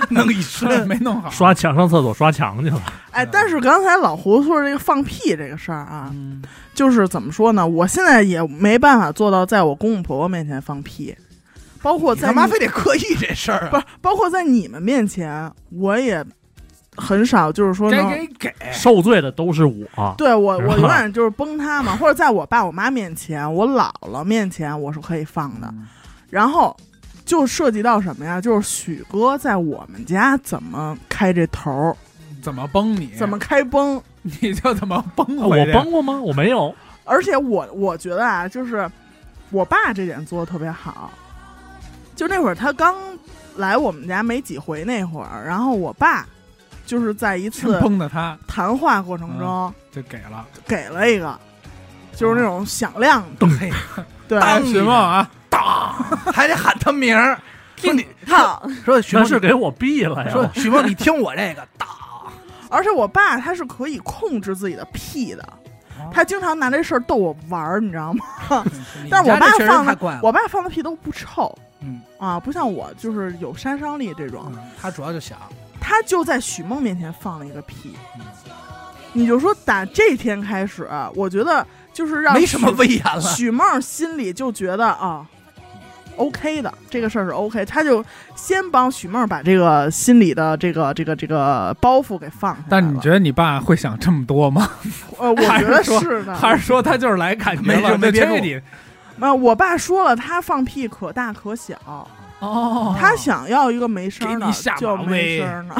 Speaker 4: 弄一身，
Speaker 3: 没 弄好。
Speaker 9: 刷墙上厕所刷墙去了，
Speaker 1: 哎，但
Speaker 4: 嗯
Speaker 1: 是刚才老胡说这个放屁这个事儿啊，
Speaker 3: 嗯，
Speaker 1: 就是怎么说呢？我现在也没办法做到在我公公婆婆面前放屁，包括
Speaker 4: 你
Speaker 1: 在
Speaker 4: 他妈
Speaker 1: 你
Speaker 4: 非得刻意这事儿
Speaker 1: 不
Speaker 4: 啊？
Speaker 1: 是包括在你们面前，我也很少就是说
Speaker 3: 给
Speaker 1: 能
Speaker 3: 给给，
Speaker 4: 哎
Speaker 9: 受罪的都是我。
Speaker 1: 对我
Speaker 9: 是吧
Speaker 1: 我永远就是崩他嘛，或者在我爸我妈面前、我姥姥面前我是可以放
Speaker 4: 嗯
Speaker 1: 的。然后就涉及到什么呀？就是许哥在我们家怎么开这头儿，
Speaker 3: 怎么崩你？
Speaker 1: 怎么开崩。
Speaker 3: 你就怎么崩
Speaker 9: 啊 我
Speaker 3: 回去？
Speaker 9: 帮过吗？我没有，
Speaker 1: 而且我我觉得啊，就是我爸这点做的特别好，就那会儿他刚来我们家没几回那会儿，然后我爸就是在一
Speaker 3: 先
Speaker 1: 次
Speaker 3: 崩的他
Speaker 1: 谈话过程
Speaker 4: 嗯
Speaker 1: 中
Speaker 3: 就给了。
Speaker 1: 给了一个，就是那种响亮的，
Speaker 4: 嘿
Speaker 1: 对，
Speaker 4: 当
Speaker 3: 哎徐梦啊，
Speaker 4: 还得喊他名儿，说你
Speaker 2: 好，
Speaker 4: 说许
Speaker 9: 那
Speaker 4: 梦
Speaker 9: 是给我毙了
Speaker 4: 说
Speaker 9: 呀！
Speaker 4: 许梦，你听我这个，当
Speaker 1: 而且我爸他是可以控制自己的屁的。他经常拿这事儿逗我玩儿，你知道吗？但是我
Speaker 4: 哦嗯你家
Speaker 1: 爸
Speaker 4: 这确实
Speaker 1: 放
Speaker 4: 太
Speaker 1: 的
Speaker 4: 怪了，
Speaker 1: 我爸放的屁都不臭，
Speaker 4: 嗯
Speaker 1: 啊，不像我就是有杀伤力这种。
Speaker 4: 嗯他主要就想，
Speaker 1: 他就在许梦面前放了一个屁
Speaker 4: 嗯。
Speaker 1: 你就说打这天开始，我觉得就是让
Speaker 4: 没什么
Speaker 1: 许
Speaker 4: 威严了。
Speaker 1: 许梦心里就觉得啊，OK 的，这个事儿是 OK，他就先帮许梦把这个心里的这个这个这个包袱给放下来了。
Speaker 3: 但你觉得你爸会想这么多吗？
Speaker 1: 呃，我觉得
Speaker 3: 还是说
Speaker 1: 是的，
Speaker 3: 还是说他就是来感觉
Speaker 4: 没
Speaker 3: 了，
Speaker 4: 事没
Speaker 3: 就
Speaker 4: 憋
Speaker 3: 催
Speaker 4: 住
Speaker 3: 你？
Speaker 1: 那我爸说了，他放屁可大可小，
Speaker 3: 哦，
Speaker 1: 他想要一个没声儿
Speaker 3: 给
Speaker 1: 的
Speaker 3: 你下马
Speaker 1: 就没
Speaker 3: 威
Speaker 1: 声儿呢，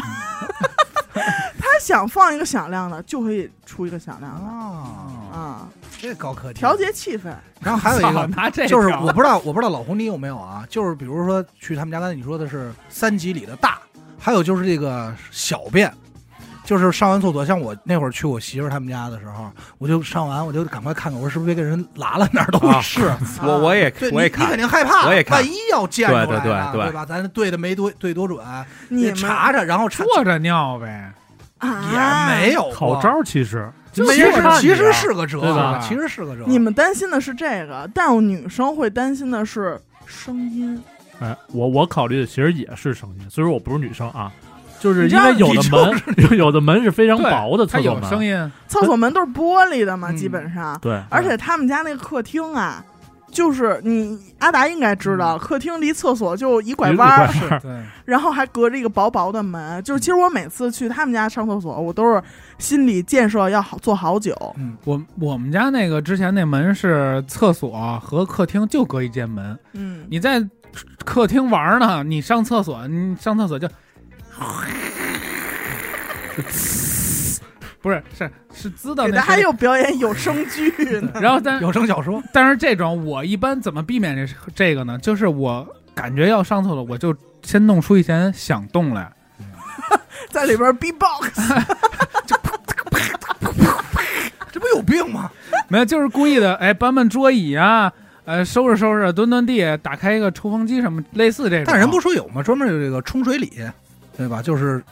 Speaker 1: 他想放一个响亮的就可以出一个响亮的
Speaker 4: 啊，
Speaker 1: 啊，
Speaker 4: 这高科技。
Speaker 1: 调节气氛。
Speaker 4: 然后还有一
Speaker 3: 操
Speaker 4: 个，
Speaker 3: 拿这
Speaker 4: 就是
Speaker 3: 条
Speaker 4: 我不知道，我不知道老胡你有没有啊？就是比如说去他们家，刚才你说的是三级里的大，还有就是这个小便。就是上完厕所，像我那会儿去我媳妇儿他们家的时候，我就上完，我就赶快看看，我说是不是被人拉了哪儿都
Speaker 11: 啊
Speaker 4: 是。
Speaker 11: 我我也
Speaker 4: 对，
Speaker 11: 我也
Speaker 4: 你你
Speaker 11: 看
Speaker 4: 肯，定害怕，
Speaker 11: 我也看
Speaker 4: 万一要溅出来呢
Speaker 11: 对对对对
Speaker 4: 对吧？咱对的没多对多准，
Speaker 1: 啊你
Speaker 4: 得
Speaker 1: 们
Speaker 4: 查查，然后查
Speaker 3: 坐着尿呗。
Speaker 1: 啊
Speaker 4: 也没有过
Speaker 9: 好招，儿其实
Speaker 4: 其
Speaker 9: 没
Speaker 4: 实
Speaker 9: 人看你啊
Speaker 4: 其实是个辙
Speaker 9: 对
Speaker 3: 吧
Speaker 4: 其实是个辙。
Speaker 1: 啊你们担心的是这个，但是女生会担心的是声音。
Speaker 9: 哎，我我考虑的其实也是声音，虽然我不是女生啊，就是
Speaker 1: 你知
Speaker 9: 因
Speaker 1: 道
Speaker 9: 为有的门、 有的门是非常
Speaker 3: 对
Speaker 9: 薄的
Speaker 3: 他
Speaker 9: 厕所
Speaker 3: 有声
Speaker 9: 门，
Speaker 3: 音，
Speaker 1: 厕所门都是玻璃的嘛，
Speaker 3: 嗯
Speaker 1: 基本上，
Speaker 9: 对，
Speaker 1: 而且他们家那个客厅啊，就是你阿达应该知道，客厅离厕所就一拐
Speaker 9: 一
Speaker 1: 弯儿，
Speaker 9: 拐弯儿
Speaker 3: 对，
Speaker 1: 然后还隔着一个薄薄的门。就是其实我每次去他们家上厕所，我都是心理建设要好做好久。
Speaker 4: 嗯，
Speaker 3: 我我们家那个之前那门是厕所和客厅就隔一间门，
Speaker 1: 嗯，
Speaker 3: 你在客厅玩呢，你上厕所，你上厕所就，不是是是滋到
Speaker 1: 给
Speaker 3: 那
Speaker 1: 他还
Speaker 3: 声音。
Speaker 1: 有表演有声剧呢。
Speaker 3: 然后但
Speaker 4: 有声小说，
Speaker 3: 但是这种我一般怎么避免这这个呢？就是我感觉要上厕所，我就先弄出一点响动来，
Speaker 1: 在里边 B-box，
Speaker 4: 这不有病吗？
Speaker 3: 没有就是故意的，哎，搬搬桌椅啊，呃，收拾收拾，蹲蹲地，打开一个抽风机什么，类似这种。啊
Speaker 4: 但人不说有吗？专门有这个冲水礼，对吧？就是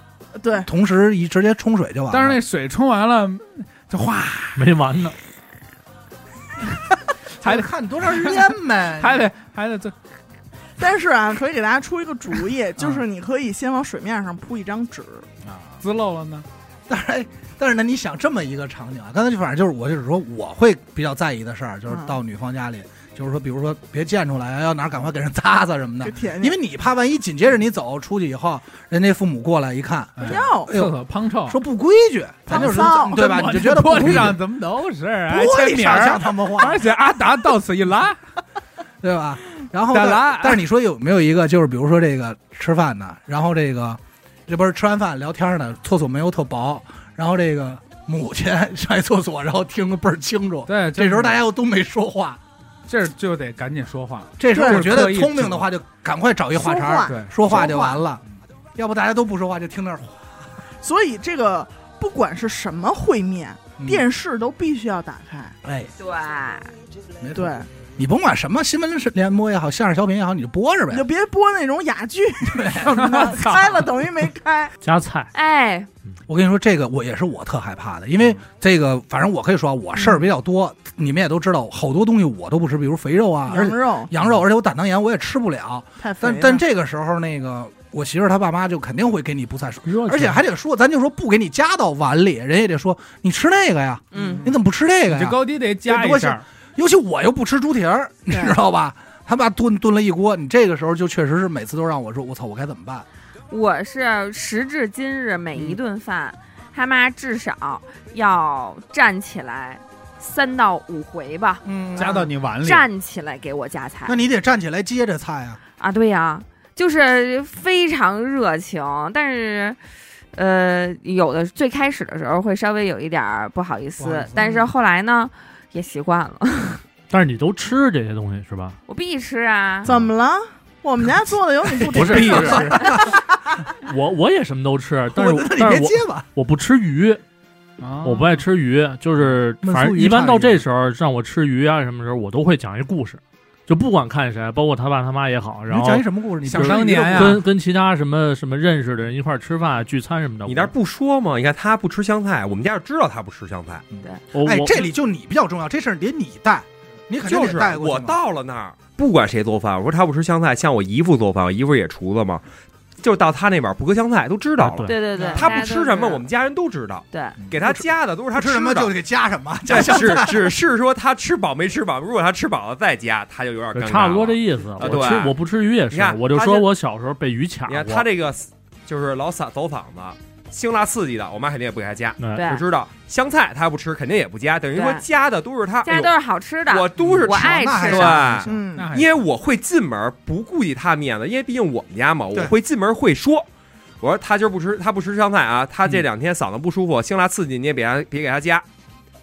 Speaker 1: 对，
Speaker 4: 同时一直接冲水就完了。
Speaker 3: 但是那水冲完了就哗，
Speaker 9: 没完呢。
Speaker 3: 还得
Speaker 4: 看多长时间呗
Speaker 3: 还得还得这
Speaker 1: 但是啊，可以给大家出一个主
Speaker 4: 嗯
Speaker 1: 意，就是你可以先往水面上铺一张纸，
Speaker 3: 滋漏了呢。
Speaker 4: 但是哎但是呢，你想这么一个场景啊，刚才就反正就是我就是说我会比较在意的事儿，就是
Speaker 1: 嗯
Speaker 4: 到女方家里，就是说比如说别溅出来啊，要哪儿赶快给人擦擦什么
Speaker 1: 给
Speaker 4: 的，
Speaker 1: 舔
Speaker 4: 因
Speaker 1: 舔。
Speaker 4: 为你怕万一紧接着你走出去以后，人家父母过来一看，
Speaker 3: 哎
Speaker 1: 哟，
Speaker 4: 哎
Speaker 3: 厕
Speaker 4: 呦，
Speaker 3: 所胖臭，
Speaker 4: 说不规矩，咱就是
Speaker 1: 脏 骚
Speaker 4: 对吧？你就觉得不
Speaker 3: 玻
Speaker 4: 规矩
Speaker 3: 璃，上怎么都 是还
Speaker 4: 玻
Speaker 3: 签
Speaker 4: 璃
Speaker 3: 名
Speaker 4: 上像
Speaker 3: 儿，
Speaker 4: 他们话，
Speaker 3: 而且阿达到此一拉，
Speaker 4: 对吧？然后
Speaker 3: 再
Speaker 4: 但
Speaker 3: 来
Speaker 4: 但是你说有没有一个就是比如说这个吃饭呢，然后这个这不是吃完饭聊天呢，厕所没有特薄，然后这个母亲 上一厕所，然后听得倍儿清楚，
Speaker 3: 对，
Speaker 4: 这时候大
Speaker 3: 家
Speaker 4: 家又都没说话，
Speaker 3: 这儿就得赶紧说话，
Speaker 4: 这时候
Speaker 3: 对
Speaker 4: 我觉得聪明的话就赶快找一话茬
Speaker 1: 说话
Speaker 4: 儿，
Speaker 3: 对，
Speaker 4: 说话就完了，要不大家都不说话就听那儿
Speaker 1: 所以这个不管是什么会面，
Speaker 4: 嗯
Speaker 1: 电视都必须要打开。
Speaker 4: 哎，
Speaker 2: 对，
Speaker 4: 没错
Speaker 1: 对，
Speaker 4: 你甭管什么新闻联播也好，相声小品也好，你就播着呗
Speaker 1: 你就。别播那种哑剧 什么 的，开了等于没开。
Speaker 9: 加菜，
Speaker 2: 哎，
Speaker 4: 我跟你说，这个我也是我特害怕的，因为这个反正我可以说啊我事儿比较多，你们也都知道，好多东西我都不吃，比如肥肉啊，而
Speaker 1: 羊
Speaker 4: 且
Speaker 1: 肉
Speaker 4: 羊肉，而且我胆囊炎我也吃不了。
Speaker 1: 太嗯肥
Speaker 4: 但
Speaker 1: 了，
Speaker 4: 但这个时候，那个我媳妇儿她爸妈就肯定会给你不菜说，
Speaker 9: 热
Speaker 4: 而且还得说，咱就说不给你夹到碗里，人也得说你吃那个呀，
Speaker 2: 嗯，
Speaker 4: 你怎么不吃这个
Speaker 3: 这
Speaker 4: 呀？
Speaker 3: 高低得加
Speaker 4: 啊这
Speaker 3: 一
Speaker 4: 多
Speaker 3: 下儿，
Speaker 4: 尤其我又不吃猪蹄儿，你
Speaker 1: 对
Speaker 4: 知道吧？他爸炖炖了一锅，你这个时候就确实是每次都让我说，我操，我该怎么办？
Speaker 2: 我是时至今日每一顿饭，他妈至少要站起来三到五回吧，
Speaker 4: 嗯
Speaker 3: 加到你碗里。
Speaker 2: 站起来给我夹菜
Speaker 4: 那你得站起来接着菜啊。
Speaker 2: 啊！对呀、就是非常热情，但是。呃，有的最开始的时候会稍微有一点儿不好意
Speaker 3: 不好
Speaker 2: 思
Speaker 3: 意思，
Speaker 2: 但是后来呢，也习惯了。
Speaker 9: 但是你都吃这些东西是吧？
Speaker 2: 我必吃啊，
Speaker 1: 怎么了？我们家做的有 你不
Speaker 9: 不是
Speaker 1: 吃
Speaker 9: 必
Speaker 1: 的
Speaker 9: 吃我我也什么都吃，但
Speaker 4: 我
Speaker 9: 是
Speaker 4: 你
Speaker 9: 但
Speaker 4: 别
Speaker 9: 是我
Speaker 4: 接吧。
Speaker 9: 我不吃鱼，
Speaker 3: 啊
Speaker 9: 我不爱吃鱼，就是
Speaker 4: 焖
Speaker 9: 反
Speaker 4: 酥
Speaker 9: 正
Speaker 4: 鱼
Speaker 9: 一般
Speaker 4: 差
Speaker 9: 到
Speaker 4: 一点
Speaker 9: 这时候让我吃鱼啊什么时候，我都会讲一故事，就不管看谁，包括他爸他妈也好，然
Speaker 4: 你
Speaker 9: 后
Speaker 4: 讲一什么故事？你
Speaker 3: 想
Speaker 4: 比如
Speaker 3: 当年呀
Speaker 9: 跟跟其他什么什么认识的人一块儿吃饭聚餐什么的，
Speaker 11: 你那儿
Speaker 9: 我
Speaker 11: 不说吗？你看他不吃香菜，我们家就知道他不吃香菜，
Speaker 9: 我
Speaker 4: 哎
Speaker 9: 我，
Speaker 4: 这里就你比较重要，这事儿得你带，你肯定
Speaker 11: 就
Speaker 4: 得
Speaker 11: 是
Speaker 4: 带过
Speaker 11: 我
Speaker 4: 去嘛。
Speaker 11: 到了那儿，不管谁做饭，我说他不吃香菜，像我姨夫做饭，我姨夫也厨子嘛，就到他那边不搁香菜都知
Speaker 9: 啊
Speaker 11: 道了。
Speaker 2: 对对对，
Speaker 11: 他
Speaker 2: 大
Speaker 11: 不
Speaker 2: 家
Speaker 11: 吃
Speaker 2: 都
Speaker 11: 什么，
Speaker 2: 知道
Speaker 11: 我们家人都知道，
Speaker 2: 对
Speaker 11: 给他加的都是他
Speaker 4: 他吃什么
Speaker 11: 的
Speaker 4: 就。得加什么，加
Speaker 11: 但
Speaker 4: 香
Speaker 11: 是
Speaker 4: 菜。
Speaker 11: 只是说他吃饱没吃饱，如果他吃饱了再加，他就有点尴尬了。
Speaker 9: 差不多这意思。我
Speaker 11: 对
Speaker 9: 吃我不吃鱼也
Speaker 11: 你
Speaker 9: 是，
Speaker 11: 看
Speaker 9: 我就
Speaker 11: 他
Speaker 9: 说
Speaker 11: 这
Speaker 9: 我小时候被鱼卡
Speaker 11: 你
Speaker 9: 过。
Speaker 11: 看他这个就是老嗓走嗓子，辛辣刺激的，我妈肯定也不给他加。
Speaker 9: 哎
Speaker 2: 对
Speaker 11: 就，知道香菜他不吃，肯定也不加，等于说
Speaker 2: 对
Speaker 11: 加的都是他。
Speaker 2: 家里
Speaker 11: 哎
Speaker 2: 都是好吃的
Speaker 11: 呦，我都是
Speaker 2: 我爱
Speaker 4: 那还
Speaker 2: 吃
Speaker 4: 是啊
Speaker 2: 的，
Speaker 11: 对，
Speaker 1: 嗯，
Speaker 3: 那还
Speaker 11: 因为我会进门，不顾及他面子，因为毕竟我们家嘛，我
Speaker 4: 对
Speaker 11: 会进门会说。我说他今儿不吃，他不吃香菜啊，他这两天嗓子不舒服，辛辣刺激你也别别给他加。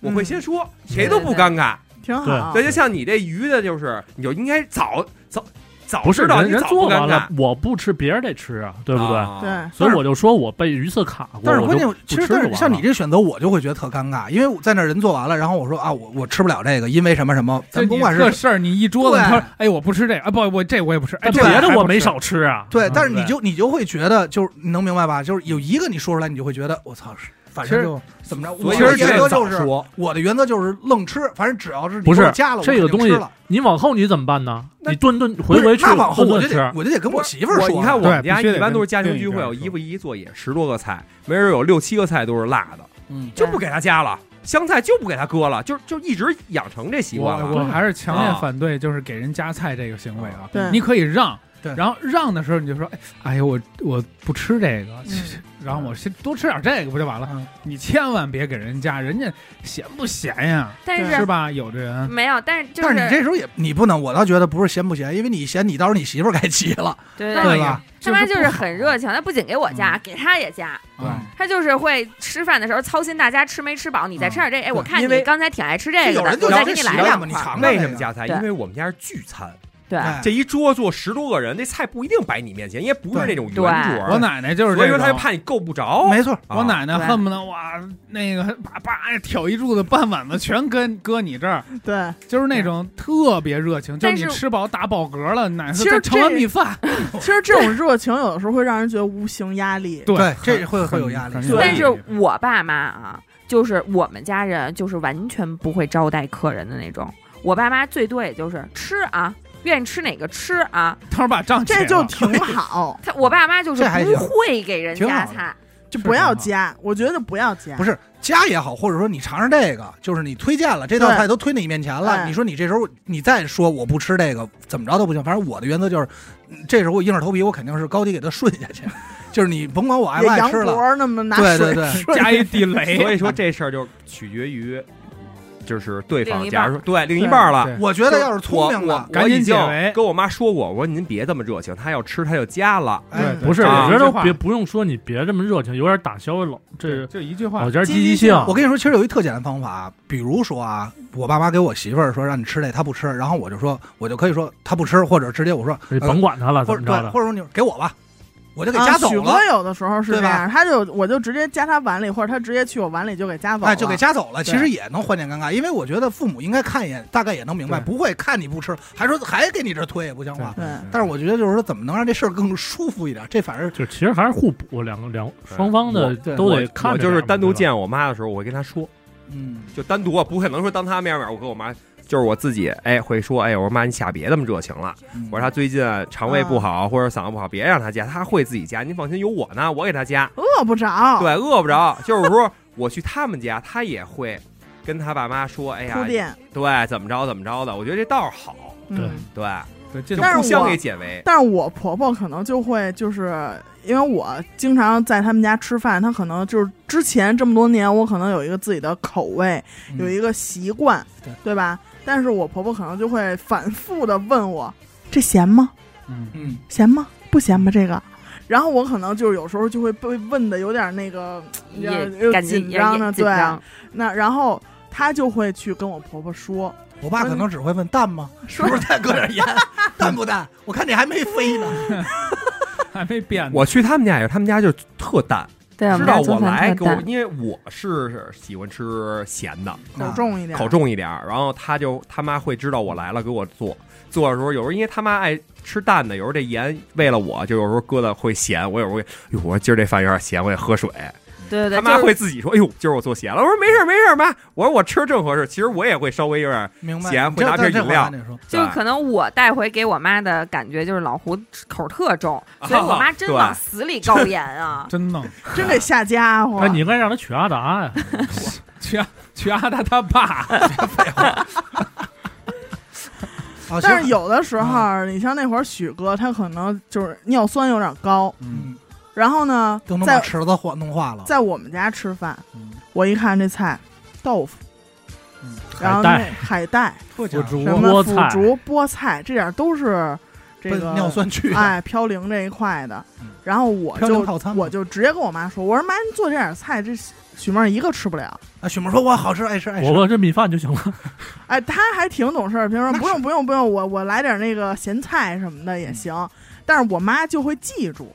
Speaker 11: 我会先说，谁都不尴尬。
Speaker 1: 挺好。
Speaker 11: 那就像你这鱼的，就是你就应该早早早
Speaker 9: 不是
Speaker 11: 知道
Speaker 9: 人
Speaker 11: 你
Speaker 9: 人
Speaker 11: 早
Speaker 9: 做
Speaker 11: 不尴
Speaker 9: 完了
Speaker 11: 尬，，
Speaker 9: 我不吃，别人得吃啊，对不对？
Speaker 11: 啊
Speaker 1: 对，
Speaker 9: 所以我就说我被鱼刺卡过，
Speaker 4: 但是
Speaker 9: 我
Speaker 4: 关
Speaker 9: 就
Speaker 4: 键
Speaker 9: 不，
Speaker 4: 其
Speaker 9: 吃
Speaker 4: 实
Speaker 9: 就
Speaker 4: 但
Speaker 9: 完
Speaker 4: 是
Speaker 9: 了
Speaker 4: 像你这选择，我就会觉得特尴尬，因为我在那儿人做完了，然后我说啊，我我吃不了这个，因为什么什么，
Speaker 3: 就
Speaker 4: 咱甭
Speaker 3: 你
Speaker 4: 管
Speaker 3: 这
Speaker 4: 是
Speaker 3: 事儿，你一桌子，
Speaker 4: 对
Speaker 3: 他说：“哎，我不吃这个，啊，不，我这我也不吃，哎，
Speaker 9: 但
Speaker 3: 这
Speaker 9: 别
Speaker 3: 我还
Speaker 9: 的
Speaker 3: 不
Speaker 9: 我没
Speaker 3: 吃
Speaker 9: 少吃啊。
Speaker 4: 对，但是你
Speaker 3: 嗯对
Speaker 4: 就你就会觉得，就是你能明白吧？就是有一个你说出来，你就会觉得我操，是反正就怎么着，我
Speaker 11: 所以
Speaker 4: 的
Speaker 11: 我觉
Speaker 4: 原
Speaker 11: 得
Speaker 4: 则
Speaker 11: 早
Speaker 4: 就是
Speaker 11: 说，
Speaker 4: 我的原则就是愣吃，反正只要是你
Speaker 9: 不是
Speaker 4: 给我加了，我
Speaker 9: 这个
Speaker 4: 肯定
Speaker 9: 东西
Speaker 4: 吃了
Speaker 9: 你往后你怎么办呢？
Speaker 11: 那
Speaker 9: 你顿顿回
Speaker 4: 不
Speaker 9: 回
Speaker 4: 是
Speaker 9: 去
Speaker 4: 那往后
Speaker 9: 顿
Speaker 4: 我就
Speaker 9: 顿吃
Speaker 4: 得，我就得跟我媳妇儿
Speaker 11: 我
Speaker 4: 说，啊
Speaker 11: 你看我
Speaker 3: 对
Speaker 11: 们家
Speaker 3: 必须得
Speaker 11: 一般都是家庭
Speaker 3: 跟
Speaker 11: 聚会，
Speaker 3: 跟
Speaker 11: 我
Speaker 3: 你这样
Speaker 11: 姨夫姨做也十多个菜，没准有六七个菜都是辣的，
Speaker 4: 嗯
Speaker 11: 就不给他加了，香菜就不给他搁了，就就一直养成这习
Speaker 3: 我
Speaker 11: 惯了。
Speaker 3: 我还是强烈
Speaker 11: 啊
Speaker 3: 反对，就是给人夹菜这个行为啊。
Speaker 1: 对
Speaker 3: 你可以让，
Speaker 4: 对
Speaker 3: 然后让的时候你就说，哎，哎呦，我我不吃这个，
Speaker 1: 嗯
Speaker 3: 然后我先多吃点这个不就完了？
Speaker 4: 嗯
Speaker 3: 你千万别给人家，人家嫌不嫌呀？
Speaker 2: 但
Speaker 3: 是
Speaker 2: 是
Speaker 3: 吧？有的人
Speaker 2: 没有，但是就
Speaker 4: 但是你这时候也你不能，我倒觉得不是嫌不嫌，因为你嫌你到时候你媳妇儿该急了，
Speaker 2: 对
Speaker 3: 那
Speaker 4: 对
Speaker 2: 对，
Speaker 4: 吧？
Speaker 2: 他妈就是
Speaker 3: 不好
Speaker 2: 很热情，他不仅给我
Speaker 4: 嗯
Speaker 2: 加，给他也加。
Speaker 4: 对
Speaker 3: 嗯
Speaker 2: 他就是会吃饭的时候操心大家吃没吃饱，你再
Speaker 4: 嗯
Speaker 2: 吃点这。哎，我看
Speaker 11: 因
Speaker 2: 你
Speaker 11: 为
Speaker 2: 刚才挺爱吃这
Speaker 4: 就
Speaker 2: 个
Speaker 4: 有人
Speaker 2: 的，
Speaker 4: 就
Speaker 2: 我
Speaker 4: 聊
Speaker 2: 再
Speaker 4: 这
Speaker 2: 给你
Speaker 4: 习
Speaker 2: 来
Speaker 4: 惯
Speaker 2: 两
Speaker 4: 嘛你
Speaker 2: 块儿。
Speaker 4: 尝尝
Speaker 11: 为
Speaker 4: 这
Speaker 11: 什
Speaker 4: 个
Speaker 11: 么加菜？
Speaker 2: 对
Speaker 11: 因为我们家是聚餐，
Speaker 2: 对，
Speaker 4: 哎
Speaker 11: 这一桌坐十多个人，那菜不一定摆你面前，因为不是那种圆桌
Speaker 2: 对
Speaker 11: 儿。
Speaker 3: 我奶奶就是
Speaker 11: 所以
Speaker 3: 这
Speaker 11: 说
Speaker 3: 种，
Speaker 11: 他就怕你够不
Speaker 1: 哦
Speaker 11: 着。
Speaker 4: 没错，
Speaker 11: 啊
Speaker 3: 我奶奶
Speaker 2: 对
Speaker 3: 恨不得哇，那个叭叭挑一柱子半碗子全跟搁你这儿，
Speaker 1: 对，
Speaker 3: 就是那种特别热情，就
Speaker 2: 但
Speaker 3: 你
Speaker 2: 是
Speaker 3: 吃饱打饱嗝了，奶奶说
Speaker 1: 其实
Speaker 3: 再盛碗
Speaker 1: 这
Speaker 3: 米饭，
Speaker 1: 其实这种热情有的时候会让人觉得无形压力。
Speaker 4: 对，这
Speaker 3: 很
Speaker 4: 会会有
Speaker 3: 很
Speaker 4: 压力
Speaker 3: 很。
Speaker 1: 对
Speaker 2: 但是我爸妈啊，就是我们家人，就是完全不会招待客人的那种。我爸妈最多也就是吃啊，愿意吃哪个吃啊。
Speaker 3: 到时候把账结
Speaker 1: 这
Speaker 3: 了
Speaker 1: 就挺 好，
Speaker 2: 他我爸妈就是
Speaker 4: 这还
Speaker 2: 不
Speaker 4: 行
Speaker 2: 会给人
Speaker 4: 挺
Speaker 2: 夹
Speaker 4: 好的
Speaker 2: 菜，
Speaker 1: 就是不要
Speaker 3: 挺好
Speaker 1: 加，我觉得不要加。
Speaker 4: 不是家也好，或者说你尝尝这个，就是你推荐了这道
Speaker 1: 对
Speaker 4: 菜都推你面前了，
Speaker 1: 哎
Speaker 4: 你说你这时候你再说我不吃这个，怎么着都不行。反正我的原则就是，嗯这时候我硬着头皮，我肯定是高低给它顺下去， 就是你甭管我爱
Speaker 1: 也
Speaker 4: 不爱
Speaker 1: 羊
Speaker 4: 吃了，
Speaker 1: 脖那么拿
Speaker 4: 对
Speaker 1: 水
Speaker 4: 对对，
Speaker 1: 顺
Speaker 3: 加一地雷，
Speaker 11: 所以说这事儿就取决于，就是对
Speaker 2: 另
Speaker 11: 方，
Speaker 2: 一
Speaker 11: 假
Speaker 2: 半
Speaker 11: 如说对另一半了，
Speaker 3: 对
Speaker 4: 我觉得要是聪明
Speaker 11: 我
Speaker 4: 的，
Speaker 11: 我我
Speaker 3: 赶紧
Speaker 11: 已经
Speaker 3: 解围
Speaker 11: 跟我妈说过，我说您别这么热情，她要吃她就加了。
Speaker 4: 哎
Speaker 3: 对，对
Speaker 9: 不是，
Speaker 3: 这
Speaker 9: 我
Speaker 11: 啊
Speaker 9: 觉
Speaker 3: 这
Speaker 9: 得
Speaker 3: 话
Speaker 9: 别不用说，你别这么热情，有点打消了
Speaker 3: 对
Speaker 9: 这
Speaker 3: 就一句话
Speaker 9: 老，家积
Speaker 1: 积
Speaker 9: 极
Speaker 1: 极
Speaker 9: 性
Speaker 1: 性。
Speaker 4: 我跟你说，其实有一特简单方法，比如说啊，我爸妈给我媳妇儿说让你吃这，她不吃，然后我就说，我就可以说她不吃，或者直接我说，
Speaker 9: 你
Speaker 4: 呃
Speaker 9: 甭管他了，
Speaker 4: 或
Speaker 9: 怎
Speaker 4: 者
Speaker 9: 么
Speaker 4: 对
Speaker 9: 着，的
Speaker 4: 或，者说你给我吧，我就给
Speaker 1: 啊
Speaker 4: 夹走
Speaker 1: 许
Speaker 4: 了，
Speaker 1: 哥有的时候是
Speaker 4: 对
Speaker 1: 这
Speaker 4: 吧
Speaker 1: 样，他就我就直接夹他碗里，或者他直接去我碗里就给夹走了，
Speaker 4: 哎，就给夹走了。
Speaker 1: 对
Speaker 4: 其实也能缓解尴尬，因为我觉得父母应该看一眼，大概也能明白，
Speaker 3: 对
Speaker 4: 不会看你不吃，还说还给你这推，不像话。
Speaker 1: 对
Speaker 11: 嗯
Speaker 4: 但是我觉得就是说，怎么能让这事儿更舒服一点？这反正
Speaker 9: 就其实还是互补，两个两双方的
Speaker 4: 对
Speaker 9: 都得
Speaker 11: 我
Speaker 9: 看
Speaker 11: 我
Speaker 9: 着
Speaker 11: 就是
Speaker 9: 点嘛
Speaker 11: 单独
Speaker 9: 对吧
Speaker 11: 见我妈的时候，我会跟她说，
Speaker 4: 嗯，
Speaker 11: 就单独啊，不可能说当她面儿我跟我妈。就是我自己，哎，会说，哎，我说妈，你下别那么热情了。
Speaker 4: 嗯
Speaker 11: 我说她最近啊肠胃不好，或者嗓子不好，别让她加，她会自己加。您放心，有我呢，我给她加。
Speaker 1: 饿不着，
Speaker 11: 对，饿不着。就是说，我去他们家，她也会跟她爸妈说，哎
Speaker 1: 铺
Speaker 11: 呀，
Speaker 1: 垫，
Speaker 11: 对，怎么着怎么着的。我觉得这倒是好，
Speaker 9: 对
Speaker 1: 嗯。
Speaker 11: 对，
Speaker 3: 对，这
Speaker 11: 就
Speaker 1: 但是
Speaker 11: 互相
Speaker 1: 我
Speaker 11: 给解围。
Speaker 1: 但是我婆婆可能就会就是因为我经常在他们家吃饭，她可能就是之前这么多年，我可能有一个自己的口味，
Speaker 4: 嗯
Speaker 1: 有一个习惯，
Speaker 4: 对
Speaker 1: 对吧？但是我婆婆可能就会反复的问我，这咸吗？
Speaker 3: 嗯，
Speaker 4: 嗯，
Speaker 1: 咸吗？不咸吧？这个。然后我可能就是有时候就会被问的有点那个，
Speaker 2: 也
Speaker 1: 又
Speaker 2: 感觉
Speaker 1: 紧
Speaker 4: 啊
Speaker 2: 也
Speaker 1: 张
Speaker 2: 也
Speaker 1: 呢
Speaker 2: 紧
Speaker 1: 对
Speaker 2: 张
Speaker 1: 那然后她就会去跟我婆婆说，
Speaker 4: 我爸可能只会问淡吗？是不是再搁 点盐？淡不淡？我看你还没飞呢。啊
Speaker 3: 还没变呢，。
Speaker 11: 我去他们家也是，他们家就特淡，
Speaker 2: 对，
Speaker 11: 知
Speaker 2: 们
Speaker 11: 道
Speaker 2: 家
Speaker 11: 我
Speaker 2: 做饭
Speaker 11: 来
Speaker 2: 特
Speaker 11: 给我，
Speaker 2: 淡
Speaker 11: 因为我是喜欢吃咸的，
Speaker 4: 啊
Speaker 1: 口重一点，
Speaker 11: 口重一点儿，然后他就他妈会知道我来了，给我做。做的时候，有时候因为他妈爱吃淡的，有时候这盐为了我，就有时候搁的会咸。我有时候会，哟，我说今儿这饭有点咸，我得喝水。
Speaker 2: 对对对，
Speaker 11: 他妈
Speaker 2: 就是
Speaker 11: 会自己说，哎呦，今儿我做咸了。我说没事儿没事儿，妈，我说我吃正合适。其实我也会稍微有点，
Speaker 4: 明白。
Speaker 11: 咸
Speaker 4: 你
Speaker 11: 会
Speaker 4: 这
Speaker 11: 拿瓶
Speaker 4: 这
Speaker 11: 饮料
Speaker 4: 话跟你说
Speaker 2: 就是
Speaker 11: 对
Speaker 2: 可能我带回给我妈的感觉就是老胡口特重，所以我妈真
Speaker 11: 对
Speaker 2: 往死里高盐啊
Speaker 3: 真弄
Speaker 1: 真得下家伙。
Speaker 9: 哎，你应该让他娶阿达呀，
Speaker 3: 去啊去阿达他爸，
Speaker 4: 啊，
Speaker 1: 但是
Speaker 4: 行
Speaker 1: 有的时候，你像那会儿许哥，他可能就是尿酸有点高，
Speaker 3: 嗯，
Speaker 4: 嗯，
Speaker 1: 然后呢
Speaker 4: 都，能把
Speaker 1: 在
Speaker 4: 池子化弄化了。
Speaker 1: 在我们家吃饭
Speaker 4: 嗯，
Speaker 1: 我一看这菜，豆腐，然后那
Speaker 9: 海带、
Speaker 1: 海带，
Speaker 4: 不
Speaker 9: 腐竹、
Speaker 1: 什么
Speaker 9: 菠
Speaker 1: 腐
Speaker 9: 菜，
Speaker 1: 竹、菠菜，这点都是这
Speaker 4: 奔
Speaker 1: 个
Speaker 4: 尿 酸去了，
Speaker 1: 哎飘零这一块的
Speaker 4: 嗯。
Speaker 1: 然后我
Speaker 4: 飘零
Speaker 1: 就
Speaker 4: 套餐嘛
Speaker 1: 我就直接跟我妈说，我说妈，你做这点菜，这许妹儿一个吃不了。
Speaker 4: 啊，许梦说：“我好吃，爱吃，爱吃
Speaker 9: 我。问这米饭就行了。
Speaker 1: 哎，她还挺懂事儿，平时说
Speaker 4: 那
Speaker 1: 不用不用不用，我我来点那个咸菜什么的也行。但是我妈就会记住。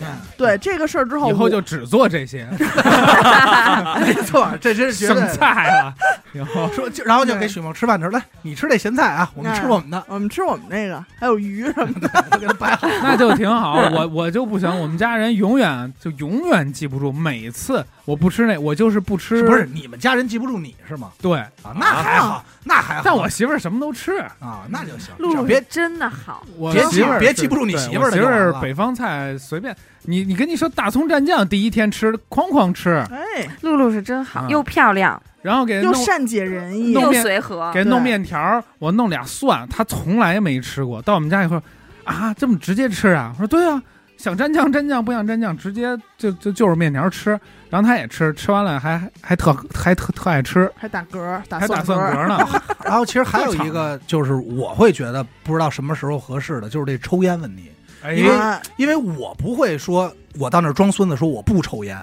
Speaker 4: 嗯
Speaker 1: 对这个事儿之后，
Speaker 3: 以后
Speaker 1: 我
Speaker 3: 就只做这些
Speaker 4: 没哎错，这真是绝
Speaker 3: 剩
Speaker 4: 对的。
Speaker 3: 菜 了，以后
Speaker 4: 说，就然后就给许梦吃饭的时候，来，你吃这咸菜啊，我们
Speaker 1: 哎
Speaker 4: 吃我 们的，
Speaker 1: 我们嗯吃我们那个，还有鱼什 么的。
Speaker 4: 就给他摆好。
Speaker 3: 那就挺好。我我就不行，我们家人永远就永远记不住，每次我不吃那，我就是不吃，
Speaker 4: 不是你们家人记不住你是吗？
Speaker 3: 对，
Speaker 4: 啊，那还好，那还好。
Speaker 3: 但我媳妇儿什么都吃。
Speaker 4: 啊，那就行，
Speaker 2: 露
Speaker 4: 只要
Speaker 2: 露
Speaker 4: 别
Speaker 2: 真的好，
Speaker 3: 我
Speaker 4: 别
Speaker 3: 媳妇儿
Speaker 4: 记别
Speaker 3: 是
Speaker 4: 记不住你
Speaker 3: 对
Speaker 4: 媳妇儿
Speaker 3: 我
Speaker 4: 的
Speaker 3: 媳妇
Speaker 4: 就完
Speaker 3: 儿
Speaker 4: 了
Speaker 3: 北方菜随便你，你跟你说大葱蘸酱，第一天吃哐哐吃，
Speaker 1: 哎，
Speaker 2: 露露是真好，
Speaker 3: 嗯
Speaker 2: 又漂亮
Speaker 3: 然后
Speaker 4: 哎
Speaker 3: 给
Speaker 1: 又
Speaker 3: 弄
Speaker 1: 善解人意，
Speaker 3: 弄
Speaker 2: 又
Speaker 3: 面
Speaker 2: 随和
Speaker 3: 给，弄
Speaker 1: 对
Speaker 3: 面条儿，我弄俩蒜，她从来没吃过。到我们家以后，啊，这么直接吃啊？我说对啊，想蘸酱蘸酱，不想蘸酱直接就就就是面条吃。然后她也吃，吃完了还还特还特特爱吃，
Speaker 1: 还打嗝，打
Speaker 3: 还打蒜
Speaker 1: 嗝。
Speaker 3: 嗝呢。
Speaker 4: 然后其实还有一个就是我会觉得不知道什么时候合适的，就是这抽烟问题，
Speaker 3: 哎
Speaker 4: 因为
Speaker 3: 呀，
Speaker 1: 啊
Speaker 4: 因为我不会说我到那儿装孙子说我不抽烟，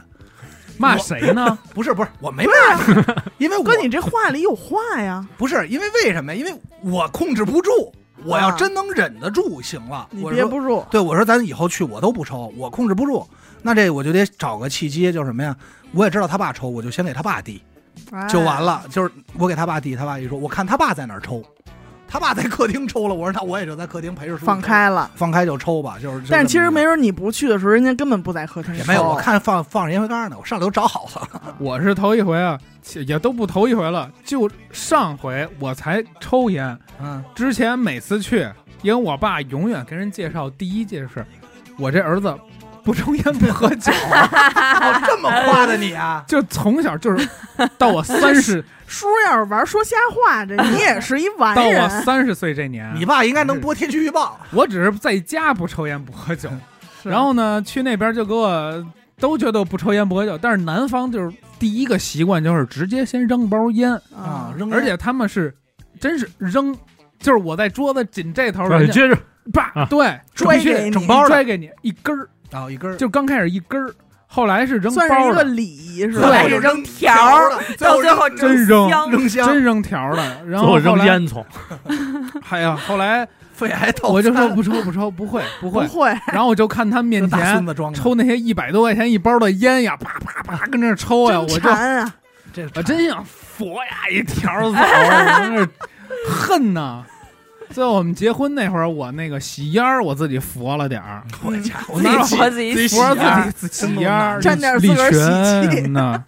Speaker 3: 骂谁呢？
Speaker 4: 不是不是，我没 办法，因为我
Speaker 1: 哥，你这话里有话呀？
Speaker 4: 不是因为为什么呀？因为我控制不住，我要真能忍得住，行了。
Speaker 1: 啊你
Speaker 4: 我
Speaker 1: 憋
Speaker 4: 说
Speaker 1: 不住，
Speaker 4: 对，我说咱以后去我都不抽，我控制不住。那这我就得找个契机，就是什么呀？我也知道他爸抽，我就先给他爸递，
Speaker 1: 哎
Speaker 4: 就完了。就是我给他爸递，他爸一说，我看他爸在哪儿抽， 他爸在客厅抽了。我说那我也就在客厅陪着叔叔
Speaker 1: 放
Speaker 4: 抽，
Speaker 1: 开了。
Speaker 4: 放开就抽吧。就是，就
Speaker 1: 但
Speaker 4: 这
Speaker 1: 是其
Speaker 4: 么
Speaker 1: 实没
Speaker 4: 一个
Speaker 1: 准你不去的时候，人家根本不在客厅
Speaker 4: 也没有，
Speaker 1: 抽
Speaker 4: 我看放放着烟灰缸呢，我上楼找好了。
Speaker 3: 我是头一回啊，其也都不头一回了，就上回我才抽烟，
Speaker 4: 嗯，
Speaker 3: 之前每次去，因为我爸永远跟人介绍第一件事，我这儿子不抽烟不喝酒，
Speaker 4: 哦， 这么夸的你 啊？
Speaker 3: 就从小就是到我三十
Speaker 1: 叔要是玩说瞎话，这你也 是一完
Speaker 3: 到我
Speaker 1: 人。
Speaker 3: 三十岁这年，
Speaker 4: 你爸应该能播天气预报。
Speaker 3: 我只是在家不抽烟不喝酒，然后呢，去那边就给我都觉得我不抽烟不喝酒，但是南方就是第一个习惯就是直接先扔包烟，
Speaker 1: 啊，
Speaker 4: 啊，扔
Speaker 3: 而且他们是真是扔，就是我在桌子紧这头，
Speaker 9: 对
Speaker 3: 人家
Speaker 9: 接着
Speaker 3: 叭
Speaker 9: 啊
Speaker 3: 对
Speaker 1: 拽
Speaker 3: 必须得
Speaker 1: 给你
Speaker 3: 整包的拽给你一根儿，
Speaker 4: 啊一根儿，
Speaker 3: 就刚开始一根儿，后来是扔
Speaker 1: 算是
Speaker 3: 包
Speaker 1: 一个
Speaker 3: 的，
Speaker 1: 礼仪是
Speaker 4: 最后
Speaker 1: 吧？
Speaker 2: 对
Speaker 4: 就
Speaker 2: 扔条儿
Speaker 4: 了，
Speaker 2: 到最后
Speaker 3: 真扔
Speaker 2: 香
Speaker 4: 扔香，
Speaker 3: 真扔条的，然
Speaker 9: 最
Speaker 3: 后
Speaker 9: 后
Speaker 3: 后
Speaker 9: 扔
Speaker 3: 来，
Speaker 9: 烟囱，
Speaker 3: 哎呀，后来
Speaker 4: 肺还套
Speaker 3: 我就说
Speaker 4: 餐
Speaker 3: 不抽不抽，不会不
Speaker 1: 不
Speaker 3: 会，
Speaker 1: 会，
Speaker 3: 然后我就看他们面
Speaker 4: 就大
Speaker 3: 前
Speaker 4: 孙子装的，
Speaker 3: 抽那些一百多块钱一包的烟呀，啪啪啪跟那儿抽呀，
Speaker 1: 真
Speaker 3: 我就
Speaker 1: 馋啊！
Speaker 4: 这个
Speaker 3: 我真想佛呀一条儿走，我真是恨呐。最后我们结婚那会儿，我那个洗烟儿我自己佛了点儿，
Speaker 4: 嗯我这家伙
Speaker 2: 自己
Speaker 3: 哪有
Speaker 2: 活自己
Speaker 3: 佛
Speaker 2: 洗啊
Speaker 3: 自己自己烟儿，
Speaker 1: 沾点儿
Speaker 3: 利
Speaker 1: 自个儿
Speaker 3: 泉
Speaker 1: 洗剂
Speaker 3: 什么的。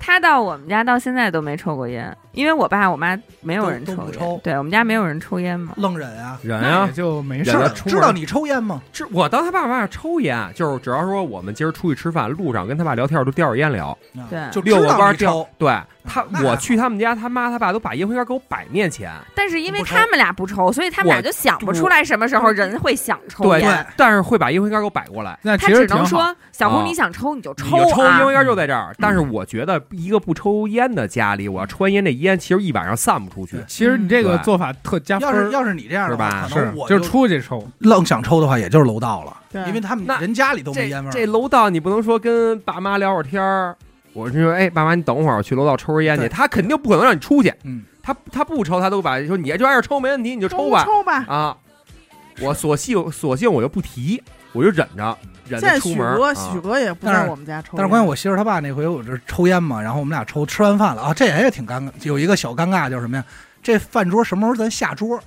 Speaker 2: 他到我们家到现在都没抽过烟，因为我爸我妈没有人
Speaker 4: 都都不
Speaker 2: 烟，
Speaker 4: 抽
Speaker 2: 对我们家没有人抽烟嘛。
Speaker 4: 愣忍啊！
Speaker 11: 人
Speaker 3: 那
Speaker 11: 啊
Speaker 3: 也，就没
Speaker 4: 知
Speaker 3: 事
Speaker 11: 忍
Speaker 3: 儿
Speaker 4: 道
Speaker 11: 了。
Speaker 3: 出
Speaker 4: 知
Speaker 3: 门
Speaker 4: 道你抽烟吗？
Speaker 11: 是我当他爸爸抽烟啊，就是只要说我们今儿出去吃饭，路上跟他爸聊天儿都叼着烟聊，
Speaker 4: 啊
Speaker 2: 对
Speaker 4: 就知
Speaker 11: 遛个弯
Speaker 4: 道
Speaker 11: 儿
Speaker 4: 你抽
Speaker 11: 叼。。对他
Speaker 4: 那，还
Speaker 11: 我
Speaker 4: 好
Speaker 11: 去他们家，他妈他爸都把烟灰缸给我摆面前。
Speaker 2: 但是因为
Speaker 4: 不抽
Speaker 2: 他们俩不抽，所以他们俩
Speaker 11: 我
Speaker 2: 就想不出来什么时候人会想抽
Speaker 11: 对
Speaker 2: 烟。，
Speaker 11: 但是会把烟灰缸给我摆过来。
Speaker 3: 那
Speaker 2: 他
Speaker 3: 其实
Speaker 2: 只
Speaker 3: 挺
Speaker 2: 能
Speaker 3: 好。
Speaker 2: 说：“小红，
Speaker 11: 啊
Speaker 2: 你想抽你就
Speaker 11: 你
Speaker 2: 抽
Speaker 11: 就抽烟
Speaker 2: 啊
Speaker 11: 灰缸就在这儿，但是我觉得一个不抽烟的家里，我要抽完烟，这烟其实一晚上散不出去
Speaker 4: 嗯对。
Speaker 3: 其实你这个
Speaker 11: 对
Speaker 3: 做法特加分
Speaker 4: 要是
Speaker 3: 儿，
Speaker 4: 要是你这样的话，
Speaker 11: 是
Speaker 4: 可能
Speaker 3: 是
Speaker 4: 我
Speaker 3: 就是出去抽，
Speaker 4: 愣想抽的话，也就是楼道了，
Speaker 1: 对
Speaker 4: 因为他们
Speaker 11: 那
Speaker 4: 人家里都没
Speaker 11: 这
Speaker 4: 烟味儿。
Speaker 11: 这楼道你不能说跟爸妈聊会儿天儿，我是说，哎，爸妈你等会儿，我去楼道抽根烟去。
Speaker 4: 对
Speaker 11: 他肯定不可能让你出去，
Speaker 4: 嗯，
Speaker 11: 他他不抽，他都把说你就挨着抽没问题，你就抽吧
Speaker 1: 抽吧。
Speaker 11: 啊。我索性索性我就不提，我就忍着
Speaker 1: 现
Speaker 11: 忍着
Speaker 1: 在
Speaker 11: 出
Speaker 1: 许
Speaker 11: 门儿。
Speaker 1: 哥，
Speaker 11: 啊
Speaker 1: 许哥也不
Speaker 4: 但
Speaker 1: 在
Speaker 4: 是
Speaker 1: 我们家抽烟，
Speaker 4: 但是关键我媳妇儿她爸那回我这抽烟嘛，然后我们俩抽，吃完饭了啊，这也挺尴尬，有一个小尴尬就是什么呀？这饭桌什么时候咱下桌？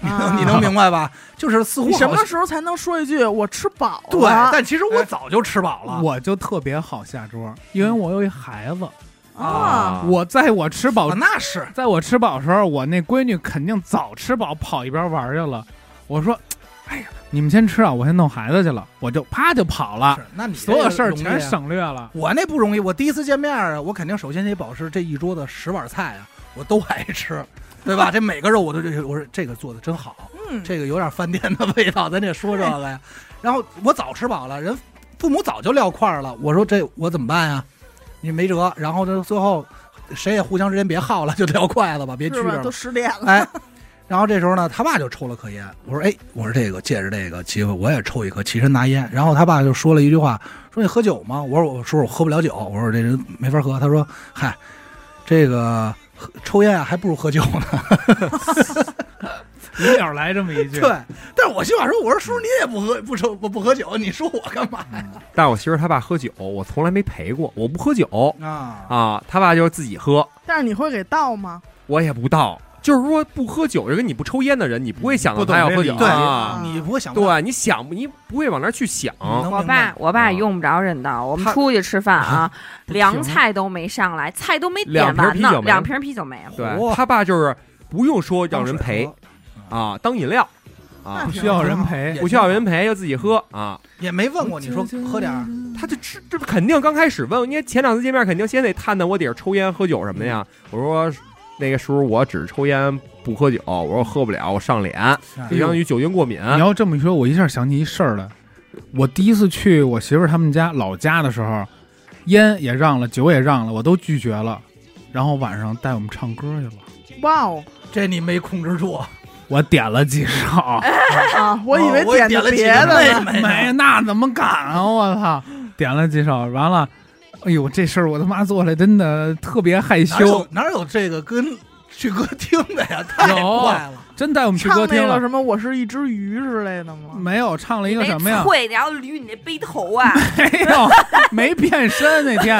Speaker 4: 你
Speaker 1: 啊
Speaker 4: 能 你能明白吧？就是似乎
Speaker 1: 你什
Speaker 4: 好
Speaker 1: 么
Speaker 4: 像
Speaker 1: 时候才能说一句我吃饱
Speaker 4: 对，
Speaker 1: 了？啊
Speaker 4: 但其实我早就吃饱了。
Speaker 3: 哎我就特别好下桌，因为我有一孩子，
Speaker 1: 啊，
Speaker 3: 我在我吃饱
Speaker 4: 啊那是
Speaker 3: 在我吃饱的时候，我那闺女肯定早吃饱跑一边玩去了。我说：“哎呀，你们先吃啊，我先弄孩子去了。”我就啪就跑了，
Speaker 4: 是，那你
Speaker 3: 所有事儿
Speaker 4: 这个
Speaker 3: 全
Speaker 4: 容易啊
Speaker 3: 省略 了。
Speaker 4: 我那不容易，我第一次见面啊，我肯定首先得保持这一桌子十碗菜啊，我都爱吃，对吧？这每个肉我都这，我说这个做的真好，
Speaker 1: 嗯，
Speaker 4: 这个有点饭店的味道，咱得说这个 呀。然后我早吃饱了，人父母早就撂块儿了，我说这我怎么办呀？你没辙。然后这最后谁也互相之间别耗了，就撂筷子吧，别
Speaker 1: 是
Speaker 4: 拘着
Speaker 1: 吧？
Speaker 4: 了
Speaker 1: 都。十点 了，
Speaker 4: 哎，然后这时候呢，他爸就抽了颗烟。我说，哎，我说这个借着这个机会，我也抽一颗，起身拿烟。然后他爸就说了一句话，说你喝酒吗？我说我叔叔喝不了酒，我说这人没法喝。他说，嗨，这个喝抽烟啊，还不如喝酒呢。
Speaker 3: 一秒来这么一句，
Speaker 4: 对，但是我心想说，我说叔叔你也不喝不抽不不喝酒，你说我干嘛
Speaker 11: 但是我媳妇儿她爸喝酒，我从来没陪过，我不喝酒
Speaker 1: 嗯
Speaker 4: 啊？
Speaker 11: 啊，他爸就是自己喝，
Speaker 1: 但是你会给倒吗？
Speaker 11: 我也不倒。就是说不喝酒人跟你不抽烟的人，你不会想到
Speaker 3: 不懂
Speaker 11: 他要
Speaker 3: 这
Speaker 11: 喝
Speaker 3: 理
Speaker 11: 酒，
Speaker 4: 对
Speaker 11: 啊
Speaker 4: 你不会想
Speaker 11: 对，你想你不会往那儿去想，
Speaker 2: 我爸，我爸用不着忍道，我们出去吃饭啊，凉菜都没上来，菜都没点完呢，
Speaker 11: 两瓶啤酒没
Speaker 2: 两瓶啤酒没了。
Speaker 11: 对
Speaker 4: 哇
Speaker 11: 他爸就是不用说让人陪啊，当饮料
Speaker 1: 那
Speaker 11: 啊
Speaker 3: 不，
Speaker 1: 挺
Speaker 3: 需要人
Speaker 4: 也
Speaker 3: 陪。
Speaker 11: 不需要人陪就自己喝啊。
Speaker 4: 也没问过你说喝点儿，
Speaker 11: 他就吃，这不肯定刚开始问，因为前两次见面肯定先得探探我底儿抽烟喝酒什么的呀。我说那个叔，我只抽烟不喝酒，我说喝不了，我上脸，就
Speaker 4: 哎
Speaker 11: 相当于酒精过敏。
Speaker 3: 哎你要这么一说，我一下想起一事儿来。我第一次去我媳妇儿他们家老家的时候，烟也让了，酒也让了，我都拒绝了。然后晚上带我们唱歌去了，
Speaker 1: 哇哦
Speaker 4: 这你没控制住。
Speaker 3: 我点了几首。
Speaker 1: 啊！我以为
Speaker 4: 哦我也点
Speaker 1: 的
Speaker 4: 了
Speaker 1: 别
Speaker 4: 几
Speaker 1: 的
Speaker 4: 个
Speaker 1: 呢，
Speaker 4: 没
Speaker 3: 没，那怎么敢啊！我操，点了几首，完了，哎呦，这事儿我他妈做来真的特别害
Speaker 4: 哪有
Speaker 3: 羞。
Speaker 4: 哪有这个跟去歌厅的呀？太
Speaker 3: 有
Speaker 4: 快了！
Speaker 3: 真带 我们去
Speaker 1: 唱
Speaker 3: 歌
Speaker 1: 那
Speaker 3: 厅
Speaker 1: 个什么“我是一只鱼”之类的
Speaker 4: 嗯
Speaker 1: 吗？
Speaker 3: 没有，唱了一个什么呀？
Speaker 2: 会，然后捋你那背头啊！
Speaker 3: 没有，没变身那天。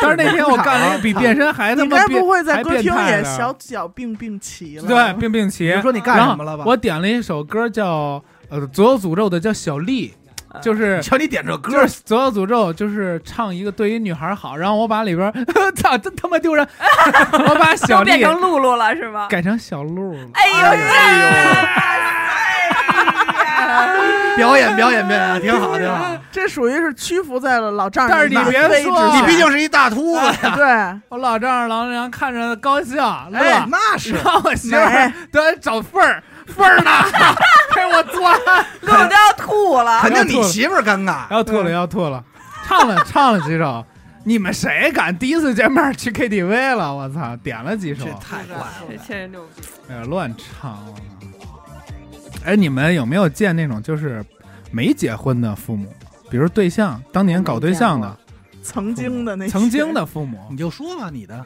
Speaker 3: 但是那天我干了一个比变身还他
Speaker 1: 你
Speaker 3: 妈
Speaker 1: 该
Speaker 3: 变
Speaker 1: 不会在
Speaker 3: 还
Speaker 1: 歌厅
Speaker 3: 变态
Speaker 1: 也
Speaker 3: 的
Speaker 1: 小脚并并齐 了？啊
Speaker 3: 对，并并齐
Speaker 4: 你。说你干什么了吧？
Speaker 3: 我点了一首歌叫呃左右诅咒的，叫小丽，就是
Speaker 4: 瞧你点这歌
Speaker 3: 就是左右诅咒，就是唱一个对于女孩好，然后我把里边儿 操真他妈丢人， 我把小
Speaker 2: 都变
Speaker 3: 丽
Speaker 2: 成露露了是吗？
Speaker 3: 啊改成小鹿了。
Speaker 2: 哎呦，
Speaker 4: 表演表演表演，挺好挺好。
Speaker 1: 这属于是屈服在了老丈人
Speaker 3: 但是哎
Speaker 1: 的
Speaker 3: 你
Speaker 1: 威之
Speaker 3: 别说
Speaker 1: 下
Speaker 4: 你毕竟是一大秃子，
Speaker 1: 对
Speaker 3: 我老丈人老娘看着高兴乐，
Speaker 4: 哎，那是
Speaker 3: 然后我媳妇儿
Speaker 1: 美
Speaker 3: 得找缝儿，缝儿呢给我做，
Speaker 2: 露露都要吐了。
Speaker 4: 肯定你媳妇儿尴尬。
Speaker 3: 要吐了要吐了，唱了唱了几首。你们谁敢第一次见面去 KTV 了？我操，点了几首
Speaker 4: 这，太坏了！
Speaker 2: 这确实牛逼！
Speaker 3: 哎呀，乱唱。我操哎，你们有没有见那种就是没结婚的父母，比如对象当年搞对象的，
Speaker 1: 曾经的那
Speaker 3: 曾经
Speaker 1: 的
Speaker 3: 的父母？啊
Speaker 4: 你就说吧，你的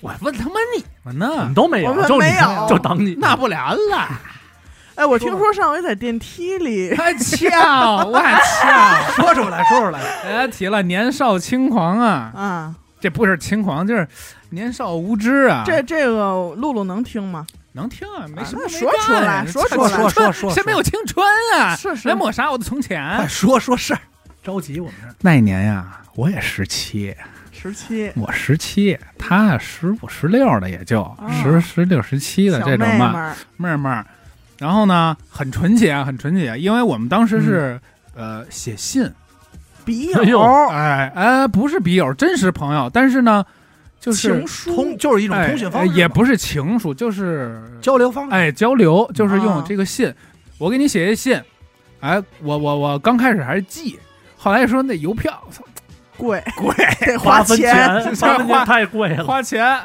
Speaker 3: 我问他妈你们
Speaker 9: 我们
Speaker 3: 呢？
Speaker 9: 都没有
Speaker 1: 我，们
Speaker 9: 就你
Speaker 1: 没有
Speaker 9: 就挡你，
Speaker 3: 那不然了。
Speaker 1: 哎，我听说上回在电梯 里，
Speaker 3: 哎，翘，我翘！
Speaker 4: 啊说出来，说出来。
Speaker 3: 大家提了年少轻狂啊，
Speaker 1: 啊，
Speaker 3: 这不是轻狂，就是年少无知啊。
Speaker 1: 这这个露露能听吗？
Speaker 3: 能听啊，没什么
Speaker 1: 那
Speaker 3: 没
Speaker 1: 说
Speaker 3: 干
Speaker 1: 出来
Speaker 3: 啊
Speaker 1: 说出
Speaker 3: 这
Speaker 4: 说
Speaker 1: 来
Speaker 4: 说说说，
Speaker 3: 谁没有青春啊？
Speaker 1: 是是
Speaker 3: 来抹杀我的从
Speaker 4: 快
Speaker 3: 前。
Speaker 4: 说说事儿，着急我们这儿。
Speaker 3: 哎那一年呀，我也十七，
Speaker 1: 十七
Speaker 3: 我十七，他十五、十六的，也就十十六、十七的
Speaker 1: 小
Speaker 3: 这
Speaker 1: 妹
Speaker 3: 种
Speaker 1: 妹
Speaker 3: 嘛，
Speaker 1: 儿，
Speaker 3: 哦妹儿妹儿。然后呢，很纯洁，啊很纯洁，因为我们当时是、呃写信，
Speaker 1: 笔
Speaker 9: 哎呦
Speaker 1: 友
Speaker 3: 哎哎，不是笔友，真实朋友，但是呢，就是
Speaker 1: 情书
Speaker 4: 通就是一种
Speaker 3: 哎
Speaker 4: 通讯方
Speaker 3: 哎
Speaker 4: 式嘛，
Speaker 3: 也不是情书，就是
Speaker 4: 交流方式。
Speaker 3: 哎交流，就是用
Speaker 1: 啊
Speaker 3: 这个信，我给你写一信，哎，我我我刚开始还是寄，后来说那邮票，操
Speaker 1: 贵
Speaker 3: 贵，
Speaker 1: 得
Speaker 9: 花分
Speaker 1: 钱，
Speaker 9: 钱，花分钱太贵了。
Speaker 3: 花钱，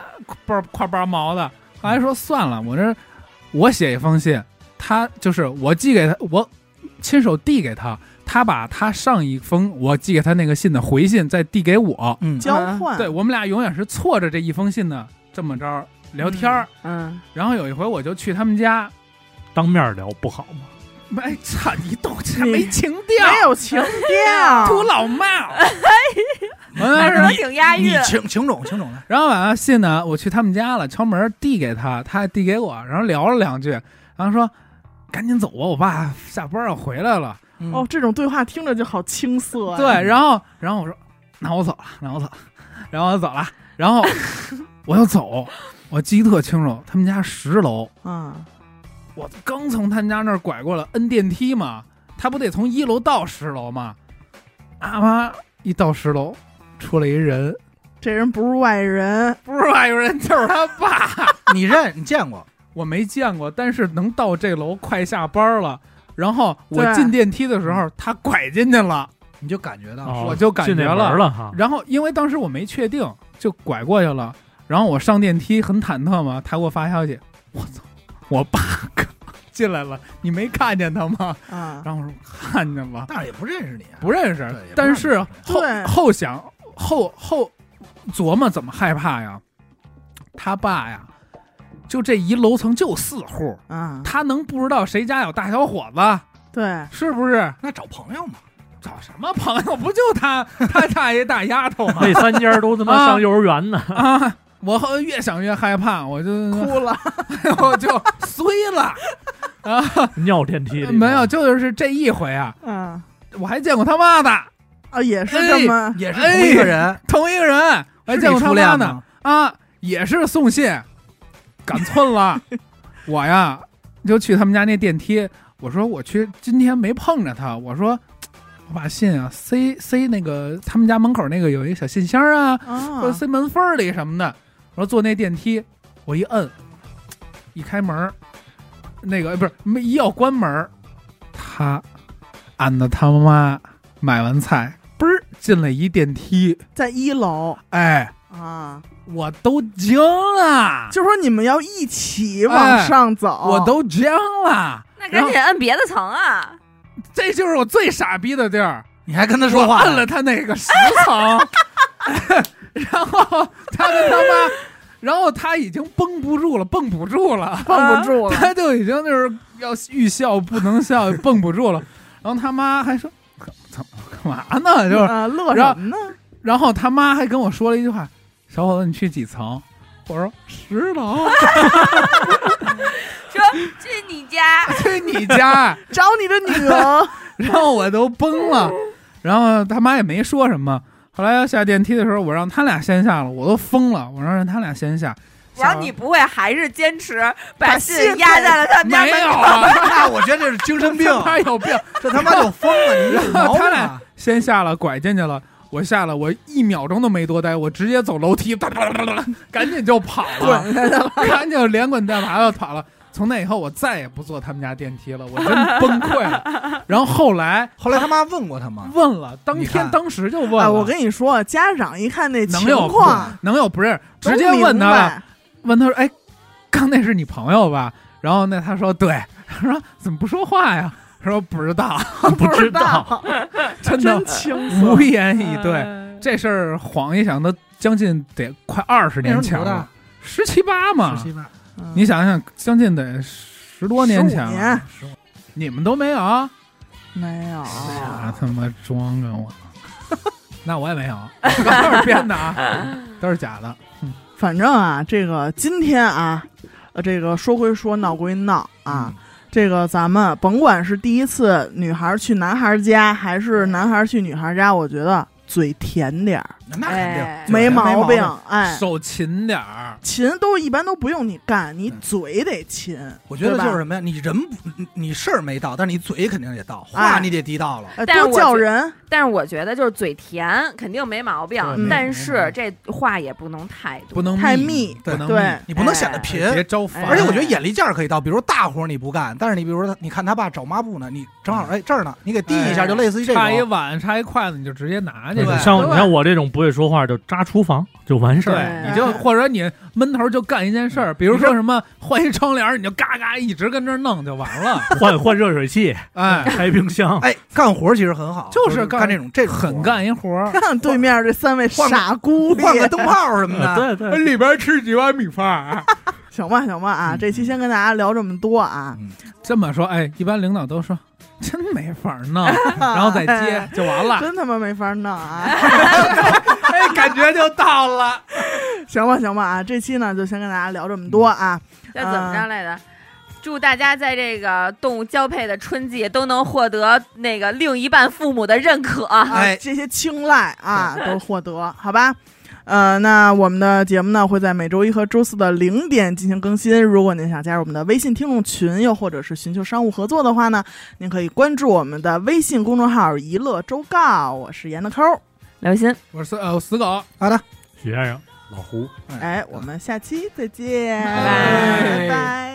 Speaker 3: 包块八毛的，后来说算了，我这我写一封信，他就是我寄给他，我亲手递给他，他把他上一封我寄给他那个信的回信再递给我，
Speaker 4: 嗯，
Speaker 1: 交换
Speaker 3: 对我们俩永远是错着这一封信的这么着聊天儿。
Speaker 2: 嗯，
Speaker 3: 然后有一回我就去他们家，
Speaker 9: 当面聊不好吗？
Speaker 3: 哎操，你都
Speaker 1: 你
Speaker 3: 没情调，
Speaker 1: 没有哎情 调，
Speaker 3: 秃老 帽。完了
Speaker 2: 反正
Speaker 3: 是
Speaker 2: 挺押
Speaker 4: 你
Speaker 2: 韵。
Speaker 4: 情情种情种来，
Speaker 3: 然后晚上信呢，我去他们家了，敲门递给他，他还递给我，然后聊了两句，然后说赶紧走吧，我爸下班要回来了。
Speaker 4: 嗯
Speaker 1: 哦，这种对话听着就好青涩啊。
Speaker 3: 对，然后然后我说那我走了，那我走了，然后我 走了，然后我就走，我记得特清楚，他们家十楼，
Speaker 1: 啊，
Speaker 3: 我刚从他们家那儿拐过了，摁电梯嘛，他不得从一楼到十楼嘛？啊妈，一到十楼出来一人，
Speaker 1: 这人不是外人，
Speaker 3: 不是外国人，就是他爸。
Speaker 4: 你认你见过？
Speaker 3: 我没见过，但是能到这楼快下班了。然后我
Speaker 1: 对
Speaker 3: 进电梯的时候，他拐进去了，
Speaker 4: 你就感觉到
Speaker 9: 哦
Speaker 3: 啊我就感觉
Speaker 9: 进那门
Speaker 3: 了
Speaker 9: 了哈。
Speaker 3: 然后因为当时我没确定，就拐过去了。然后我上电梯很忐忑嘛，他给我发消息，我操，我爸 刚进来了，你没看见他吗？
Speaker 1: 啊，
Speaker 3: 然后我说看见了，
Speaker 4: 但是也不认识你啊。
Speaker 3: 不认识
Speaker 4: 对也不认识，
Speaker 3: 但是后
Speaker 1: 对
Speaker 3: 后想后后琢磨怎么害怕呀？他爸呀，就这一楼层就四户，
Speaker 1: 啊，
Speaker 3: 他能不知道谁家有大小伙子
Speaker 1: 对，
Speaker 3: 是不是？
Speaker 4: 那找朋友嘛，
Speaker 3: 找什么朋友？不就 他他大爷大丫头吗？
Speaker 9: 那三家都他妈上幼儿园呢，
Speaker 3: 啊！我后越想越害怕，我就
Speaker 1: 哭了，
Speaker 3: 我就衰了 啊！
Speaker 9: 尿电梯里
Speaker 3: 没有，就是这一回啊，
Speaker 1: 啊
Speaker 3: 我还见过他妈的
Speaker 1: 啊，也是这么
Speaker 4: 也是同一个人，
Speaker 3: 同一个人，我还
Speaker 4: 是
Speaker 3: 嗯哎见
Speaker 4: 你
Speaker 3: 过他
Speaker 4: 初
Speaker 3: 妈
Speaker 4: 恋
Speaker 3: 呢
Speaker 4: 吗？
Speaker 3: 啊！也是送信，赶寸了。我呀，就去他们家那电梯，我说我去，今天没碰着他，我说。我把信啊塞塞那个他们家门口那个有一个小信箱啊，
Speaker 1: 啊
Speaker 3: 或者塞门缝儿里什么的。我说坐那电梯，我一摁，一开门儿，那个呃不是没一要关门儿，他俺的他妈买完菜，嘣儿进了一电梯，
Speaker 1: 在一楼
Speaker 3: 哎，
Speaker 1: 啊，
Speaker 3: 我都惊了，
Speaker 1: 就说你们要一起
Speaker 3: 哎
Speaker 1: 往上走，
Speaker 3: 我都惊了，
Speaker 2: 那赶紧摁别的层啊！
Speaker 3: 这就是我最傻逼的地儿。
Speaker 4: 你还跟他
Speaker 3: 他
Speaker 4: 说话呢？
Speaker 3: 按了他那个十层，然后他跟他妈，然后他已经绷不住了，绷不住了，
Speaker 2: 绷不住了。
Speaker 3: 他就已经就是要欲笑不能 笑，绷不住了。然后他妈还说：“怎么干嘛呢？” 就是，
Speaker 1: 啊，乐什么呢？
Speaker 3: 然后他妈还跟我说了一句话：“小伙子，你去几层？”我说：“十楼。
Speaker 2: 说去你家，”
Speaker 3: 去你家。
Speaker 1: 找你的女儿，
Speaker 3: 然后我都崩了，然后他妈也没说什么。后来要下电梯的时候，我让他俩先下了，我都疯了，我让让他俩先下。
Speaker 2: 然后你不会还是坚持把
Speaker 1: 把
Speaker 2: 信
Speaker 1: 信
Speaker 2: 压在了他们家
Speaker 3: 没
Speaker 2: 门
Speaker 3: 有
Speaker 2: 口？
Speaker 3: 啊，
Speaker 4: 那哎我觉得这是精神病，
Speaker 3: 他有病，
Speaker 4: 这他妈就疯了，你有毛病
Speaker 3: 他
Speaker 4: 啊
Speaker 3: 俩！先下了，拐进去了。我下了，我一秒钟都没多待，我直接走楼梯，哒哒哒哒哒赶紧就跑了，赶紧就连滚带爬的跑了。从那以后，我再也不坐他们家电梯了，我真崩溃了。然后后来
Speaker 4: 后来他妈问过他 吗？
Speaker 3: 问了，当
Speaker 4: 你看
Speaker 3: 天当时就问
Speaker 1: 啊，
Speaker 3: 了，
Speaker 1: 我跟你说，家长一看那
Speaker 3: 能
Speaker 1: 情
Speaker 3: 有
Speaker 1: 况，
Speaker 3: 能有不是
Speaker 1: 都
Speaker 3: 直接问他了，
Speaker 1: 明白，
Speaker 3: 问他说：“哎，刚那是你朋友吧？”然后那他说：“对。”他说：“怎么不说话呀？”他说：“不知道，
Speaker 9: 不知
Speaker 1: 道
Speaker 9: 道，
Speaker 3: 真的
Speaker 9: 真轻
Speaker 3: 无
Speaker 9: 松。
Speaker 3: 言以
Speaker 2: 嗯
Speaker 3: 对。”这事儿晃一想，都将近得快二十年前了，十七八嘛。
Speaker 4: 八，
Speaker 1: 嗯
Speaker 3: 你想想，将近得十多年前
Speaker 1: 15
Speaker 3: 了
Speaker 1: 年，
Speaker 3: 你们都没有啊？
Speaker 1: 没有？
Speaker 3: 啊，他妈装着我呢那我也没有，都是编的啊，都是假的。
Speaker 1: 反正啊，这个今天啊，呃，这个说归说，闹归闹啊。
Speaker 4: 嗯
Speaker 1: 这个咱们甭管是第一次女孩去男孩家，还是男孩去女孩家，我觉得嘴甜点儿
Speaker 4: 那肯定
Speaker 2: 哎
Speaker 1: 没毛
Speaker 4: 没
Speaker 1: 病
Speaker 4: 毛。
Speaker 1: 哎，
Speaker 3: 手勤点儿，
Speaker 1: 勤都一般都不用你干，你嘴得勤。
Speaker 4: 我觉得
Speaker 1: 对吧
Speaker 4: 就是什么呀？你人不，你你事儿没到，但是你嘴肯定得到，话
Speaker 1: 哎
Speaker 4: 你得地道了。
Speaker 1: 哎，
Speaker 2: 但是
Speaker 1: 多
Speaker 2: 我
Speaker 1: 叫
Speaker 2: 觉
Speaker 1: 人，
Speaker 2: 但是我觉得就是嘴甜肯定没毛病
Speaker 3: 对没，
Speaker 2: 但
Speaker 3: 没毛
Speaker 2: 是这话也不能太多，
Speaker 3: 不能
Speaker 1: 太
Speaker 3: 密，
Speaker 1: 密
Speaker 3: 不能
Speaker 1: 对
Speaker 4: 你不能显得贫。
Speaker 3: 别招烦。
Speaker 2: 哎
Speaker 4: 而且我觉得眼力见儿可以到，比如大活儿你不干，但是你比如说他，你看他爸找抹布呢，你正
Speaker 1: 嗯
Speaker 4: 好哎这儿呢，你给递一下，
Speaker 2: 哎
Speaker 4: 就类似于这
Speaker 3: 差一
Speaker 4: 种。
Speaker 3: 碗，差一筷子，你就直接拿去
Speaker 4: 对。
Speaker 9: 像
Speaker 2: 对
Speaker 9: 你像我这种不会说话，就扎厨房就完事儿。
Speaker 3: 对，你就或者你闷头就干一件事儿，比嗯如说什么换一窗帘儿，你就嘎嘎一直跟这儿弄就完 了。
Speaker 9: 换换热水器，
Speaker 3: 哎，
Speaker 9: 开冰箱，
Speaker 4: 哎，干活儿其实很好，
Speaker 3: 就是
Speaker 4: 是
Speaker 3: 干
Speaker 4: 干这种这种活
Speaker 3: 狠
Speaker 4: 儿，
Speaker 3: 干一活儿，
Speaker 1: 让 对面这三位
Speaker 4: 换个
Speaker 1: 傻姑爷
Speaker 4: 换个灯泡什么
Speaker 9: 呃
Speaker 4: 的。
Speaker 9: 对对，
Speaker 3: 里边吃几碗米饭。啊
Speaker 1: 行吧，行吧啊，
Speaker 4: 嗯
Speaker 1: 这期先跟大家聊这么多啊，
Speaker 3: 这么说，哎，一般领导都说真没法弄，然后再接就完了，
Speaker 1: 真他妈没法弄啊。
Speaker 3: 哎，感觉就到了。
Speaker 1: 行吧，行吧啊，这期呢就先跟大家聊这么多啊。
Speaker 2: 要怎么着来着？祝大家在这个动物交配的春季都能获得那个另一半父母的认可。
Speaker 1: 啊，
Speaker 4: 哎
Speaker 1: 这些青睐啊都获得，好吧？呃，那我们的节目呢会在每周一和周四的零点进行更新。如果您想加入我们的微信听众群，又或者是寻求商务合作的话呢，您可以关注我们的微信公众号“一乐周告”。我是严的抠儿，
Speaker 2: 刘鑫，
Speaker 3: 我是呃死狗，
Speaker 4: 好的，
Speaker 9: 许先生。
Speaker 4: 嗯
Speaker 1: 哎
Speaker 11: 老胡。
Speaker 1: 哎，我们下期再见，
Speaker 3: 拜
Speaker 1: 拜拜